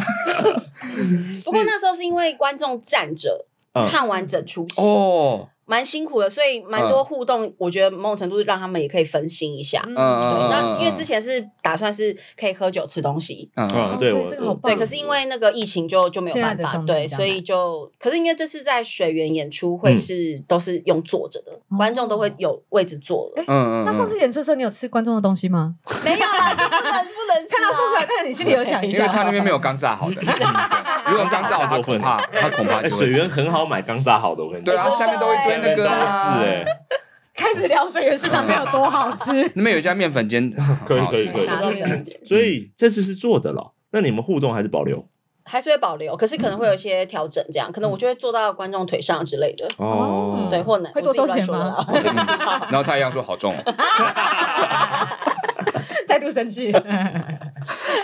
Speaker 4: 不过那时候是因为观众站着
Speaker 3: 嗯
Speaker 4: 看完整出戏，
Speaker 1: 哦，
Speaker 4: 蛮辛苦的，所以蛮
Speaker 3: 嗯
Speaker 4: 多互动，我觉得某种程度是让他们也可以分心一下。
Speaker 1: 嗯
Speaker 4: 对，
Speaker 1: 嗯
Speaker 4: 那
Speaker 1: 嗯，
Speaker 4: 因为之前是打算是可以喝酒吃东西，
Speaker 1: 嗯
Speaker 3: 啊，
Speaker 2: 对
Speaker 3: 我
Speaker 2: 这个好
Speaker 3: 我
Speaker 2: 棒
Speaker 4: 对，可是因为那个疫情就就没有办
Speaker 2: 现在的
Speaker 4: 法，
Speaker 2: 状态
Speaker 4: 对，
Speaker 2: 比较
Speaker 4: 所以就可是因为这次在水源演出
Speaker 1: 嗯
Speaker 4: 会是、都是用坐着的，观众都
Speaker 2: 哦
Speaker 4: 会有位置坐了
Speaker 2: 哎，
Speaker 1: 嗯嗯，
Speaker 2: 那上次演出的时候，你有吃观众的东西吗？
Speaker 4: 没有啦，不能不能吃
Speaker 2: 看他送出
Speaker 4: 啊。
Speaker 2: 来，看你心里有想一
Speaker 1: 因为
Speaker 2: 下。
Speaker 1: 他那边没有刚炸好的，如果刚炸好，他恐怕他恐怕
Speaker 3: 哎
Speaker 1: 就
Speaker 3: 水
Speaker 1: 会
Speaker 3: 源很好买刚炸哎好的，我跟你讲，
Speaker 1: 对啊，下面都会堆
Speaker 3: 两
Speaker 1: 那
Speaker 3: 边都
Speaker 1: 个
Speaker 3: 是
Speaker 1: 啊
Speaker 3: 哎，
Speaker 2: 开始聊水源市场没有多好吃，
Speaker 1: 那边有一家面粉 间，
Speaker 3: 可以
Speaker 1: 嗯很好吃
Speaker 3: 可以可以
Speaker 4: 哪都没有人接
Speaker 3: 所以这次是做的了。那你们互动还是保留
Speaker 4: 还是会保留，可是可能会有一些调整，这样可能
Speaker 1: 嗯
Speaker 4: 我就会坐到观众腿上之类的，
Speaker 2: 哦
Speaker 4: 对，或能
Speaker 2: 会多收钱？
Speaker 4: 我
Speaker 2: 吗
Speaker 4: 自己乱说的啊
Speaker 1: 然后他一样说好重哦，
Speaker 2: 再度生气。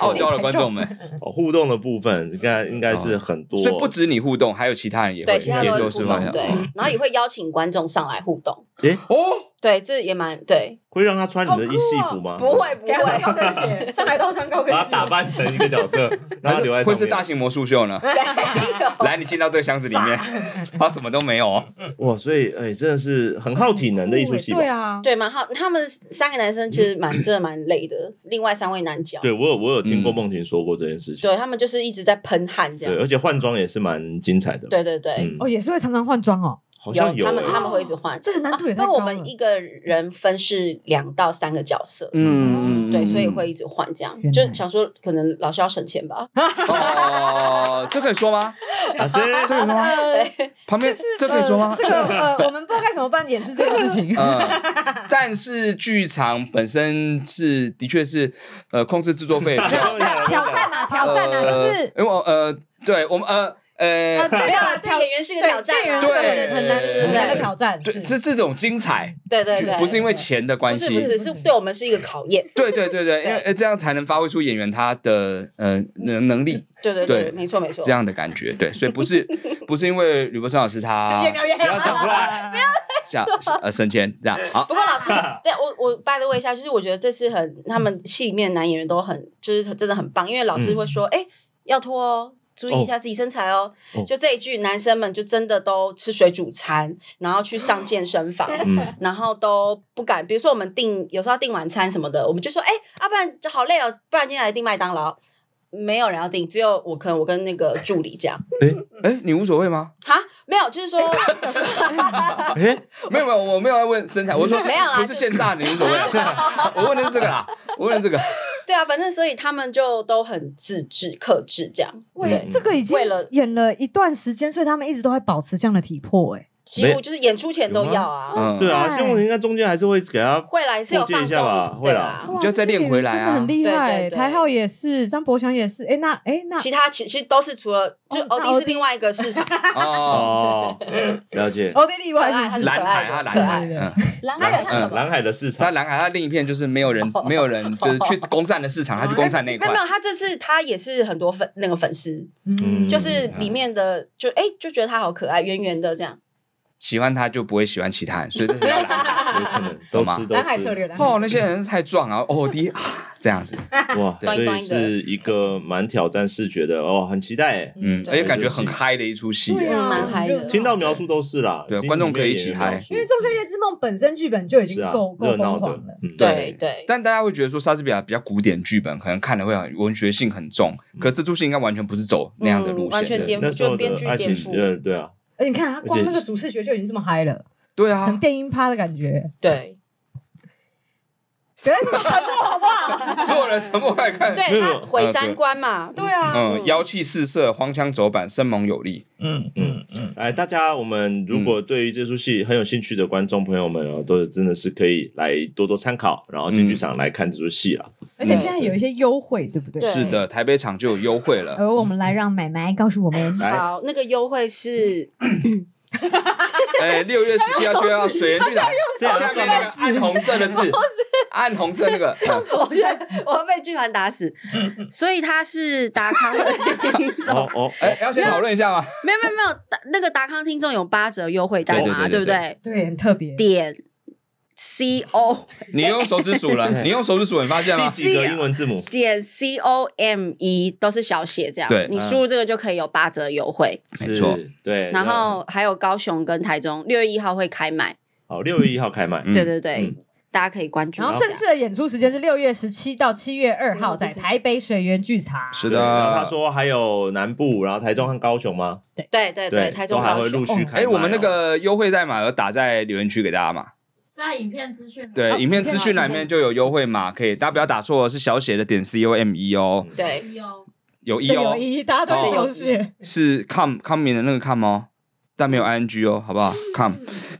Speaker 1: 傲娇的观众们，
Speaker 3: 哦互动的部分应该应该是很多，
Speaker 1: 所以不止你互动，还有其他人也会，啊
Speaker 4: 对，其他
Speaker 1: 也
Speaker 4: 人
Speaker 1: 都
Speaker 4: 都
Speaker 1: 是
Speaker 4: 是
Speaker 1: 互
Speaker 4: 互
Speaker 1: 动
Speaker 4: 动，对，然后也会邀请观众上来互动，
Speaker 1: 哦，
Speaker 4: 对，这也蛮对，
Speaker 3: 会让他穿你的一戏服
Speaker 1: 嗯
Speaker 3: 吗？
Speaker 4: 不会，不
Speaker 2: 给他穿
Speaker 4: 会，
Speaker 2: 高跟鞋，上来都穿高跟
Speaker 3: 把他
Speaker 2: 鞋，
Speaker 3: 打扮成一个角色，然后留在上面
Speaker 1: 会是大型魔术秀呢？来，你进到这个箱子里面， 他什么都没有哦。
Speaker 3: 哇，所以哎、真的是很耗体能的艺术细胞。
Speaker 6: 对啊，
Speaker 4: 对，蛮好。他们三个男生其实蛮真的蛮累的，另外三位男角，
Speaker 3: 对我有我有听过
Speaker 1: 嗯
Speaker 3: 梦婷说过这件事情，
Speaker 4: 对他们就是一直在喷汗这
Speaker 3: 对，
Speaker 4: 样。
Speaker 3: 而且换装也是蛮精彩的。，
Speaker 4: 对对对，
Speaker 3: 嗯
Speaker 2: 哦，，也是会常常换装哦，
Speaker 3: 好像有
Speaker 4: 他们
Speaker 3: 哎
Speaker 4: 他们会一直换，
Speaker 2: 这个啊难度也太
Speaker 4: 因
Speaker 2: 高了。
Speaker 4: 为我们一个人分饰两到三个角色。
Speaker 1: 嗯
Speaker 4: 对，所以会一直换这样
Speaker 2: 原，来
Speaker 4: 就想说可能老师要省钱 吧。
Speaker 1: 哦，这可以说吗？
Speaker 3: 老师，
Speaker 1: 这可以说吗？
Speaker 4: 对，
Speaker 1: 旁边
Speaker 2: 是
Speaker 1: 这可以说吗
Speaker 2: 呃？这个呃，我们不知道该怎么办掩饰这个事情。
Speaker 1: 嗯，但是剧场本身是的确是呃控制制作费比较
Speaker 2: 挑战啊，挑战啊，
Speaker 1: 呃
Speaker 2: 就是
Speaker 1: 因为我呃，对我们呃
Speaker 2: 呃，
Speaker 1: 呃，
Speaker 2: 对
Speaker 4: 没有啦，
Speaker 2: 啊，
Speaker 4: 对演员是个
Speaker 2: 对
Speaker 4: 挑战啊，
Speaker 1: 对
Speaker 2: 对
Speaker 4: 对
Speaker 1: 对
Speaker 4: 对
Speaker 2: 很
Speaker 4: 对
Speaker 2: 难
Speaker 4: 对
Speaker 2: 很难的
Speaker 4: 对
Speaker 2: 挑战，
Speaker 1: 对，是这种精彩，
Speaker 4: 对对对，
Speaker 1: 不是因为钱的关
Speaker 4: 不是不
Speaker 1: 系。
Speaker 4: 是是对我们是一个考验，
Speaker 1: 对对对对，因为呃这样才能发挥出演员他的呃能能力
Speaker 4: 对对
Speaker 1: 对
Speaker 4: 对，没错没错
Speaker 1: 这。样的感觉，对，所以不 是不是因为吕伯生老师他
Speaker 2: 越描越
Speaker 3: 不要讲出来。
Speaker 1: 想呃升迁这样好
Speaker 4: 不过老师，对我我 by the way 一下，就是我觉得这次很他们戏里面的男演员都很就是真的很棒，因为老师会说，哎、要脱哦。注意一下自己身材哦，
Speaker 3: 哦
Speaker 4: 就这一句，男生们就真的都吃水煮餐，然后去上健身房，
Speaker 3: 嗯，
Speaker 4: 然后都不敢。比如说我们订，有时候要订晚餐什么的，我们就说，哎、要、不然就好累哦，不然今天来订麦当劳。没有人要订，只有我可能我跟那个助理这样。嗯
Speaker 1: 哎，你无所谓吗？
Speaker 4: 哈，没有，就是说，
Speaker 3: 哎，
Speaker 1: 没有没有，我没有要问身材，我说
Speaker 4: 没有啦
Speaker 1: 不是
Speaker 4: 就
Speaker 1: 现炸，你无所谓。 我问的是这个啦，我问的是这个，
Speaker 4: 对啊，反正所以他们就都很自制、克制这样。
Speaker 2: 为
Speaker 3: 嗯
Speaker 2: 这个已经
Speaker 4: 为了
Speaker 2: 演了一段时间，所以他们一直都在保持这样的体魄。哎，
Speaker 4: 几乎就是演出前都要啊，
Speaker 1: 嗯，
Speaker 3: 对啊，
Speaker 2: 塞
Speaker 3: 像我应该中间还是会给他
Speaker 4: 会来是有放
Speaker 3: 过界一下吧
Speaker 4: 纵，对
Speaker 3: 会
Speaker 4: 啊
Speaker 3: 啦。
Speaker 1: 你就再练回来啊
Speaker 2: 哇这些演员真的很厉害。
Speaker 4: 对对对
Speaker 2: 台浩也是，张博翔也是。哎，那哎那
Speaker 4: 其他其其实都是除了就
Speaker 2: 哦
Speaker 4: 欧
Speaker 2: 那
Speaker 4: 弟
Speaker 2: 欧
Speaker 4: 是
Speaker 2: 弟
Speaker 4: 另外一个市场，
Speaker 1: 哦，
Speaker 3: 哦，了解。
Speaker 2: 欧弟例
Speaker 4: 可
Speaker 2: 外
Speaker 4: 爱，他
Speaker 2: 是
Speaker 4: 是
Speaker 2: 不
Speaker 4: 可
Speaker 2: 是
Speaker 1: 蓝海啊
Speaker 4: 爱的，
Speaker 1: 蓝
Speaker 4: 可
Speaker 1: 海，
Speaker 4: 爱。
Speaker 1: 嗯，
Speaker 4: 蓝海是什么？
Speaker 3: 蓝海的市
Speaker 1: 他
Speaker 3: 场，
Speaker 1: 蓝海他另一片就是没有人没有人就是去攻占的市场，他去攻占那一
Speaker 4: 哦没
Speaker 1: 块
Speaker 4: 有没，有，他这次他也是很多粉那个粉丝，
Speaker 3: 嗯
Speaker 4: 就是里面的就哎就觉得他好可爱，圆圆的这样。
Speaker 1: 喜欢他就不会喜欢其他人，所以这是要蓝海。
Speaker 3: 有可能
Speaker 1: 懂
Speaker 3: 都
Speaker 1: 吗
Speaker 3: 吃都
Speaker 2: 南海策
Speaker 3: 吃。
Speaker 2: 略的。
Speaker 1: 哦，那些人太壮啊， 哦，第一啊这样子，
Speaker 3: 哇，
Speaker 4: 端
Speaker 3: 所
Speaker 4: 一端
Speaker 3: 以
Speaker 4: 一个
Speaker 3: 是一个蛮挑战视觉的哦，很期待哎。
Speaker 1: 嗯，
Speaker 4: 对
Speaker 1: 而且感觉很嗨的一出戏，
Speaker 2: 对啊，
Speaker 4: 嗯蛮嗨的
Speaker 3: 听到描述都是啦，
Speaker 1: 对
Speaker 3: 听
Speaker 1: 观众可以
Speaker 3: 里面
Speaker 1: 一起
Speaker 3: 演员
Speaker 1: 嗨
Speaker 3: 描述
Speaker 2: 因为《仲夏夜之梦》本身剧本就已
Speaker 3: 是
Speaker 2: 经
Speaker 3: 啊
Speaker 2: 够，够
Speaker 3: 热
Speaker 2: 疯
Speaker 3: 闹
Speaker 2: 狂
Speaker 3: 的
Speaker 2: 了。，
Speaker 3: 嗯，
Speaker 4: 对对，
Speaker 1: 但大家会觉得说莎士比亚比较古典剧本，可能看了会很文学性很重，可这出戏应该完全不是走那样的路线，
Speaker 4: 嗯完全
Speaker 1: 对
Speaker 4: 颠覆
Speaker 3: 那时候
Speaker 4: 就编
Speaker 3: 的
Speaker 4: 剧
Speaker 3: 爱
Speaker 4: 颠
Speaker 3: 情，
Speaker 4: 覆
Speaker 3: 呃，对啊，
Speaker 2: 而且你看，他光
Speaker 3: 而且
Speaker 2: 那个主视觉就已经这么嗨了，
Speaker 1: 对
Speaker 2: 很
Speaker 1: 啊，
Speaker 2: 电音趴的感觉。
Speaker 4: 对
Speaker 2: 不要一直沉默好不好？
Speaker 1: 所有人沉默来看，
Speaker 3: 没
Speaker 4: 对，
Speaker 3: 有呃
Speaker 4: 他毁
Speaker 1: 啊对
Speaker 4: 三观嘛，
Speaker 2: 对啊，
Speaker 1: 嗯，妖气四射，荒腔走板，生猛有力，
Speaker 5: 嗯嗯嗯，
Speaker 3: 哎，大家，我
Speaker 1: 嗯
Speaker 3: 们如果对于这出戏很有兴趣的观众朋友们哦，都真的是可以来多多参考，然后进
Speaker 1: 嗯
Speaker 3: 剧场来看这出戏啊。
Speaker 2: 而且现在有一些优惠，嗯对不对？
Speaker 4: 对
Speaker 1: 是的，台北场就有优惠 了，
Speaker 2: 而我们来让买卖告诉我们，
Speaker 3: 来，嗯
Speaker 4: 好，那个优惠是
Speaker 1: 哎，六月十七号就要水源剧 场，
Speaker 3: 手指
Speaker 1: 下面那个暗红色的字，暗红色那 个，嗯
Speaker 4: 我觉得我要被剧团打死，所以他是达康的听众，
Speaker 3: 哦哦，
Speaker 1: 哎，要先讨论一下吗？
Speaker 4: 没有没有没有，达那个达康听众有八折优惠价嘛，
Speaker 1: 对对对对
Speaker 4: 不对？
Speaker 2: 对，很特别。
Speaker 4: 点 c o
Speaker 1: 你用手指数 了，你用手指数，你发现
Speaker 3: 第
Speaker 1: 吗？
Speaker 3: 几个英文字母？
Speaker 4: 点 c o m e 都是小写这样，
Speaker 1: 对
Speaker 4: 你输入这个就可以有八折优惠。
Speaker 1: 没错
Speaker 3: 是，嗯对。嗯
Speaker 4: 然后还有高雄跟台中六月一号会开卖，
Speaker 3: 好，六月一号开卖，
Speaker 1: 嗯
Speaker 4: 对对对
Speaker 3: 嗯，
Speaker 4: 大家可以关注一
Speaker 2: 然
Speaker 4: 下。
Speaker 2: 后正式的演出时间是六月十七到七月二号，在台北水源剧场。
Speaker 1: 是
Speaker 3: 对然后
Speaker 1: 的，
Speaker 3: 他说还有南部，然后台中和高雄吗？
Speaker 4: 对对对，台
Speaker 3: 都
Speaker 4: 中
Speaker 3: 还
Speaker 4: 高
Speaker 3: 会陆
Speaker 4: 雄。
Speaker 3: 续开卖哦。
Speaker 1: 哎，我们那个优惠代码有打在留言区给大家嘛？
Speaker 6: 在影片资讯。
Speaker 3: 哦
Speaker 1: 对，影片资
Speaker 3: 啊
Speaker 1: 讯栏里
Speaker 4: 影
Speaker 1: 面
Speaker 4: 片
Speaker 1: 就有优惠码，可以，大家不要打错，是小写的点 C O M E 哦，
Speaker 4: 对，
Speaker 6: 有
Speaker 1: 有 E
Speaker 2: 对
Speaker 1: 哦
Speaker 2: 有，意义，大家都
Speaker 1: 哦
Speaker 2: 是手写。
Speaker 1: 是 com coming 的那个 com 哦，但没
Speaker 3: 嗯
Speaker 1: 有 ing 哦，好不好？com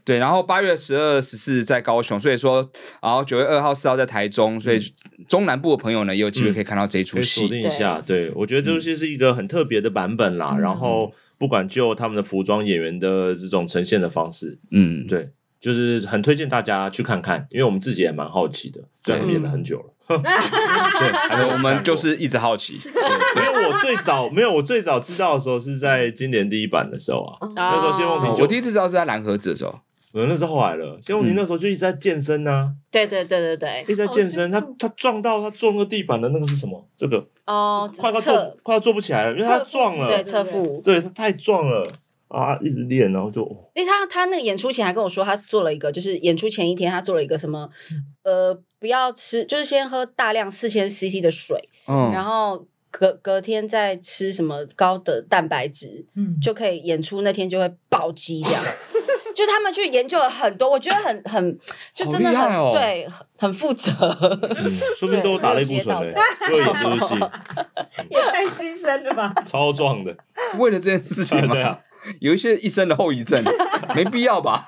Speaker 1: 对，然后八月十二、十四在高雄，所以说，然后九月二号、四号在台中，所以中南部的朋友呢也有机会可以看到这一
Speaker 3: 嗯可
Speaker 1: 出
Speaker 3: 以锁
Speaker 1: 戏。
Speaker 3: 定一下。对，我觉得
Speaker 1: 嗯
Speaker 3: 这出戏是一个很特别的版本啦。然后不管就他们的服装、演员的这种呈现的方式，
Speaker 1: 嗯，
Speaker 3: 对，就是很推荐大家去看看，因为我们自己也蛮好奇的，虽然
Speaker 1: 对
Speaker 3: 演了很久了。
Speaker 1: 对，还有我们就是一直好 奇，
Speaker 3: 因为我最早没有，我最早知道的时候是在今年第一版的时候啊，
Speaker 4: 那
Speaker 3: 时候谢梦婷
Speaker 1: 哦
Speaker 3: 就
Speaker 1: 我第一次知道是在蓝盒子的时候，
Speaker 3: 我那是后来了。谢龙
Speaker 1: 嗯
Speaker 3: 宁那时候就一直在健身呐、
Speaker 4: 对对对对对
Speaker 3: 一，直在健身。他他撞到他撞那个地板的那个是什么？这个
Speaker 4: 哦，
Speaker 3: 快要
Speaker 4: 侧
Speaker 3: 坐快要坐不起来了，因为他
Speaker 5: 侧腹
Speaker 3: 撞
Speaker 5: 肌
Speaker 4: 对
Speaker 3: 了，
Speaker 4: 侧腹，
Speaker 3: 对他太壮了啊，一直练，然后就哦
Speaker 4: 因为他他那个演出前还跟我说，他做了一个，就是演出前一天他做了一个什么，呃，不要吃，就是先喝大量四千 CC 的水，
Speaker 1: 嗯，
Speaker 4: 然后隔隔天再吃什么高的蛋白质，
Speaker 2: 嗯，
Speaker 4: 就可以演出那天就会暴击 这样。就他们去研究了很多，我觉得很很就真的
Speaker 1: 好厉
Speaker 4: 很、
Speaker 1: 害哦
Speaker 4: 对，很很 负责。
Speaker 3: 嗯，说不定都有打类固醇嘞、欸，又演这部戏，
Speaker 5: 也太牺牲了 吧？
Speaker 3: 超壮的，
Speaker 1: 为了这件事情
Speaker 3: 对
Speaker 1: 嘛，
Speaker 3: 对啊。
Speaker 1: 有一些一生的后遗症，没必要吧？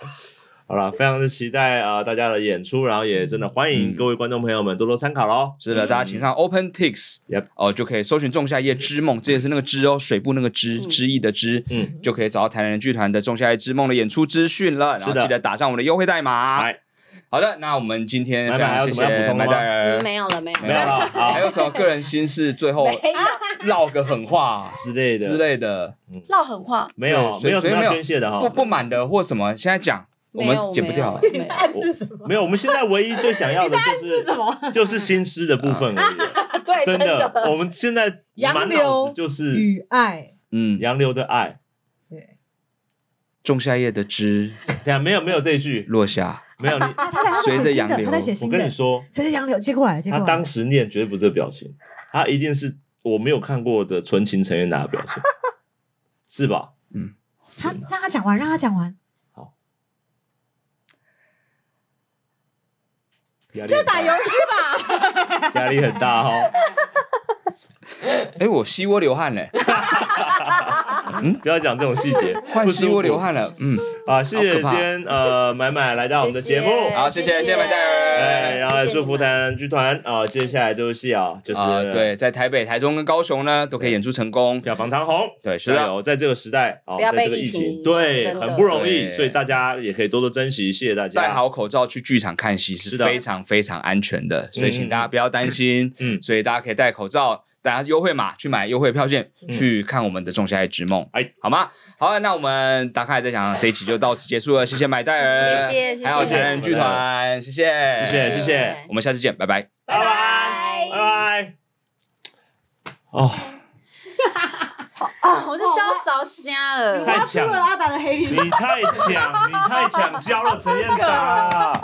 Speaker 3: 好了，非常的期待啊、呃大家的演出，然后也真的欢迎
Speaker 1: 嗯
Speaker 3: 各位观众朋友们多多参考喽。
Speaker 1: 是的，大家请上 OpenTix，
Speaker 3: 嗯 Yep
Speaker 1: 哦，就可以搜寻“仲夏夜之梦”，这也是那个“之”哦，水部那个“之”
Speaker 4: 嗯
Speaker 1: 之意的“之”，
Speaker 3: 嗯，
Speaker 1: 就可以找到台南人剧团的《仲夏夜之梦》的演出资讯了。然后
Speaker 3: 是的
Speaker 1: 记得打上我们的优惠代码。
Speaker 3: 来，
Speaker 1: 好的，那我们今天
Speaker 3: 麦
Speaker 1: 非
Speaker 3: 麦还
Speaker 1: 常谢
Speaker 3: 有什么要补
Speaker 1: 谢
Speaker 3: 充的
Speaker 1: 麦
Speaker 3: 吗
Speaker 1: 代尔
Speaker 4: 嗯，没有了，没有
Speaker 3: 没
Speaker 4: 了，啊
Speaker 3: 有啊了，
Speaker 1: 还
Speaker 3: 好
Speaker 1: 有什么个人心事？最后
Speaker 4: 没有
Speaker 1: 唠个狠话
Speaker 3: 之类的
Speaker 1: 之类的，
Speaker 4: 唠狠话，
Speaker 3: 没有
Speaker 1: 对
Speaker 3: 没有什
Speaker 1: 所以
Speaker 3: 么
Speaker 1: 没有
Speaker 3: 要宣泄的哈
Speaker 1: 不，不满的或什么，现在讲，我
Speaker 4: 没
Speaker 1: 们
Speaker 4: 有
Speaker 1: 剪不
Speaker 4: 没有
Speaker 1: 掉了。
Speaker 5: 你
Speaker 4: 没
Speaker 5: 在
Speaker 4: 有
Speaker 5: 暗示什么？
Speaker 3: 没有，我们现在唯一最想要的就是
Speaker 5: 什么？
Speaker 3: 就是新诗的部分而已。
Speaker 4: 对，
Speaker 3: 真
Speaker 4: 真的，
Speaker 3: 我们现在满
Speaker 2: 杨
Speaker 3: 脑子
Speaker 2: 柳
Speaker 3: 就是
Speaker 2: 与爱，
Speaker 1: 嗯，
Speaker 3: 杨柳的爱。
Speaker 1: 仲夏夜的枝
Speaker 3: 等一下没有没有这一句，
Speaker 1: 落下，
Speaker 3: 没有你，
Speaker 2: 啊，他在他在
Speaker 1: 随着
Speaker 2: 写新
Speaker 1: 洋
Speaker 2: 的，
Speaker 1: 流
Speaker 2: 他在写
Speaker 3: 我
Speaker 2: 新的
Speaker 3: 跟你，说，
Speaker 2: 随着杨柳接过来，接
Speaker 3: 他
Speaker 2: 过来
Speaker 3: 当，时念绝对不是这个表情，他一定是我没有看过的纯情成员打的表情，是吧？
Speaker 2: 他让他讲完，让他讲完，
Speaker 3: 就打游戏吧， 压力很大哦。
Speaker 1: 哎，我吸窝流汗 嘞，
Speaker 3: 嗯不要讲这种细节，
Speaker 1: 换
Speaker 3: 不
Speaker 1: 吸
Speaker 3: 舒
Speaker 1: 窝
Speaker 3: 服
Speaker 1: 流汗了，嗯，
Speaker 3: 啊！谢
Speaker 1: 好可
Speaker 3: 谢今
Speaker 1: 怕
Speaker 3: 天呃买买来到我们的节目，
Speaker 1: 好谢谢谢谢麦代尔
Speaker 3: 哎，然后也
Speaker 4: 谢谢
Speaker 3: 祝福
Speaker 4: 你
Speaker 3: 台
Speaker 4: 们
Speaker 3: 南剧团啊，接下来这部戏啊，就是
Speaker 1: 啊，对，在台北、台中跟高雄呢都可以演出成功，
Speaker 3: 票房长虹。
Speaker 1: 对，是的，
Speaker 3: 在这个时代啊，
Speaker 4: 不要
Speaker 3: 在
Speaker 4: 被
Speaker 3: 这个疫
Speaker 4: 疫情
Speaker 3: 情，对，
Speaker 4: 真的
Speaker 3: 很不容易，
Speaker 1: 对
Speaker 3: 所以大家也可以多多珍惜，谢谢大家。
Speaker 1: 戴好口罩去剧场看戏
Speaker 3: 是
Speaker 1: 是
Speaker 3: 的
Speaker 1: 非常非常安全的，所以请
Speaker 3: 嗯
Speaker 1: 大家不要担心，
Speaker 3: 嗯
Speaker 1: 所以大家可以戴口罩。大家优惠码去买优惠票券，
Speaker 3: 嗯
Speaker 1: 去看我们的《仲夏夜之梦》，
Speaker 3: 哎
Speaker 1: 哎，好吗？好，那我们打开再讲，这一集就到此结束了，谢谢麦戴尔，
Speaker 4: 谢谢谢
Speaker 1: 还有
Speaker 4: 谢
Speaker 1: 台南人剧团，谢谢，
Speaker 3: 谢谢谢谢
Speaker 1: 我们下次见，拜拜。
Speaker 3: 拜拜
Speaker 4: 拜
Speaker 3: 拜拜。哦，
Speaker 4: 啊，我就潇洒瞎了。
Speaker 3: 太强了，
Speaker 5: 阿达的黑历史
Speaker 3: 你太强，你太强，教了陈彦达。